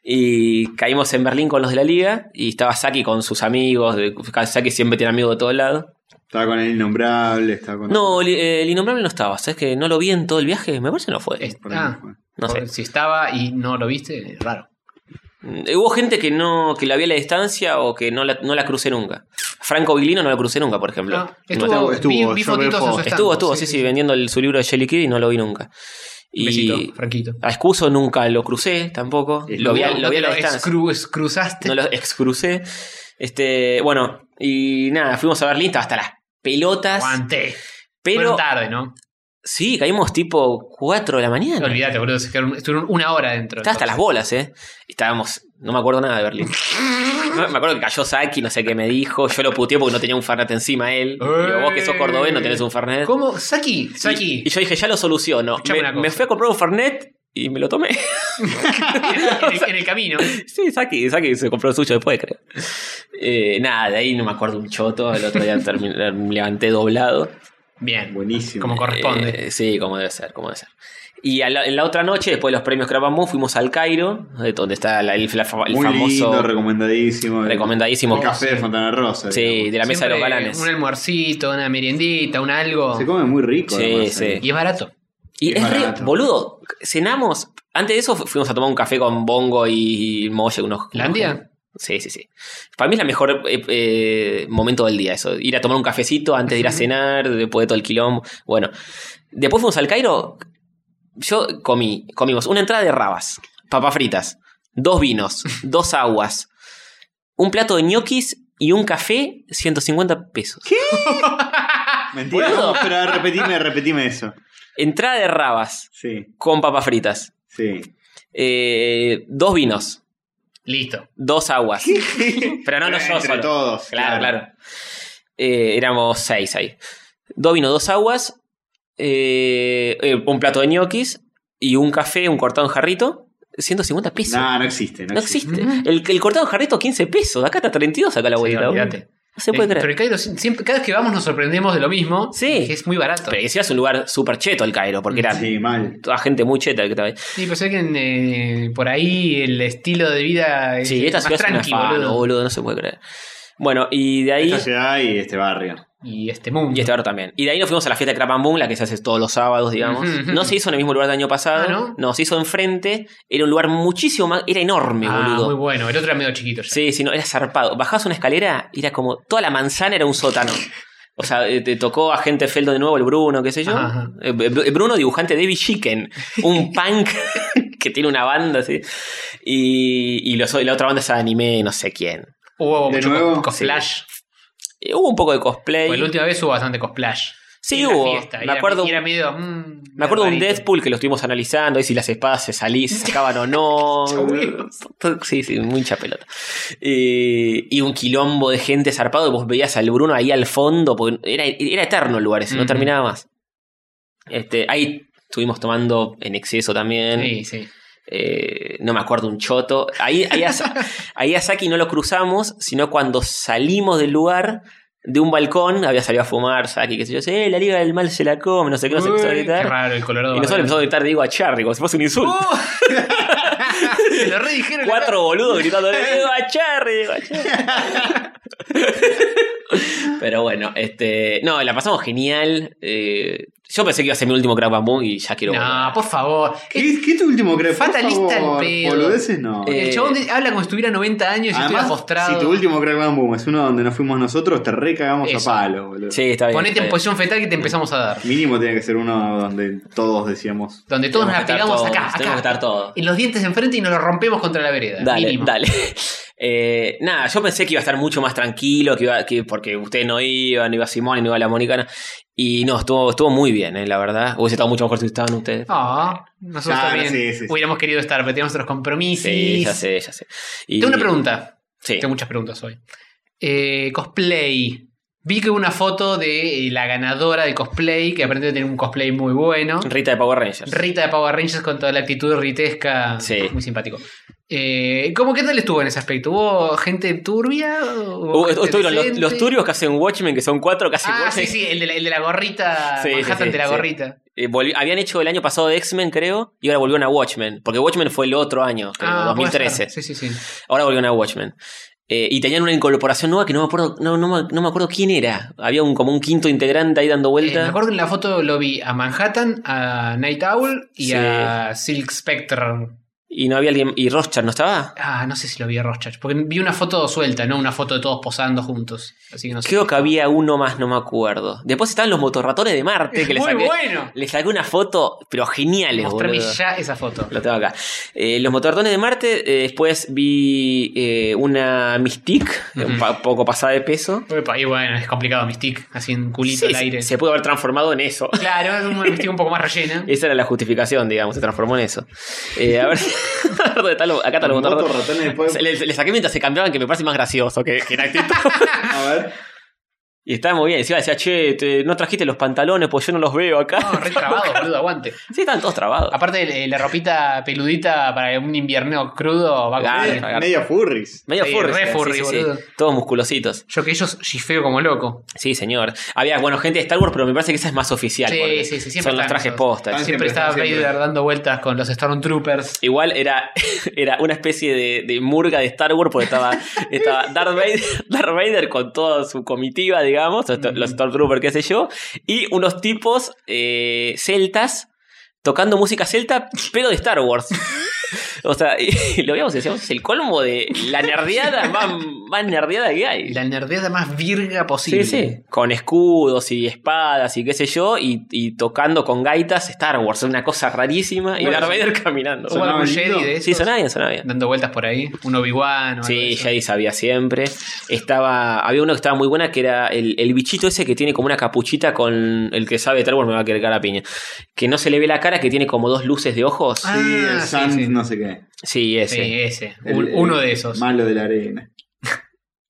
Y caímos en Berlín con los de la liga. Y estaba Saki con sus amigos. de- Saki siempre tiene amigos de todos lados.
Estaba con el innombrable, estaba con.
No, li- eh, el innombrable no estaba. ¿Sabes que no lo vi en todo el viaje? Me parece que no fue.
Es-
Por ahí
ah,
fue.
No sé.
por- Si estaba y no lo viste, raro.
Eh, Hubo gente que no que la vi a la distancia o que no la, no la crucé nunca. Franco Vilino no la crucé nunca, por ejemplo.
No,
No,
Ah, estuvo,
estuvo,
vi, vi
yo
fotitos
veo
en su
fotos.
stand.
estuvo, estuvo, sí, sí, vendiendo el- su libro de Jelly Kid y no lo vi nunca. Y
Besito, Franquito.
a Escuso nunca lo crucé tampoco.
Sí,
Lo vi, a-
No
lo vi
te
a la distancia.
excru- cruzaste.
No lo excrucé. Este, bueno, y nada, fuimos a Berlín, estaba hasta las pelotas.
Aguanté.
Pero
Fueron tarde, ¿no?
sí, caímos tipo 4 de la mañana.
Olvídate, boludo. se quedaron- estuvieron una hora dentro.
Estaba Ah, hasta las
entonces.
bolas, ¿eh? Estábamos. No me acuerdo nada de Berlín. No, me acuerdo que cayó Saki, no sé qué me dijo. Yo lo puteé porque no tenía un Fernet encima él. Digo, vos que sos cordobés no tenés un Fernet.
Eh. ¿Cómo?
Y-
Saki, Saki.
Y, yo dije, ya lo soluciono.
Escuchame
Me,
una cosa.
me fui a comprar un Fernet y me lo tomé.
en, el, en el camino.
sí, Saki, Saki se compró el suyo después, creo. Eh, nada, de ahí no me acuerdo un choto. El otro día terminé- me levanté doblado.
Bien.
Buenísimo.
Como corresponde.
Eh, sí, como debe ser, como debe ser. Y a la- en la otra noche, después de los premios Crabamú, fuimos al Cairo, eh, donde está la- el, la- el
Muy
famoso
lindo, recomendadísimo. El-
recomendadísimo
El café de Fontana Rosa.
Sí, de la mesa de los
Siempre
galanes.
Un almuercito, una meriendita, un algo.
Se come muy rico.
Sí,
además,
sí.
ahí.
Y es barato.
Y es re,
barato.
boludo, cenamos. Antes de eso fu- fuimos a tomar un café con Bongo y Molle, unos.
¿Landia?
Sí, sí, sí. Para mí es la mejor eh, eh, momento del día, eso. Ir a tomar un cafecito antes de ir a cenar, después de todo el quilombo. Bueno, después fuimos al Cairo. Yo comí, comimos una entrada de rabas, papas fritas, dos vinos, dos aguas, un plato de ñoquis y un café, 150 pesos. Ah,
Mentira.
Boludo.
No, pero repetime, repetime eso.
Entrada de rabas
Sí,
con papas fritas,
sí.
eh, dos vinos,
Listo.
dos aguas. Pero no, no yo
Entre
solo.
todos.
Claro, claro. Eh, éramos seis ahí. Dos vino, dos aguas, eh, eh, un plato de ñoquis y un café, un cortado en jarrito. 150 pesos.
No, no existe. No,
no
existe.
existe. El, el cortado en jarrito, 15 pesos. Acá está 32, acá la
Mm. Sí,
vuelta. no
olvídate.
se puede
Eh, Pero
creer.
el Cairo, sie- siempre, cada vez que vamos nos sorprendemos de lo mismo.
Sí.
Que es muy barato.
Pero decía es un lugar súper cheto el Cairo, porque era
Sí, mal.
toda gente muy cheta que estaba ahí.
Sí, pero sé que en, eh, por ahí el estilo de vida es
Sí, esta
más
ciudad es
tranqui,
un afano,
boludo.
boludo, no se puede creer. Bueno, y de ahí.
Esta ciudad y este barrio.
Y este mundo.
Y este bar también. Y de ahí nos fuimos a la fiesta de Crap Boom, la que se hace todos los sábados, digamos.
Ujú, ujú.
No se hizo en el mismo lugar del año pasado.
Ah, ¿no?
se hizo enfrente. Era un lugar muchísimo más. Era enorme,
Ah,
boludo.
muy bueno. El otro era medio chiquito. ya.
Sí, sí, no, era zarpado. Bajabas una escalera y era como. Toda la manzana era un sótano. O sea, eh, te tocó a gente Feldo de nuevo, el Bruno, qué sé yo.
Ajá.
Eh, Br- Bruno, dibujante de David Chicken, un punk que tiene una banda así. Y, y los- la otra banda es anime, no sé quién.
Hubo
De
mucho
nuevo,
co- cosplash.
Eh, hubo un poco de cosplay.
Pues la última vez hubo bastante cosplash.
Sí,
En la
hubo.
fiesta, y
Me
era-
acuerdo.
y era medio. mm,
Me acuerdo de un
rarito.
Deadpool que lo estuvimos analizando, y si las espadas se salí, se sacaban o no. sí, sí, mucha pelota. Eh, y un quilombo de gente zarpado, y vos veías al Bruno ahí al fondo, porque era, era eterno el lugar ese, no
Ujú.
terminaba más. Este, ahí estuvimos tomando en exceso también.
Sí, sí.
Eh, no me acuerdo un choto. Ahí, ahí, a, Sa- ahí a Saki no lo cruzamos, sino cuando salimos del lugar. De un balcón, había salido a fumar, Saki, que sé yo, "Eh, la liga del mal se la come, no sé qué, no sé qué, no sé qué
Uy,
tal.
qué raro el colorado.
Y nosotros le empezamos a gritar Diego a Charry, como si fuese un insulto.
Se Uh. lo redijeron.
Cuatro boludos gritando Diego a Charry, Diego a Charry". Pero bueno, este. No, la pasamos genial. Eh, yo pensé que iba a ser mi último Crack Bamboo y ya quiero.
No,
volver.
por favor.
¿Qué, qué es tu último crep? Por
Fatalista el
favor,
pedo.
boludeces no.
Eh,
el chabón de- habla como si tuviera 90 años y estuviera postrado.
si tu último crack bam boom es uno donde nos fuimos nosotros, te recagamos
Eso.
a palo, boludo.
Sí, está bien.
Ponete
está
en
bien.
posición fetal que te empezamos a dar.
Mínimo tiene que ser uno donde todos decíamos.
Donde
Tenemos
todos nos
que
la
estar
pegamos
todos,
acá, acá.
tenemos que estar todos.
En los dientes enfrente y nos lo rompemos contra la vereda.
Dale,
mínimo.
dale. Eh, nada, yo pensé que iba a estar mucho más tranquilo, que iba, que, porque ustedes no iban, no iba Simón y no iba la Monicana. Y no, estuvo, estuvo muy bien, eh, la verdad. Hubiese estado mucho mejor si estaban ustedes.
Ah, nosotros
Claro,
también
sí, sí, sí.
hubiéramos querido estar, pero teníamos otros compromisos.
Sí, ya sé, ya sé. Y-
Tengo una pregunta.
Sí.
Tengo muchas preguntas hoy. Eh, cosplay. Vi que hubo una foto de eh, la ganadora del cosplay, que aprendió a tener un cosplay muy bueno.
Rita de Power Rangers.
Rita de Power Rangers con toda la actitud ritesca.
Sí.
Muy simpático. Eh, ¿Cómo qué tal estuvo en ese aspecto? ¿Hubo gente turbia? ¿Hubo
Uh,
gente
estuvieron los,
decente?
los turios que hacen Watchmen, que son cuatro casi
Ah,
Watchmen.
sí, sí, el de la, el de la gorrita.
Sí, sí,
Manhattan
sí,
de la
sí.
gorrita. Ah,
Eh, volvi- habían hecho el año pasado de X-Men, creo, y ahora volvieron a Watchmen. Porque Watchmen fue el otro año, creo,
Ah, puede
2013.
ser. Sí, sí, sí.
Ahora volvieron a Watchmen. Eh, y tenían una incorporación nueva que no me acuerdo, no, no me- no me acuerdo quién era. Había un, como un quinto integrante ahí dando
Eh, me
vuelta.
acuerdo que en la foto lo vi a Manhattan, a Night Owl y
Sí.
a Silk Spectre.
Y no había alguien. ¿Y Rothschild no estaba?
Ah, no sé si lo vi a Rorschach, porque vi una foto suelta, no una foto de todos posando juntos. Así que no sé.
Creo que había uno más, no me acuerdo. Después estaban los motorratones de Marte. Que les
Muy
saqué,
bueno.
Les saqué una foto, pero geniales,
Mostrame
boludo.
ya esa foto.
Lo tengo acá. Eh, los motorratones de Marte. eh, después vi eh, una Mystique, eh, un pa- poco pasada de peso.
Epa, y bueno, es complicado Mystic, así en culito
Sí,
al
se-
aire.
Se pudo haber transformado en eso.
Claro, es una Mystic un poco más rellena.
Esa era la justificación, digamos, se transformó en eso. Eh, a ver, a ver dónde está lo- acá está el botón.
Motos, ratones, después-
Le, le saqué mientras se cambiaban, que me parece más gracioso que, que en actitud.
A ver.
y estaba muy bien. Encima decía, che, te- no trajiste los pantalones, pues yo no los veo acá.
No, re trabado, boludo, aguante.
sí, estaban todos trabados.
Ah. Aparte, le- la ropita peludita para un invierno crudo va a
Ah,
Media-
comer.
agarra.
media Eh, furries.
Medio
sí,
furry.
re
sí,
furry,
sí, sí.
boludo.
Todos musculositos.
Yo que ellos shifeo como loco.
Sí, señor. Había, bueno, gente de Star Wars, pero me parece que esa es más oficial.
Sí,
porque
sí, sí, siempre
Son los
están
trajes
esos.
póster. sí.
Están
Siempre
siempre,
estaba
siempre.
Vader dando vueltas con los Stormtroopers.
Igual era, era una especie de, de murga de Star Wars porque estaba, estaba Darth, Vader, Darth Vader con toda su comitiva, digamos, o esto- los Stormtroopers, qué sé yo, y unos tipos eh, celtas tocando música celta, pero de Star Wars. O sea, y lo veíamos y decíamos, es el colmo de la nerdeada más, más nerdeada que hay.
La nerdeada más virga
Sí,
posible.
sí. Con escudos y espadas y qué sé yo, y, y tocando con gaitas Star Wars, una cosa rarísima, y
Bueno,
Darth Vader caminando.
¿Hubo algún
lindo?
Jedi de
Sí,
esos?
sonaba bien, sonaba bien.
Dando vueltas por ahí. Un Obi-Wan. o algo de
Sí,
eso.
Jedi sabía siempre. Estaba, había uno que estaba muy buena que era el, el bichito ese que tiene como una capuchita con el que sabe de Star Wars me va a querer cara a piña. Que no se le ve la cara, que tiene como dos luces de ojos.
Ah,
sí, el
sí,
Sans,
sí.
no sé qué.
Sí,
Sí,
ese.
ese.
El-
Un-
el
uno de esos.
Malo de la arena.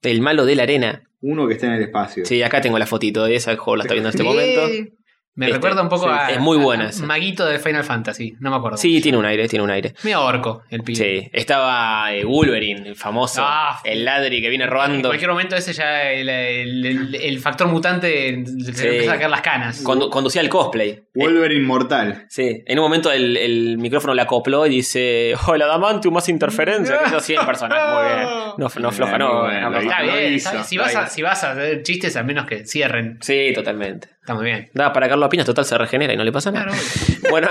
El malo de la arena.
Uno que está en el espacio.
Sí, acá tengo la fotito de esa, el juego la está viendo en este momento.
Me
Este,
recuerda un poco
sí,
a.
es muy buena
a- a
esa.
Maguito de Final Fantasy. No me acuerdo.
Sí, tiene un aire, tiene un aire.
Me ahorco el pibe.
Sí, estaba eh, Wolverine, el famoso,
Ah.
el ladri que viene
En
robando.
cualquier momento ese ya el, el- el- el factor mutante se
Sí.
le empieza a sacar las canas.
Condu- conducía el cosplay.
Wolverine Mortal.
Sí, en un momento el, el micrófono le acopló y dice, hola Damantium, más interferencia, que es así el personaje, muy bien. No, no floja, no.
Bien,
no
muy
floja.
Está
Lo
bien,
hizo,
está bien. Si
lo
vas, a,
hizo.
si vas a hacer chistes, a menos que cierren.
Sí, totalmente.
Está muy bien.
Da, para Carlos Apinas, total, se regenera y no le pasa nada.
Claro,
Bueno,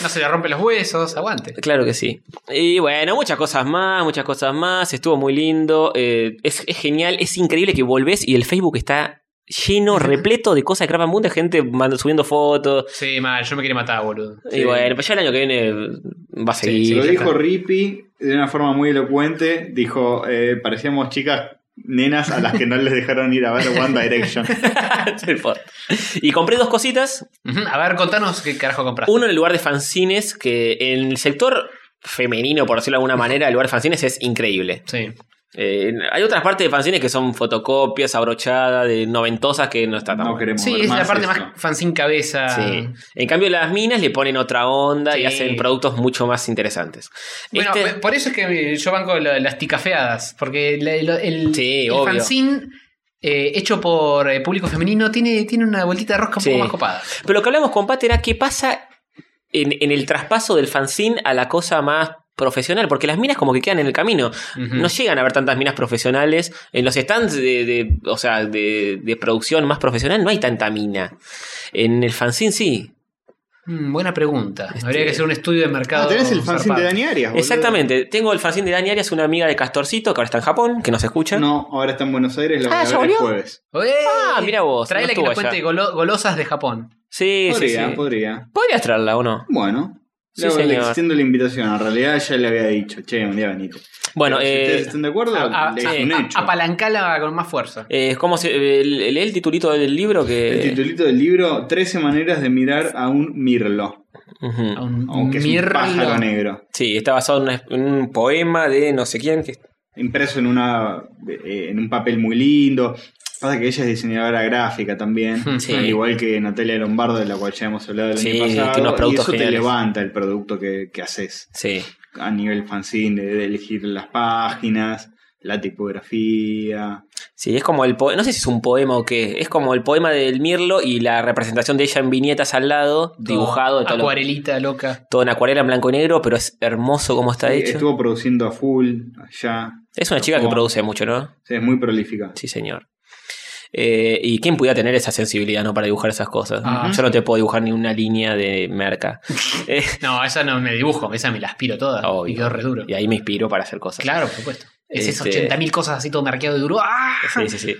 no se le rompen los huesos, aguante.
claro que sí. Y bueno, muchas cosas más, muchas cosas más. Estuvo muy lindo. eh, es, es genial, es increíble que volvés y el Facebook está lleno, repleto de cosas de Crap and Boom, de gente mand- subiendo fotos.
Sí, mal, yo me quería matar, boludo.
Sí.
Y bueno, pues ya el año que viene va a seguir.
Se lo
ya
dijo
está.
Rippy de una forma muy elocuente. Dijo, eh, parecíamos chicas nenas a las que no les dejaron ir a ver One Direction.
No importa. y compré dos cositas.
Ujú, A ver, contanos qué carajo compraste.
Uno en el lugar de fanzines, que en el sector femenino, por decirlo de alguna manera, el lugar de fanzines es increíble.
Sí.
Eh, hay otras partes de fanzines que son fotocopias abrochadas de noventosas que no está tan
No
bueno.
queremos
Sí,
ver
es
más
la parte
eso.
más fan sin cabeza.
Sí. En cambio, las minas le ponen otra onda y
Sí.
hacen productos mucho más interesantes.
Bueno, eh,
Este-
por eso es que yo banco lo- las ticafeadas, porque la- lo- el,
Sí,
el
obvio.
fanzine eh, hecho por eh, público femenino tiene, tiene una vueltita de rosca un
Sí.
poco más copada.
Pero lo que hablamos con Pat era qué pasa en, en el traspaso del fanzine a la cosa más profesional, porque las minas como que quedan en el camino.
Ujú.
No llegan a ver tantas minas profesionales. En los stands de, de- o sea, de, de producción más profesional no hay tanta mina. En el fanzine sí.
Mm, buena pregunta.
Este-
Habría que hacer un estudio de mercado.
Ah, tenés el fanzine de
zarpado.
Dani Arias. boludo.
Exactamente. Tengo el fanzine de Dani Arias, una amiga de Castorcito, que ahora está en Japón, que nos escucha.
No, ahora está en Buenos Aires, lo voy
Ah,
a
¿ya
ver
volvió?
el jueves.
¡Eh!
Ah, mira vos,
Traele
no
que nos
estuvo
cuente
allá.
golo- golosas de Japón.
Sí, sí,
Podría,
sí.
podría.
Podrías traerla o no.
Bueno.
Sí,
le- le
señor.
extiendo la invitación. En realidad ya le había dicho, che, un día venite.
Bueno,
Pero si ustedes
eh,
están de acuerdo,
A- a-
le- es
sí.
un
A-
hecho.
apalancala con más fuerza.
eh, ¿cómo se, eh, lee el titulito del libro
El
que...
titulito del libro, 13 maneras de mirar a un mirlo.
Ujú.
A un
Aunque es un
mirlo.
pájaro negro.
Sí, está basado en, una- en un poema de no sé quién. que-
Impreso en una eh, en un papel muy lindo. Pasa que ella es diseñadora gráfica también.
Sí.
Al igual que Natalia Lombardo, de la cual ya hemos hablado el
Sí,
año pasado.
tiene unos
y
productos
eso te
geniales.
levanta el producto que, que haces.
Sí.
A nivel fanzine, de, de elegir las páginas, la tipografía.
Sí, es como el poema, no sé si es un poema o qué, es como el poema del Mirlo y la representación de ella en viñetas al lado, dibujado, de todo, lo-
Acuarelita loca.
todo en acuarela en blanco y negro, pero es hermoso como está
Sí,
hecho.
Eh, Estuvo produciendo a full allá.
Es una chica que
Ojo.
produce mucho, ¿no?
Sí, es muy prolífica.
Sí, señor. Eh, ¿Y quién pudiera tener esa sensibilidad no para dibujar esas cosas?
Ah.
Yo no te puedo dibujar ni una línea de merca. Eh,
No, esa no me dibujo, esa me la aspiro toda.
Obvio.
Y quedó re duro.
y ahí me inspiro para hacer cosas.
Claro, por supuesto. Es esas
Este-
80.000 cosas así todo marqueado de duro. ¡Ah!
Sí, sí, sí.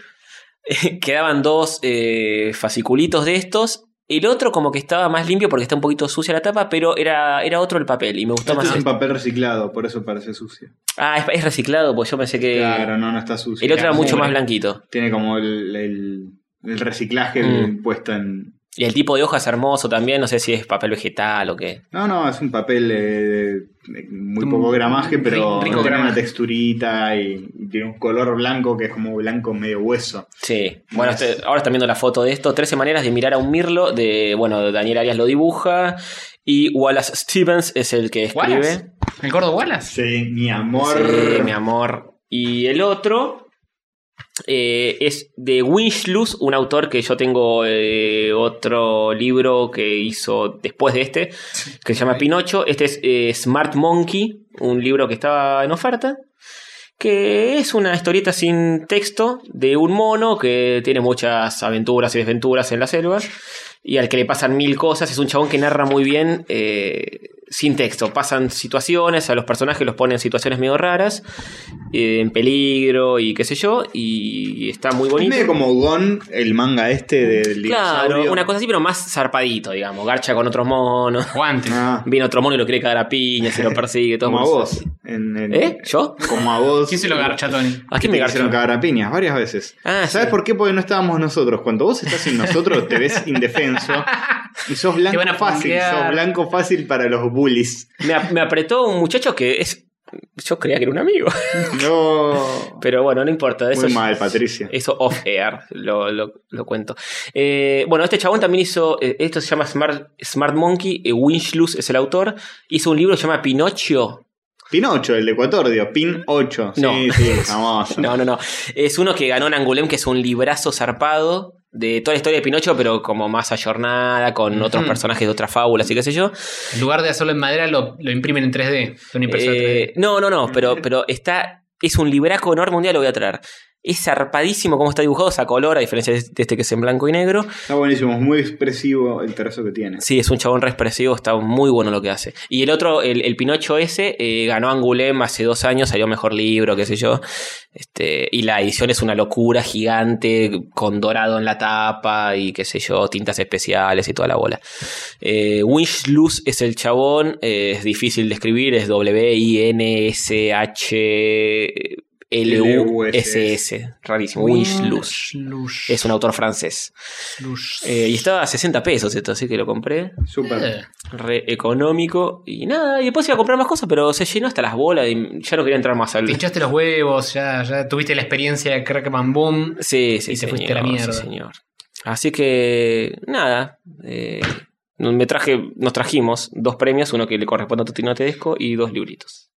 Quedaban dos eh, fasciculitos de estos. El otro como que estaba más limpio porque está un poquito sucia la tapa, pero era, era otro el papel y me gustó
Esto
más.
es en
este.
papel reciclado, por eso parece sucio.
Ah, es, es reciclado, pues yo pensé que...
claro, no, no está sucio.
el otro era
Claro,
mucho
pobre.
más blanquito.
Tiene como el, el, el reciclaje
Mm.
puesto en.
Y el tipo de hojas hermoso también, no sé si es papel vegetal o qué.
No, no, es un papel eh, de
Mm.
muy poco gramaje, pero
Rico
tiene
gramaje.
una texturita y, y tiene un color blanco que es como blanco medio hueso.
Sí. Bueno,
Yes.
este- ahora están viendo la foto de esto. 13 maneras de mirar a un mirlo. De, bueno, Daniel Arias lo dibuja. Y Wallace Stevens es el que escribe.
¿Wallace? ¿El gordo Wallace?
Sí, mi amor.
Sí, mi amor. Y el otro eh, es de Winchlus, un autor que yo tengo eh, otro libro que hizo después de este, que se llama Pinocho. Este es eh, Smart Monkey, un libro que estaba en oferta. Que es una historieta sin texto de un mono que tiene muchas aventuras y desventuras en la selva y al que le pasan mil cosas. Es un chabón que narra muy bien eh, sin texto. Pasan situaciones, a los personajes los ponen en situaciones medio raras, eh, en peligro y qué sé yo, y está muy
Es
bonito.
medio como Gon, el manga este del
Claro,
dinosaurio.
una cosa así, pero más zarpadito, digamos. Garcha con otros monos.
Guantes.
Ah,
Viene otro mono y lo quiere cagar a piña, se lo persigue, todo
como a
eso.
vos. en el-
¿Eh? ¿Yo?
Como a vos.
¿Quién se lo garcha, Tony?
¿A quién
me
me garchó?
hicieron cagar a piñas varias veces.
Ah,
¿Sabes
sí.
por qué? Porque no estábamos nosotros. Cuando vos estás sin nosotros, te ves indefenso y sos blanco
van a
fácil.
puntear.
Sos blanco fácil para los bullies.
Me, ap- me apretó un muchacho que es. Yo creía que era un amigo.
No.
Pero bueno, no importa. de Eso
Muy
ya-
mal, Patricia.
Eso off air, lo, lo- lo cuento. Eh, bueno, este chabón también hizo, eh, esto se llama Smart, Smart Monkey, eh, Winchlus es el autor, hizo un libro que se llama Pinocho.
Pinocho, el de Ecuatordio. Pin 8. Sí,
No.
sí, famoso.
No, no, no. Es uno que ganó en Angulem, que es un librazo zarpado de toda la historia de Pinocho, pero como más ayornada, con otros
Ujú.
personajes de otras fábulas y qué sé yo.
En lugar de hacerlo en madera, lo, lo imprimen en 3D. de una impresora
Eh,
3D.
no, no, no, pero, pero está. Es un libraco enorme, un día lo voy a traer. Es zarpadísimo como está dibujado, es a color, a diferencia de de este que es en blanco y negro.
Está buenísimo. Es muy expresivo el trazo que tiene.
Sí, es un chabón re expresivo, está muy bueno lo que hace. Y el otro, el, el Pinocho ese, eh, ganó Angulem hace dos años, salió mejor libro, qué sé yo. Este, y la edición es una locura gigante, con dorado en la tapa y qué sé yo, tintas especiales y toda la bola. Eh, Winchlus es el chabón, eh, es difícil de escribir, es W-I-N-S-H-L-U-S-S. Rarísimo, Winchlus.
Luz,
Es un autor francés.
luz.
Eh, y estaba a 60 pesos esto, así que lo compré
Súper.
Eh,
re económico y nada, y después iba a comprar más cosas, pero se llenó hasta las bolas y ya no quería entrar más al...
Pinchaste los huevos, ya, ya tuviste la experiencia de Crack Bam Boom.
Sí, sí,
y te
señor,
fuiste a la
sí,
mierda.
señor. Así que, nada, eh, me traje, nos trajimos dos premios, uno que le corresponde a Tutino Tedesco y dos libritos.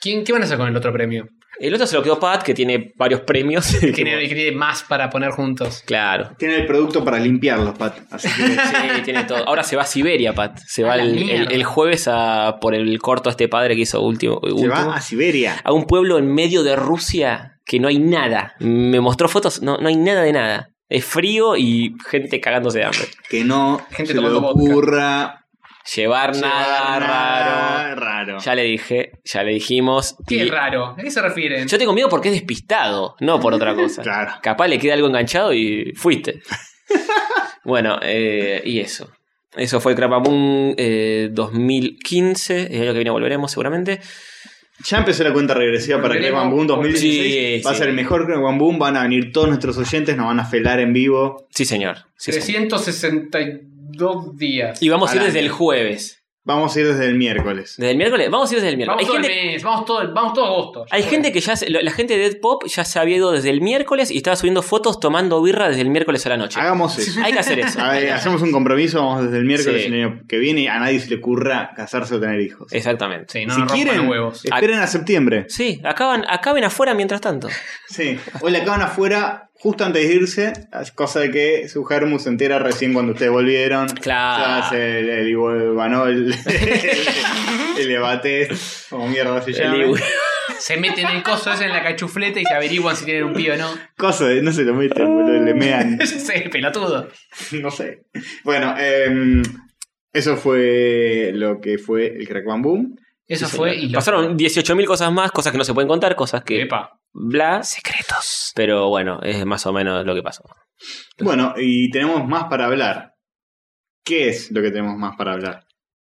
¿Quién, ¿Qué van a hacer con el otro premio?
El otro se lo quedó Pat, que tiene varios premios.
Que tiene, que tiene más para poner juntos.
Claro.
Tiene el producto para limpiarlos, Pat. Así que
Sí, tiene todo. Ahora se va a Siberia, Pat. Se va
A la
el, el-
mierda.
el jueves a, por el corto a este padre que hizo último.
se
último.
va a Siberia.
a un pueblo en medio de Rusia que no hay nada. Me mostró fotos, no, no hay nada de nada. Es frío y gente cagándose de hambre.
Que no
Gente
se le
tomando vodka.
ocurra.
Llevar nada raro.
raro. Raro.
Ya le dije, ya le dijimos.
Qué
Y
raro. ¿A qué se refieren?
Yo tengo miedo porque es despistado, no por otra cosa.
Claro.
Capaz le queda algo enganchado y fuiste. bueno, eh, y eso. Eso fue eh, el Crapapum 2015. El año que viene volveremos seguramente.
Ya empecé la cuenta regresiva para que
Volveremos
One Boom 2016.
Sí,
va a
sí.
ser el mejor que One Boom. Van a venir todos nuestros oyentes, nos van a felar en vivo.
Sí, señor. Sí, señor.
362 días.
Y vamos a ir
Adelante.
desde el jueves.
Vamos a ir desde el miércoles.
¿Desde el miércoles? Vamos a ir desde el
Vamos
miércoles.
todo
Hay gente
el mes, vamos todo, el- vamos todo agosto.
Hay gente que ya, se- lo- la gente de Dead Pop ya se había ido desde el miércoles y estaba subiendo fotos tomando birra desde el miércoles a la noche.
Hagamos eso.
Hay que hacer eso.
A ver, hacemos un compromiso, vamos desde el miércoles
Sí.
el año que viene. A nadie se le ocurra casarse o tener hijos.
Exactamente.
Sí, no
si
nos rompan
quieren,
los huevos.
esperen a septiembre.
Sí, acaban, acaben afuera mientras tanto.
Sí. Hoy la acaban afuera justo antes de irse, cosa de que su germu se entera recién cuando ustedes volvieron.
Claro.
Ya se le le ganó el, el, el debate, como mierda se llama.
El-
Se meten el coso ese en la cachufleta y se averiguan si tienen un pío o no.
Cosa de, eh, no se lo meten, boludo, le mean.
Sí, pelotudo.
no sé. Bueno, em, eso fue lo que fue el Crack Bam Boom.
Eso
Sí,
fue
señor.
y lo-
Pasaron 18.000 cosas más, cosas que no se pueden contar, cosas que.
Epa.
Bla. Secretos. Pero bueno, es más o menos lo que pasó.
Bueno, y tenemos más para hablar. ¿Qué es lo que tenemos más para hablar?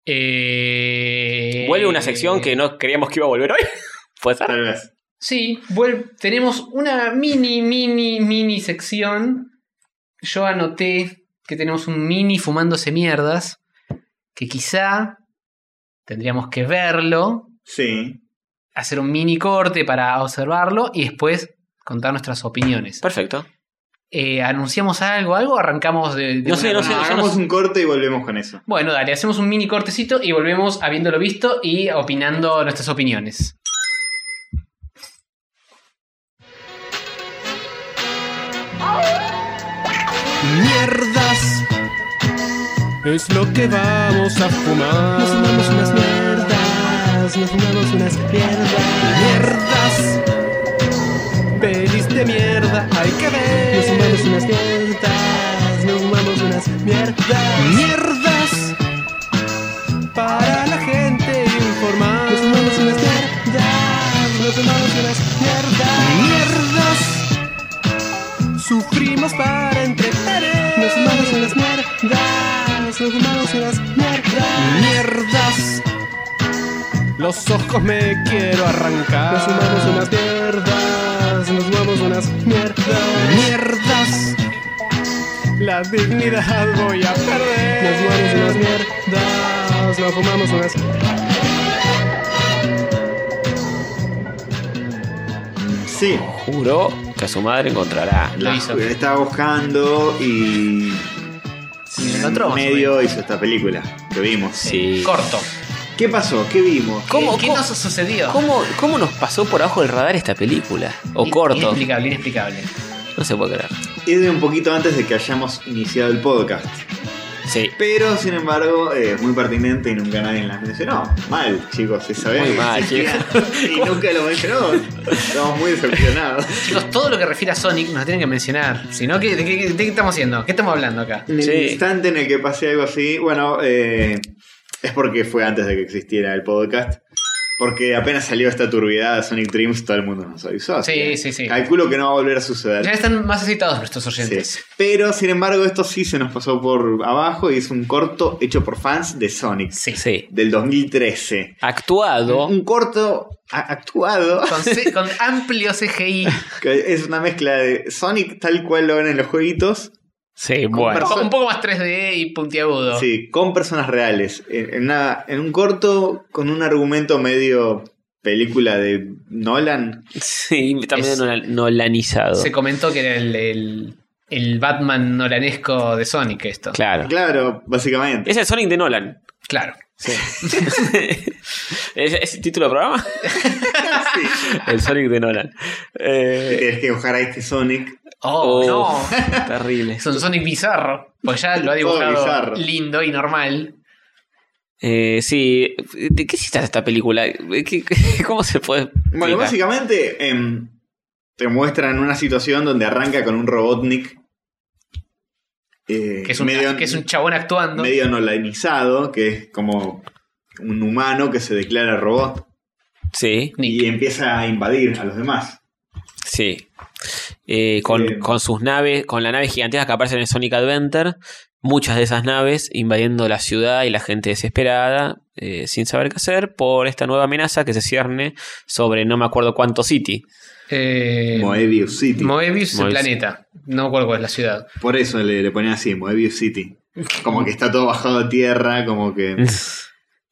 Eh...
Vuelve una sección que no creíamos que iba a volver hoy. ¿Puede ser?
Tal vez.
Sí, vuel- tenemos una mini, mini, mini sección. Yo anoté que tenemos un mini fumándose mierdas. Que quizá tendríamos que verlo,
Sí.
hacer un mini corte para observarlo y después contar nuestras opiniones.
Perfecto.
Eh, ¿Anunciamos algo? ¿Algo? ¿Arrancamos de.? de
No sé,
una-
no sé,
Ah,
yo
hagamos
sé.
un corte y volvemos con eso.
Bueno, dale, hacemos un mini cortecito y volvemos habiéndolo visto y opinando nuestras opiniones.
Mierdas. Es lo que vamos a fumar. Nos fumamos unas mierdas. Nos fumamos unas mierdas. Mierdas. Pelis de mierda, hay que ver. Nos fumamos unas mierdas. Nos fumamos unas mierdas. Mierdas. Para la gente informar. Nos fumamos unas mierdas. Nos fumamos unas mierdas. Mierdas. Sufrimos para entretener. Nos fumamos unas mierdas. Nos fumamos unas mierdas. Mierdas. Los ojos me quiero arrancar. Nos fumamos unas mierdas. Nos fumamos unas mierdas. Mierdas. La dignidad voy a perder. Nos fumamos unas mierdas. Nos fumamos unas
Sí.
Juro que a su madre encontrará.
La
hizo.
estaba buscando y.
Y lo encontró, más o
medio hizo esta película que vimos.
Sí.
Corto.
¿Qué pasó? ¿Qué vimos?
¿Cómo-
¿Qué, qué
cómo-
nos sucedió?
¿Cómo, ¿Cómo nos pasó por abajo del radar esta película? O
In-
corto.
Inexplicable, inexplicable.
No se puede creer.
Es de un poquito antes de que hayamos iniciado el podcast.
Sí.
Pero, sin embargo, eh, es muy pertinente y nunca nadie la mencionó. Mal, chicos, esa vez.
Muy mal, chicos.
Y nunca lo mencionó. Estamos muy decepcionados.
Chicos, todo lo que refiere a Sonic nos tienen que mencionar. Si no, ¿qué, de, qué, de qué estamos haciendo? ¿Qué estamos hablando acá?
En el
Sí.
instante en el que pasé algo así, bueno, eh, es porque fue antes de que existiera el podcast. Porque apenas salió esta turbiedad de Sonic Dreams, todo el mundo nos avisó. así
Sí,
que
sí, sí.
Calculo que no va a volver a suceder.
Ya están más excitados nuestros
Sí.
oyentes.
Pero, sin embargo, esto sí se nos pasó por abajo y es un corto hecho por fans de Sonic
Sí.
Sí.
del 2013.
Actuado.
Un corto a- actuado
Con, C- con amplio CGI.
que es una mezcla de Sonic tal cual lo ven en los jueguitos,
Sí,
Un
bueno.
poco- un poco más 3D y puntiagudo.
sí, con personas reales. En, en una- en un corto con un argumento medio película de Nolan.
Sí, también
Es-
nola- nolanizado.
Se comentó que era el, el, el Batman nolanesco de Sonic esto.
Claro.
Claro, básicamente.
Es el Sonic de Nolan.
Claro.
¿Es, es el título del programa? El Sonic de Nolan.
Que
Eh,
Tienes que dibujar a este Sonic.
Oh,
oh,
no.
Terrible.
Es un Sonic bizarro. Porque ya lo ha
Todo
dibujado
Oh, bizarro.
lindo y normal.
Eh, sí, ¿de qué se trata esta película? ¿Qué- qué- ¿Cómo se puede.? explicar?
Bueno, básicamente em, te muestran una situación donde arranca con un Robotnik. eh,
Que es un,
medio-
que es un chabón actuando.
medio nolanizado, que es como un humano que se declara robot
Sí,
Nick.
y empieza a invadir a los demás.
sí. Eh, con,
Bien.
con sus naves, con la nave gigantesca que aparece en el Sonic Adventure, muchas de esas naves invadiendo la ciudad y la gente desesperada, eh, sin saber qué hacer, por esta nueva amenaza que se cierne sobre no me acuerdo cuánto City.
Eh,
Moebius City.
Moebius, el
Moebius.
planeta. No me acuerdo cuál es la ciudad.
Por eso le, le ponían así, Moebius City. Como que está todo bajado a tierra, como que...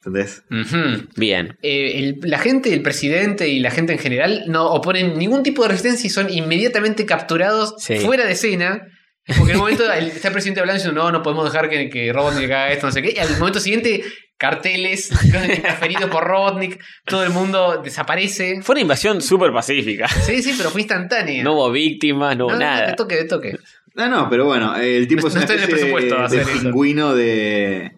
¿Entendés?
Ujú.
Bien.
Eh, el- la gente, el presidente y la gente en general no oponen ningún tipo de resistencia y son inmediatamente capturados
Sí.
fuera de escena. Porque en un momento el- está el presidente hablando y diciendo, no, no podemos dejar que, que Robotnik haga esto, no sé qué. Y al momento siguiente, carteles interferidos por Robotnik, todo el mundo desaparece.
Fue una invasión súper pacífica.
Sí, sí, pero fue instantánea.
No hubo víctimas, no hubo
No, no,
nada.
De toque, de toque.
Ah, No, no, pero bueno, el tipo
No-
es
no
una
está en el
especie de,
presupuesto
de
hacer eso.
pingüino de...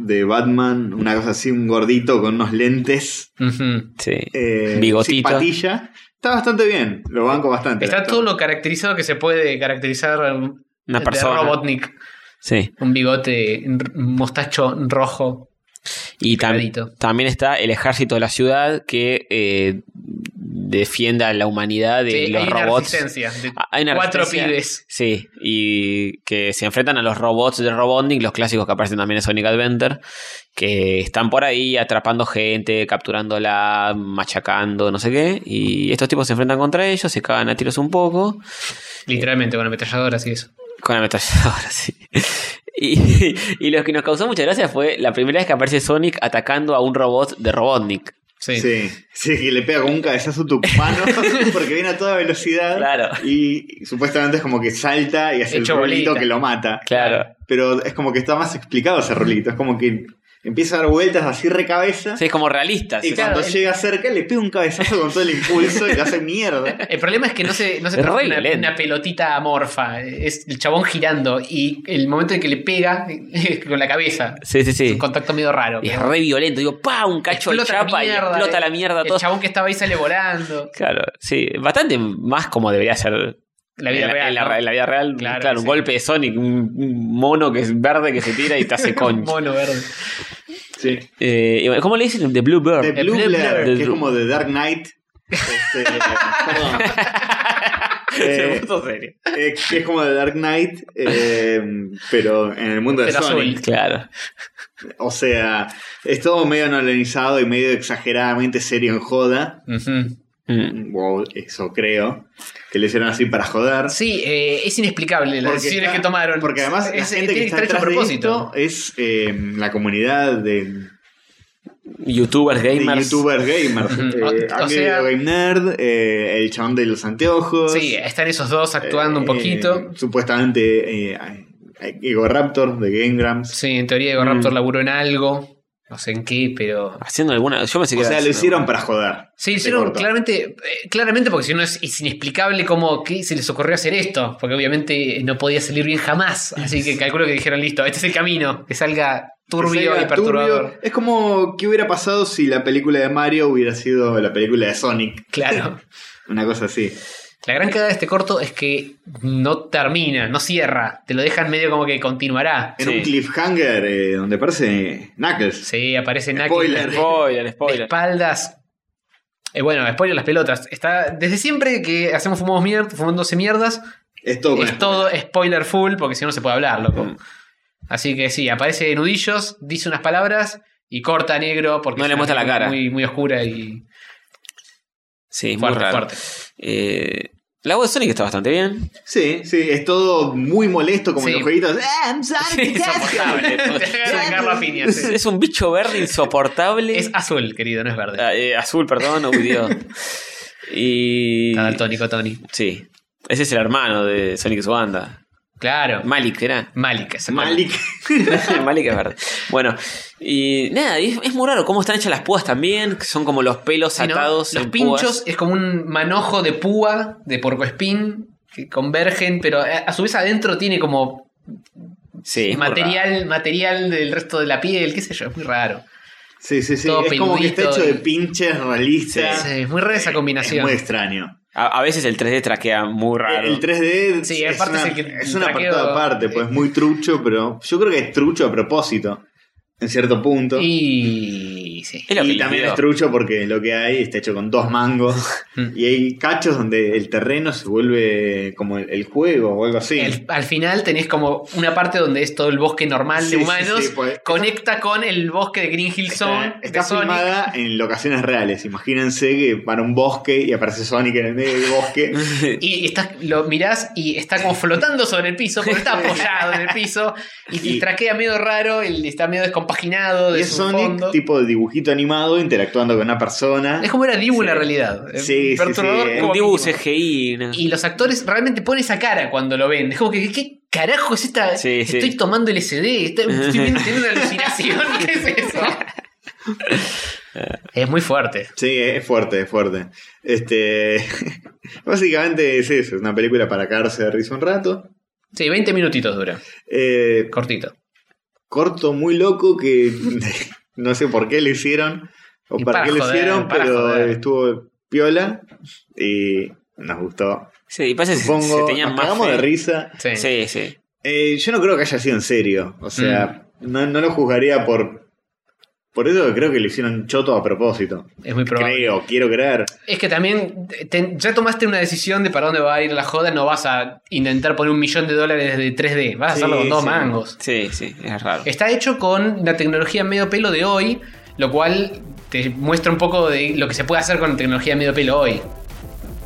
de Batman, una cosa así, un gordito con unos lentes,
Ujú.
Sí.
eh, sí,
Bigotito.
patilla. Está bastante bien, lo banco bastante.
Está todo lo caracterizado que se puede caracterizar um,
Una
de
persona.
Robotnik.
Sí.
Un bigote, un r- un mostacho rojo.
Y tam-
Picadito.
también está el ejército de la ciudad que eh, defiende a la humanidad de
Sí,
los
hay una
robots.
resistencia de
Ah, hay una
cuatro
resistencia.
pibes.
Sí, y que se enfrentan a los robots de Robotnik, los clásicos que aparecen también en Sonic Adventure, que están por ahí atrapando gente, capturándola, machacando, no sé qué. Y estos tipos se enfrentan contra ellos, se cagan a tiros un poco.
Literalmente, con ametralladoras y eso.
Con ametralladora, sí. Y, y lo que nos causó mucha gracia fue la primera vez que aparece Sonic atacando a un robot de Robotnik.
Sí.
Sí, sí, que le pega con un cabezazo tupano porque viene a toda velocidad.
Claro.
Y supuestamente es como que salta y hace
Hecho
el rolito
bolita.
que lo mata.
Claro.
Pero es como que está más explicado ese rolito. Es como que empieza a dar vueltas así recabeza.
Sí, es como realista.
Y
sí.
cuando
claro,
llega cerca le pega un cabezazo con todo el impulso y le hace mierda.
El problema es que no se, no se
Es
trata de
re
una,
violento.
una pelotita amorfa. Es el chabón girando y el momento en que le pega es con la cabeza.
Sí, sí,
Es
sí.
un contacto medio raro.
Y es
pero
re violento. Digo, pa, un cacho de
explota la
chapa
mierda,
y explota
eh.
la mierda
El
todo.
chabón que estaba ahí sale volando.
Claro, sí. Bastante más como debería ser
La vida
en
real.
en la,
¿no?
en la vida real,
Claro,
claro, un
sí.
golpe de Sonic, un un mono que es verde que se tira y te hace concha.
Mono verde.
Sí.
Eh, y bueno, ¿Cómo le dicen? The Blue Bird.
De Blue
Blue
Blair,
Blair.
que es como de Dark Knight. Este, perdón. Eh,
serio.
eh, que es como de Dark Knight, eh, pero en el mundo de
Pero azul.
Sonic.
Claro.
O sea, es todo medio anonimizado y medio exageradamente serio en joda.
Ujú.
Mm.
Wow, eso creo. Que le hicieron así para joder.
Sí, eh, es inexplicable las
Porque
decisiones
está-
que tomaron.
Porque además la
Es-
gente que
tiene
está
estar hecho a
detrás de
propósito.
esto es eh, la comunidad de,
Youtubers,
de
gamers.
youtubers gamers.
Ujú.
Eh,
O- o
Angry
sea-
Video Game Nerd, eh, el chabón de los anteojos.
Sí, están esos dos actuando un
eh,
poquito.
eh, supuestamente eh, Ego Raptor de Game Grumps.
Sí, en teoría Ego
Mm.
Raptor laburó en algo. No sé en qué, pero.
Haciendo alguna. Yo pensé que
O
era
sea, lo
haciendo-
hicieron para joder.
Sí,
De
hicieron
corto.
claramente, eh, claramente porque si no es, es inexplicable cómo que se les ocurrió hacer esto, porque obviamente no podía salir bien jamás, así que calculo que dijeron, listo, este es el camino, que salga
Que
turbio
salga
y perturbador.
turbio. Es como, ¿qué hubiera pasado si la película de Mario hubiera sido la película de Sonic?
Claro.
Una cosa así.
La gran cagada de este corto es que no termina, no cierra, te lo dejan medio como que continuará.
En
Sí.
un cliffhanger eh, donde aparece Knuckles.
Sí, aparece Naki
Spoiler.
de
Spoiler,
de
spoiler.
espaldas. Eh, bueno, spoiler las pelotas. Está desde siempre que hacemos fumados mier- fumándose mierdas,
Es todo. con
es todo spoiler full porque si no no se puede hablar, loco.
Mm.
Así que sí, aparece Nudillos, dice unas palabras y corta a negro porque
No
es
le
una
muestra la
película
cara.
Muy, muy oscura y
Sí, muy
fuerte,
raro.
fuerte.
Eh, la voz de Sonic está bastante bien.
Sí, sí, es todo muy molesto como
Sí.
en los jueguitos. ¡Ah, I'm sorry,
Sí, insoportable.
Te van a cagar la piña,
es,
sí.
es un bicho verde insoportable.
Es azul, querido, no es verde.
Ah, eh, azul, perdón, uy Dios. Y.
Está daltónico, Tony.
Sí. Ese es el hermano de Sonic y su banda.
Claro.
Malik, ¿era?
Malik, exactamente.
Malik.
Malik es verde. Bueno, y nada, y es, es muy raro cómo están hechas las púas también, que son como los pelos
Sí, ¿no?
atados.
Los
en
pinchos
púas.
es como un manojo de púa, de porcoespín, que convergen, pero a a su vez adentro tiene como
Sí, es muy raro.
material, material del resto de la piel, qué sé yo, es muy raro.
Sí, sí, sí.
Todo
es como que está
peludito
hecho de
y-
pinches realistas.
Sí, es muy rara esa
eh, Es
combinación.
muy extraño.
A, a veces el 3D traquea muy raro.
El 3D
Sí,
es,
aparte
una,
es el que-
es un
traqueo-
apartado aparte, pues muy trucho, pero yo creo que es trucho a propósito, en cierto punto.
Y sí.
Es lo que
Y
les
también
digo.
es trucho porque lo que hay está hecho con dos mangos.
Mm.
y hay cachos donde el terreno se vuelve como el, el juego o algo así.
El- al final tenés como una parte donde es todo el bosque normal
Sí,
de
sí,
humanos,
sí, pues.
conecta con el bosque de Green Hill Zone,
está está
de Sonic.
filmada en locaciones reales. Imagínense que van a un bosque y aparece Sonic en el medio del bosque.
Y estás, lo mirás y está como flotando sobre el piso, porque está apoyado en el piso y, te
Y-
traquea medio raro, él está medio descompaginado
y
de
es
su
Sonic
fondo.
tipo de dibujito animado interactuando con una persona.
Es como era Dibu en la
Sí.
realidad. eh,
Sí, sí, sí,
Perturbador
es
como
Un dibujo
mínimo.
CGI. ¿no?
Y los actores realmente ponen esa cara cuando lo ven. Es como que, ¿qué carajo es esta?
Sí, sí.
Estoy tomando LSD, estoy estoy viendo- teniendo una alucinación. ¿Qué es eso? es muy fuerte.
Sí, es fuerte, es fuerte. Este, básicamente es eso, es una película para caerse de risa un rato.
Sí, 20 minutitos dura.
Eh,
Cortito.
corto muy loco que no sé por qué lo hicieron o
Y
para,
para
qué lo
joder,
hicieron,
para
pero
joder.
estuvo piola y nos gustó.
Sí, y pasa que se- se
Supongo,
tenían
nos
más
cagamos
fe.
de risa.
Sí.
Sí, sí.
Eh, yo no creo que haya sido en serio,
Mm.
o sea, no, no lo juzgaría por... Por eso creo que lo hicieron choto a propósito.
Es muy probable.
Creo, quiero creer.
Es que también te- ya tomaste una decisión de para dónde va a ir la joda, no vas a intentar poner un millón de dólares de 3D, vas a
Sí,
hacerlo con dos
sí.
mangos.
Sí, sí, es raro.
Está hecho con la tecnología medio pelo de hoy, lo cual te muestra un poco de lo que se puede hacer con tecnología medio pelo hoy.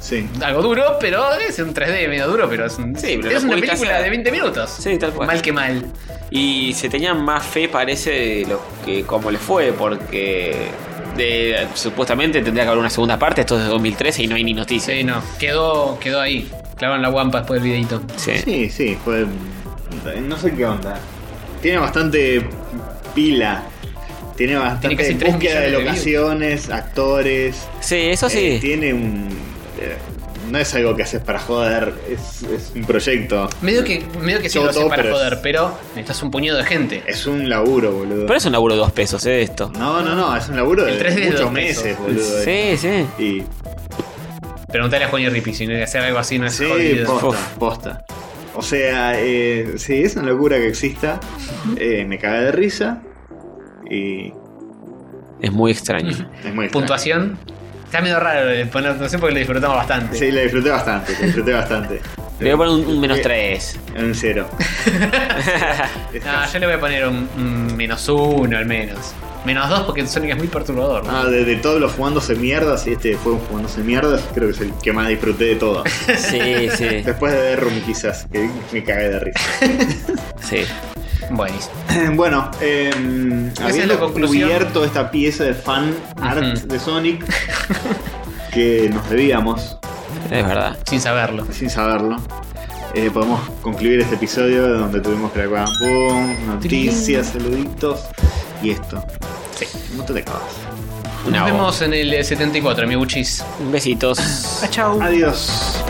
Sí.
Algo duro, pero es un 3D medio duro, pero es, un-
Sí, pero
es
lo
una
pudiste
película
hacer.
de 20 minutos.
Sí, tal cual.
Mal que mal.
Y se tenían más fe, parece, de lo que como les fue, porque de- supuestamente tendría que haber una segunda parte, esto es de 2013 y no hay ni noticia.
Sí, no, quedó, quedó ahí. Clavaron la guampa después del videito.
Sí.
Sí, sí, fue. No sé qué onda. Tiene bastante pila. Tiene bastante
casi tres
búsqueda de
millones de views.
locaciones, actores.
Sí, eso
Eh,
sí.
tiene un. eh, no es algo que haces para joder, es, es un proyecto.
Medio que, medio que sí
Todo,
lo hace
todo,
para
pero es-
joder, pero necesitas un puñado de gente.
Es un laburo, boludo.
Pero es un laburo de dos pesos, ¿eh? Esto.
No, no, no, es un laburo
El
de
3D de
muchos
dos pesos.
meses, boludo.
Sí, sí.
Y.
Preguntale a Juan y Rippy si no hacer algo así no es
Sí,
jodido.
posta,
Uf.
posta. O sea, eh, sí, es una locura que exista. Eh, me caga de risa. Y.
Es muy extraño.
Es muy extraño.
Puntuación. Está medio raro de poner, no sé porque lo disfrutamos bastante.
Sí, la disfruté bastante, la disfruté bastante.
Le voy a poner un, un menos tres.
Un cero.
No, Ah, yo le voy a poner un, un menos uno al menos. Menos dos porque Sonic es muy perturbador. ¿no?
Ah, de, de todos los jugándose mierdas, y este fue un jugándose mierdas, creo que es el que más disfruté de todo.
Sí, sí.
Después de Room quizás, que me cagué de risa.
Sí.
Buenísimo.
bueno, eh,
es la
habiendo
conclusión.
cubierto esta pieza de fan art
Ujú.
de Sonic, que nos debíamos,
Es verdad.
Sin saberlo.
sin saberlo, eh, podemos concluir este episodio donde tuvimos Crack Bang Boom, noticias, saluditos y esto.
Sí.
Un montón de cosas.
Una
Nos
voz.
vemos en el 74, mi buchis.
Besitos.
Adiós.